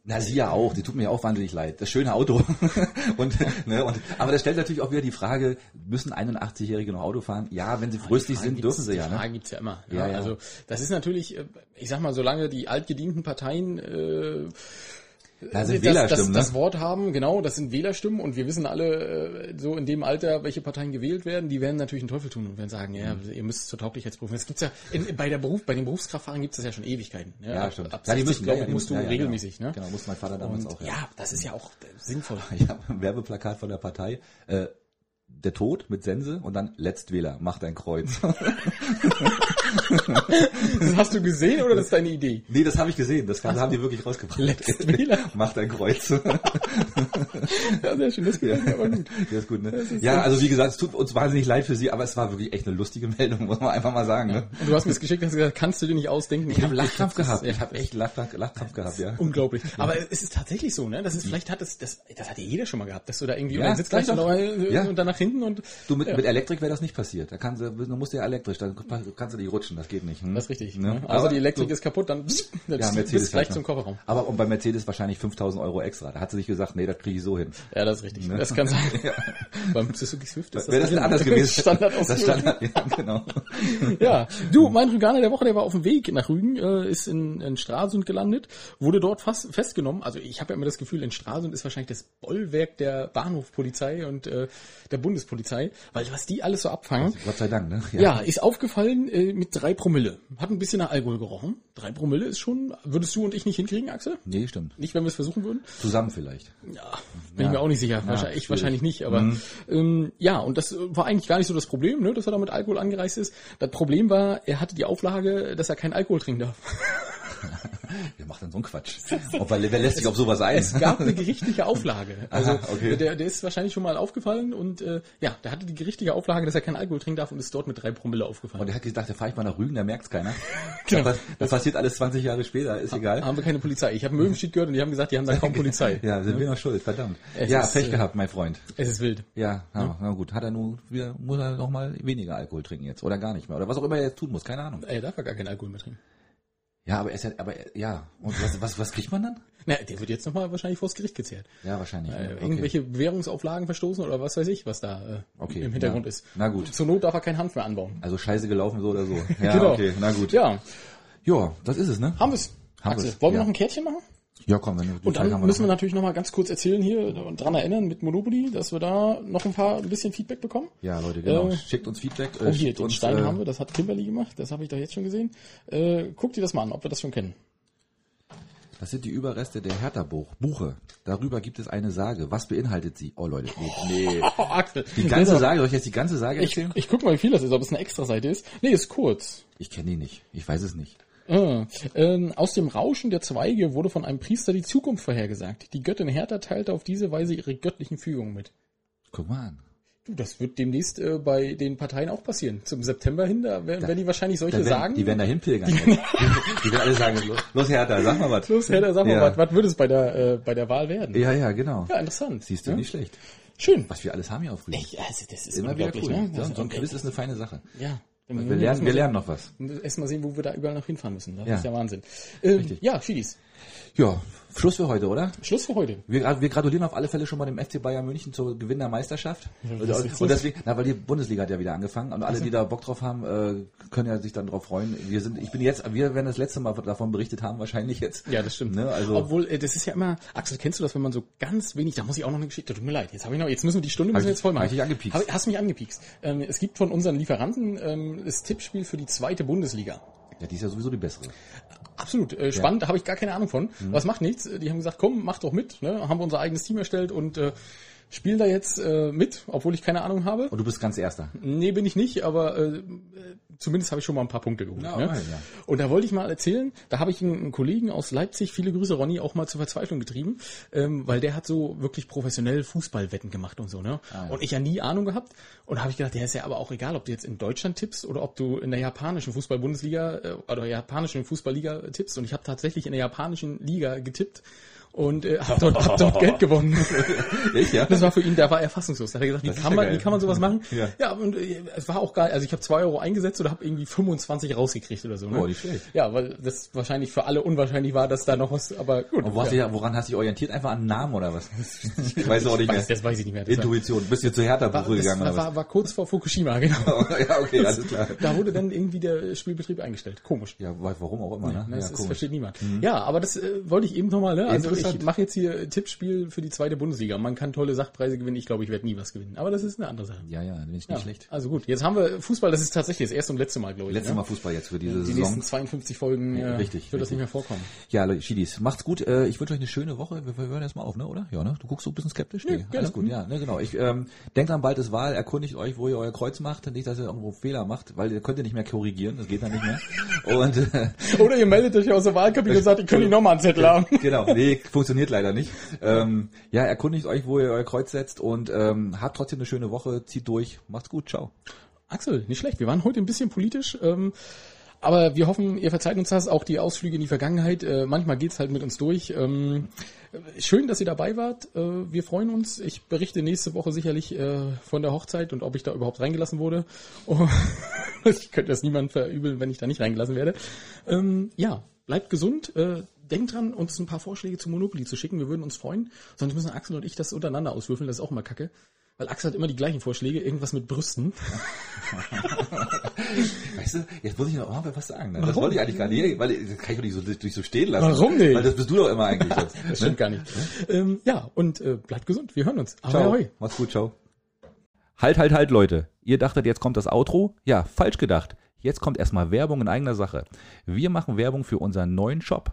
Speaker 1: Na, sie ja auch, die tut mir ja auch wahnsinnig leid. Das schöne Auto. und, ne, und, aber das stellt natürlich auch wieder die Frage, müssen 81-Jährige noch Auto fahren? Ja, wenn sie
Speaker 2: die
Speaker 1: fröhlich
Speaker 2: Frage
Speaker 1: sind,
Speaker 2: gibt's-
Speaker 1: dürfen sie ja,
Speaker 2: Die
Speaker 1: ne?
Speaker 2: Frage gibt's ja immer.
Speaker 1: Ja, ja.
Speaker 2: Also das ist natürlich, äh, ich sag mal, solange die altgedienten Parteien äh,
Speaker 1: Da sind
Speaker 2: das, das,
Speaker 1: Wählerstimmen,
Speaker 2: das
Speaker 1: ne?
Speaker 2: Wort haben, genau, das sind Wählerstimmen und wir wissen alle äh, so in dem Alter, welche Parteien gewählt werden, die werden natürlich einen Teufel tun und werden sagen, ja,
Speaker 1: Mhm.
Speaker 2: ihr müsst zur Tauglichkeitsprüfung. Das gibt's ja in, bei der Beruf, bei den Berufskraftfahrern gibt es das ja schon Ewigkeiten. ne?
Speaker 1: Ja,
Speaker 2: Ab-
Speaker 1: stimmt.
Speaker 2: Ab
Speaker 1: Ja,
Speaker 2: 60,
Speaker 1: die müssen,
Speaker 2: glaube
Speaker 1: ja,
Speaker 2: ich,
Speaker 1: die
Speaker 2: musst du
Speaker 1: müssen, ja, ja,
Speaker 2: regelmäßig,
Speaker 1: genau.
Speaker 2: ne?
Speaker 1: Genau, musste mein Vater damals
Speaker 2: Und,
Speaker 1: auch,
Speaker 2: ja.
Speaker 1: ja.
Speaker 2: das ist ja auch äh, sinnvoll.
Speaker 1: Ich habe ein Werbeplakat von der Partei. Äh, der Tod mit Sense und dann Letztwähler, macht ein Kreuz.
Speaker 2: Das hast du gesehen oder das ist deine Idee?
Speaker 1: nee, das habe ich gesehen. Das haben die wirklich rausgebracht.
Speaker 2: Letztwähler.
Speaker 1: macht ein Kreuz.
Speaker 2: Ja, sehr schön, das
Speaker 1: Ja,
Speaker 2: gefällt mir aber gut.
Speaker 1: Ja, ist gut, ne? Ja, also wie gesagt, es tut uns wahnsinnig leid für sie, aber es war wirklich echt eine lustige Meldung, muss man einfach mal sagen. Ne?
Speaker 2: Und du hast mir das geschickt und hast gesagt, kannst du dir nicht ausdenken.
Speaker 1: Ich habe Lachkrampf
Speaker 2: Das ist-
Speaker 1: gehabt.
Speaker 2: ja.
Speaker 1: Ich habe echt Lachkrampf, Lachkrampf gehabt, ja.
Speaker 2: Unglaublich. Aber es ist tatsächlich so, ne? Das ist, vielleicht hat es, das, das hat ja jeder schon mal gehabt, dass du da irgendwie,
Speaker 1: Ja,
Speaker 2: und dann sitzt gleich
Speaker 1: vielleicht
Speaker 2: noch
Speaker 1: doch.
Speaker 2: mal,
Speaker 1: Ja.
Speaker 2: und dann nach hinten und,
Speaker 1: Du mit,
Speaker 2: ja,
Speaker 1: mit Elektrik wäre das nicht passiert. Da kannst du, du musst ja elektrisch, dann kannst du nicht rutschen, das geht nicht. Hm?
Speaker 2: das ist richtig.
Speaker 1: Ne?
Speaker 2: Ne? Also die Elektrik ist kaputt, dann, dann
Speaker 1: ja, Mercedes halt, ne?
Speaker 2: bist du gleich
Speaker 1: vielleicht
Speaker 2: zum
Speaker 1: noch.
Speaker 2: Kofferraum.
Speaker 1: Aber und bei Mercedes wahrscheinlich 5000 Euro extra. Da hat sie sich gesagt, nee, das kriege ich so hin.
Speaker 2: Ja, das ist richtig.
Speaker 1: Ne?
Speaker 2: Das kann sein. Beim Suzuki Swift ist
Speaker 1: Wäre das denn anders gewesen?
Speaker 2: Standard
Speaker 1: das Standard, ja, genau.
Speaker 2: Ja, du, mein Rüganer der Woche, der war auf dem Weg nach Rügen, äh, ist in, in Stralsund gelandet, wurde dort fast festgenommen. Also ich habe ja immer das Gefühl, in Stralsund ist wahrscheinlich das Bollwerk der Bahnhofpolizei und äh, der Bundespolizei, weil was die alles so abfangen.
Speaker 1: Gott sei Dank, ne?
Speaker 2: Ja, ist aufgefallen äh, mit drei Promille. Hat ein bisschen nach Alkohol gerochen. Drei Promille ist schon, würdest du und ich nicht hinkriegen, Axel?
Speaker 1: Nee, stimmt.
Speaker 2: Nicht, wenn wir es versuchen würden?
Speaker 1: Zusammen vielleicht.
Speaker 2: Ja, bin ich mir auch nicht sicher. wahrscheinlich, ich
Speaker 1: schwierig.
Speaker 2: wahrscheinlich nicht, aber
Speaker 1: Mhm.
Speaker 2: ähm, ja, und das äh, war eigentlich gar nicht so das Problem, ne, dass er da mit Alkohol angereist ist. Das Problem war, er hatte die Auflage, dass er keinen Alkohol trinken darf.
Speaker 1: Wer macht denn so einen Quatsch? Und wer, wer lässt sich auf sowas ein?
Speaker 2: Es gab eine gerichtliche Auflage. Also
Speaker 1: Aha, okay.
Speaker 2: der, der ist wahrscheinlich schon mal aufgefallen und äh, ja, der hatte die gerichtliche Auflage, dass er keinen Alkohol trinken darf und ist dort mit drei Promille aufgefallen.
Speaker 1: Und er hat gedacht, da fahre ich mal nach Rügen, da merkt's keiner.
Speaker 2: Genau.
Speaker 1: das, das passiert alles 20 Jahre später, ist egal.
Speaker 2: haben wir keine Polizei. Ich habe Möwenstedt gehört und die haben gesagt, die haben da kaum Polizei.
Speaker 1: Ja, sind wir noch schuld, verdammt.
Speaker 2: Ne? Es
Speaker 1: ja,
Speaker 2: ist,
Speaker 1: Pech
Speaker 2: äh, Hm?
Speaker 1: gehabt, mein Freund.
Speaker 2: Es ist wild.
Speaker 1: Ja, na, na gut. Hat er nur, wieder, muss er noch mal weniger Alkohol trinken jetzt oder gar nicht mehr oder was auch immer er jetzt tun muss, keine Ahnung.
Speaker 2: Er darf ja gar keinen Alkohol mehr trinken.
Speaker 1: Ja, aber er ist ja, aber er- ja. Und was, was, was kriegt man dann?
Speaker 2: Na, der wird jetzt nochmal wahrscheinlich vors Gericht gezerrt.
Speaker 1: Ja, wahrscheinlich.
Speaker 2: Äh,
Speaker 1: ne? Okay.
Speaker 2: Irgendwelche Bewährungsauflagen verstoßen oder was weiß ich, was da äh,
Speaker 1: Okay,
Speaker 2: im Hintergrund
Speaker 1: na-
Speaker 2: ist.
Speaker 1: na gut.
Speaker 2: Zur Not darf er keinen Hanf mehr anbauen.
Speaker 1: Also Scheiße gelaufen so oder so. Ja, okay, na gut.
Speaker 2: Genau. Ja,
Speaker 1: ja, das ist es, ne?
Speaker 2: haben wir's.
Speaker 1: Haben
Speaker 2: Axel,
Speaker 1: wir's,
Speaker 2: wollen wir
Speaker 1: ja.
Speaker 2: noch ein Kärtchen machen?
Speaker 1: Ja, komm, wenn
Speaker 2: Und dann müssen wir natürlich noch mal ganz kurz erzählen hier und dran erinnern mit Monopoly, dass wir da noch ein paar ein bisschen Feedback bekommen.
Speaker 1: Ja, Leute, genau.
Speaker 2: Äh,
Speaker 1: schickt uns Feedback.
Speaker 2: Oh, hier, den
Speaker 1: uns,
Speaker 2: Stein
Speaker 1: äh,
Speaker 2: haben wir, das hat Kimberly gemacht, das habe ich doch jetzt schon gesehen. Äh, guck dir das mal an, ob wir das schon kennen.
Speaker 1: Das sind die Überreste der Hertha-Buche. Buche. Darüber gibt es eine Sage. Was beinhaltet sie? Oh, Leute, nee. nee.
Speaker 2: Oh, Axel.
Speaker 1: Die ganze Sage, soll ich jetzt die ganze Sage
Speaker 2: Ich,
Speaker 1: erzählen?
Speaker 2: ich guck mal, wie viel das ist, ob es eine Extraseite ist. Nee, ist kurz.
Speaker 1: Ich kenne die nicht. Ich weiß es nicht.
Speaker 2: Ah, ähm, aus dem Rauschen der Zweige wurde von einem Priester die Zukunft vorhergesagt. Die Göttin Hertha teilte auf diese Weise ihre göttlichen Fügungen mit.
Speaker 1: Guck mal an.
Speaker 2: Du, das wird demnächst äh, bei den Parteien auch passieren. Zum September hin, da werden,
Speaker 1: Da-
Speaker 2: werden die wahrscheinlich solche
Speaker 1: Dann werden,
Speaker 2: sagen.
Speaker 1: Die werden da hinpilgern. Die, die werden alle sagen, los, los Hertha, sag mal was.
Speaker 2: Los, Hertha, sag mal,
Speaker 1: ja.
Speaker 2: was, was würde es bei der, äh, bei der Wahl werden?
Speaker 1: Ja, ja, genau.
Speaker 2: Ja, interessant.
Speaker 1: Siehst du,
Speaker 2: ja?
Speaker 1: nicht schlecht.
Speaker 2: Schön.
Speaker 1: Was wir alles haben hier auf Rügen.
Speaker 2: Echt, also, das ist
Speaker 1: Immer wieder
Speaker 2: unglaublich,
Speaker 1: cool.
Speaker 2: ne?
Speaker 1: Ja,
Speaker 2: Das
Speaker 1: und so ein
Speaker 2: ist-
Speaker 1: Quiz ist eine feine Sache.
Speaker 2: ja.
Speaker 1: Wir lernen, wir lernen noch was.
Speaker 2: Erstmal sehen, wo wir da überall noch hinfahren müssen. Das
Speaker 1: Ja.
Speaker 2: ist ja Wahnsinn. Ähm,
Speaker 1: Richtig.
Speaker 2: ja, Schiedis.
Speaker 1: Ja, Schluss für heute, oder?
Speaker 2: Schluss für heute.
Speaker 1: Wir, wir gratulieren auf alle Fälle schon mal dem FC Bayern München zur Gewinn der Meisterschaft.
Speaker 2: was ist Also. jetzt
Speaker 1: Und,
Speaker 2: los?
Speaker 1: und deswegen, na, weil die Bundesliga hat ja wieder angefangen und alle, die da Bock drauf haben, äh, können ja sich dann drauf freuen. Wir sind, ich bin jetzt, wir werden das letzte Mal davon berichtet haben, wahrscheinlich jetzt.
Speaker 2: Ja, das stimmt.
Speaker 1: Ne? Also,
Speaker 2: Obwohl, äh, das ist ja immer, Axel, kennst du das, wenn man so ganz wenig, da muss ich auch noch eine Geschichte, tut mir leid, jetzt habe ich noch, jetzt müssen wir die Stunde müssen
Speaker 1: Hab
Speaker 2: wir
Speaker 1: ich-
Speaker 2: jetzt voll machen.
Speaker 1: hab ich dich angepiekst.
Speaker 2: Hab- hast mich angepiekst. Ähm, es gibt von unseren Lieferanten ähm, das Tippspiel für die zweite Bundesliga.
Speaker 1: ja, die ist ja sowieso die bessere.
Speaker 2: Absolut. Äh, spannend, habe ich gar keine Ahnung von.
Speaker 1: Mhm.
Speaker 2: Was macht nichts? Die haben gesagt, komm, mach doch mit. Ne? Haben wir unser eigenes Team erstellt und äh, spielen da jetzt äh, mit, obwohl ich keine Ahnung habe.
Speaker 1: Und du bist ganz Erster.
Speaker 2: Nee, bin ich nicht, aber äh, äh, zumindest habe ich schon mal ein paar Punkte geholt.
Speaker 1: Ja,
Speaker 2: ne?
Speaker 1: immerhin, ja.
Speaker 2: Und da wollte ich mal erzählen, da habe ich einen, einen Kollegen aus Leipzig, viele Grüße Ronny, auch mal zur Verzweiflung getrieben, ähm, weil der hat so wirklich professionell Fußballwetten gemacht und so. Ne?
Speaker 1: Ah, ja.
Speaker 2: Und ich ja nie Ahnung gehabt. Und da habe ich gedacht, der ist ja aber auch egal, ob du jetzt in Deutschland tippst oder ob du in der japanischen Fußball-Bundesliga äh, oder japanischen Fußballliga tippst. Und ich habe tatsächlich in der japanischen Liga getippt. Und äh, hab dort, hab dort Geld gewonnen.
Speaker 1: Ich, ja?
Speaker 2: Das war für ihn, da war er fassungslos. Da hat er gesagt, wie
Speaker 1: Das ist
Speaker 2: kann,
Speaker 1: ja
Speaker 2: man,
Speaker 1: geil.
Speaker 2: wie kann man sowas machen?
Speaker 1: Ja.
Speaker 2: und äh, es war auch geil. Also ich habe zwei Euro eingesetzt oder habe irgendwie 25 rausgekriegt oder so. Ne?
Speaker 1: Oh, nicht schlecht.
Speaker 2: Ja, weil das wahrscheinlich für alle unwahrscheinlich war, dass da noch was, aber gut.
Speaker 1: Und wo hast du
Speaker 2: ja.
Speaker 1: ja, woran hast du dich orientiert? Einfach an Namen oder was? Ich weiß auch nicht
Speaker 2: weiß,
Speaker 1: mehr.
Speaker 2: das weiß ich nicht mehr. Das
Speaker 1: Intuition. Bist du zu härter
Speaker 2: war,
Speaker 1: Buche
Speaker 2: war, das
Speaker 1: gegangen
Speaker 2: war,
Speaker 1: oder was?
Speaker 2: war, war kurz vor Fukushima, genau.
Speaker 1: ja, okay, alles klar.
Speaker 2: Da wurde dann irgendwie der Spielbetrieb eingestellt. Komisch.
Speaker 1: Ja, wa- warum auch immer, ne?
Speaker 2: Ne,
Speaker 1: ja,
Speaker 2: Das ist,
Speaker 1: komisch. Mhm.
Speaker 2: versteht niemand. Ja, aber das äh, wollte ich eben nochmal. Ne? Also ich
Speaker 1: Interessant.
Speaker 2: mache jetzt hier Tippspiel für die zweite Bundesliga. Man kann tolle Sachpreise gewinnen. Ich glaube, ich werde nie was gewinnen. Aber das ist eine andere Sache.
Speaker 1: ja, ja, bin ich nicht schlecht.
Speaker 2: Also gut, jetzt haben wir Fußball, das ist tatsächlich das erste und letzte Mal, glaube ich.
Speaker 1: Letztes
Speaker 2: ne?
Speaker 1: Mal Fußball jetzt für diese
Speaker 2: Die
Speaker 1: Saison.
Speaker 2: nächsten 52 Folgen äh,
Speaker 1: Ja, richtig,
Speaker 2: wird das
Speaker 1: richtig.
Speaker 2: nicht mehr vorkommen.
Speaker 1: Ja, Leute, Schiedis, macht's gut. Äh, ich wünsche euch eine schöne Woche. Wir, wir hören jetzt mal auf, ne? Oder? Ja, ne? Du guckst so ein bisschen skeptisch. Nee,
Speaker 2: gerne. Hm.
Speaker 1: alles gut. Ja, ne, genau. Ich ähm, denkt dran, bald ist Wahl. Erkundigt euch, wo ihr euer Kreuz macht, nicht, dass ihr irgendwo Fehler macht, weil ihr könnt ihr nicht mehr korrigieren. Das geht dann nicht mehr. Und äh,
Speaker 2: Oder ihr meldet euch aus der Wahlkabine und sagt, ich könnte nochmal einen Zettel haben.
Speaker 1: genau, nee, funktioniert leider nicht. Ähm, ja, erkundigt euch, wo ihr euer Kreuz setzt und ähm, habt trotzdem eine schöne Woche. Zieht durch. Macht's gut. Ciao.
Speaker 2: Axel, nicht schlecht. Wir waren heute ein bisschen politisch. Ähm, aber wir hoffen, ihr verzeiht uns das, auch die Ausflüge in die Vergangenheit. Äh, manchmal geht's halt mit uns durch. Ähm, schön, dass ihr dabei wart. Äh, wir freuen uns. Ich berichte nächste Woche sicherlich äh, von der Hochzeit und ob ich da überhaupt reingelassen wurde. Oh, ich könnte das niemandem verübeln, wenn ich da nicht reingelassen werde. Ähm, ja, bleibt gesund. Äh, denkt dran, uns ein paar Vorschläge zu Monopoly zu schicken. Wir würden uns freuen. Sonst müssen Axel und ich das untereinander auswürfeln. Das ist auch immer kacke. Weil Axel hat immer die gleichen Vorschläge. Irgendwas mit Brüsten.
Speaker 1: Weißt du, jetzt muss ich noch mal was sagen. Ne? Das wollte ich eigentlich gar nicht, weil das kann ich doch nicht so, durch so stehen lassen.
Speaker 2: Warum nicht?
Speaker 1: Weil das bist du doch immer eigentlich jetzt. Ne?
Speaker 2: Das stimmt gar nicht. Ähm, ja, und äh, bleibt gesund. Wir hören uns.
Speaker 1: Ciao.
Speaker 2: Ahoi.
Speaker 1: Macht's gut, ciao.
Speaker 3: Halt, halt, halt, Leute. Ihr dachtet, jetzt kommt das Outro? Ja, falsch gedacht. Jetzt kommt erstmal Werbung in eigener Sache. Wir machen Werbung für unseren neuen Shop.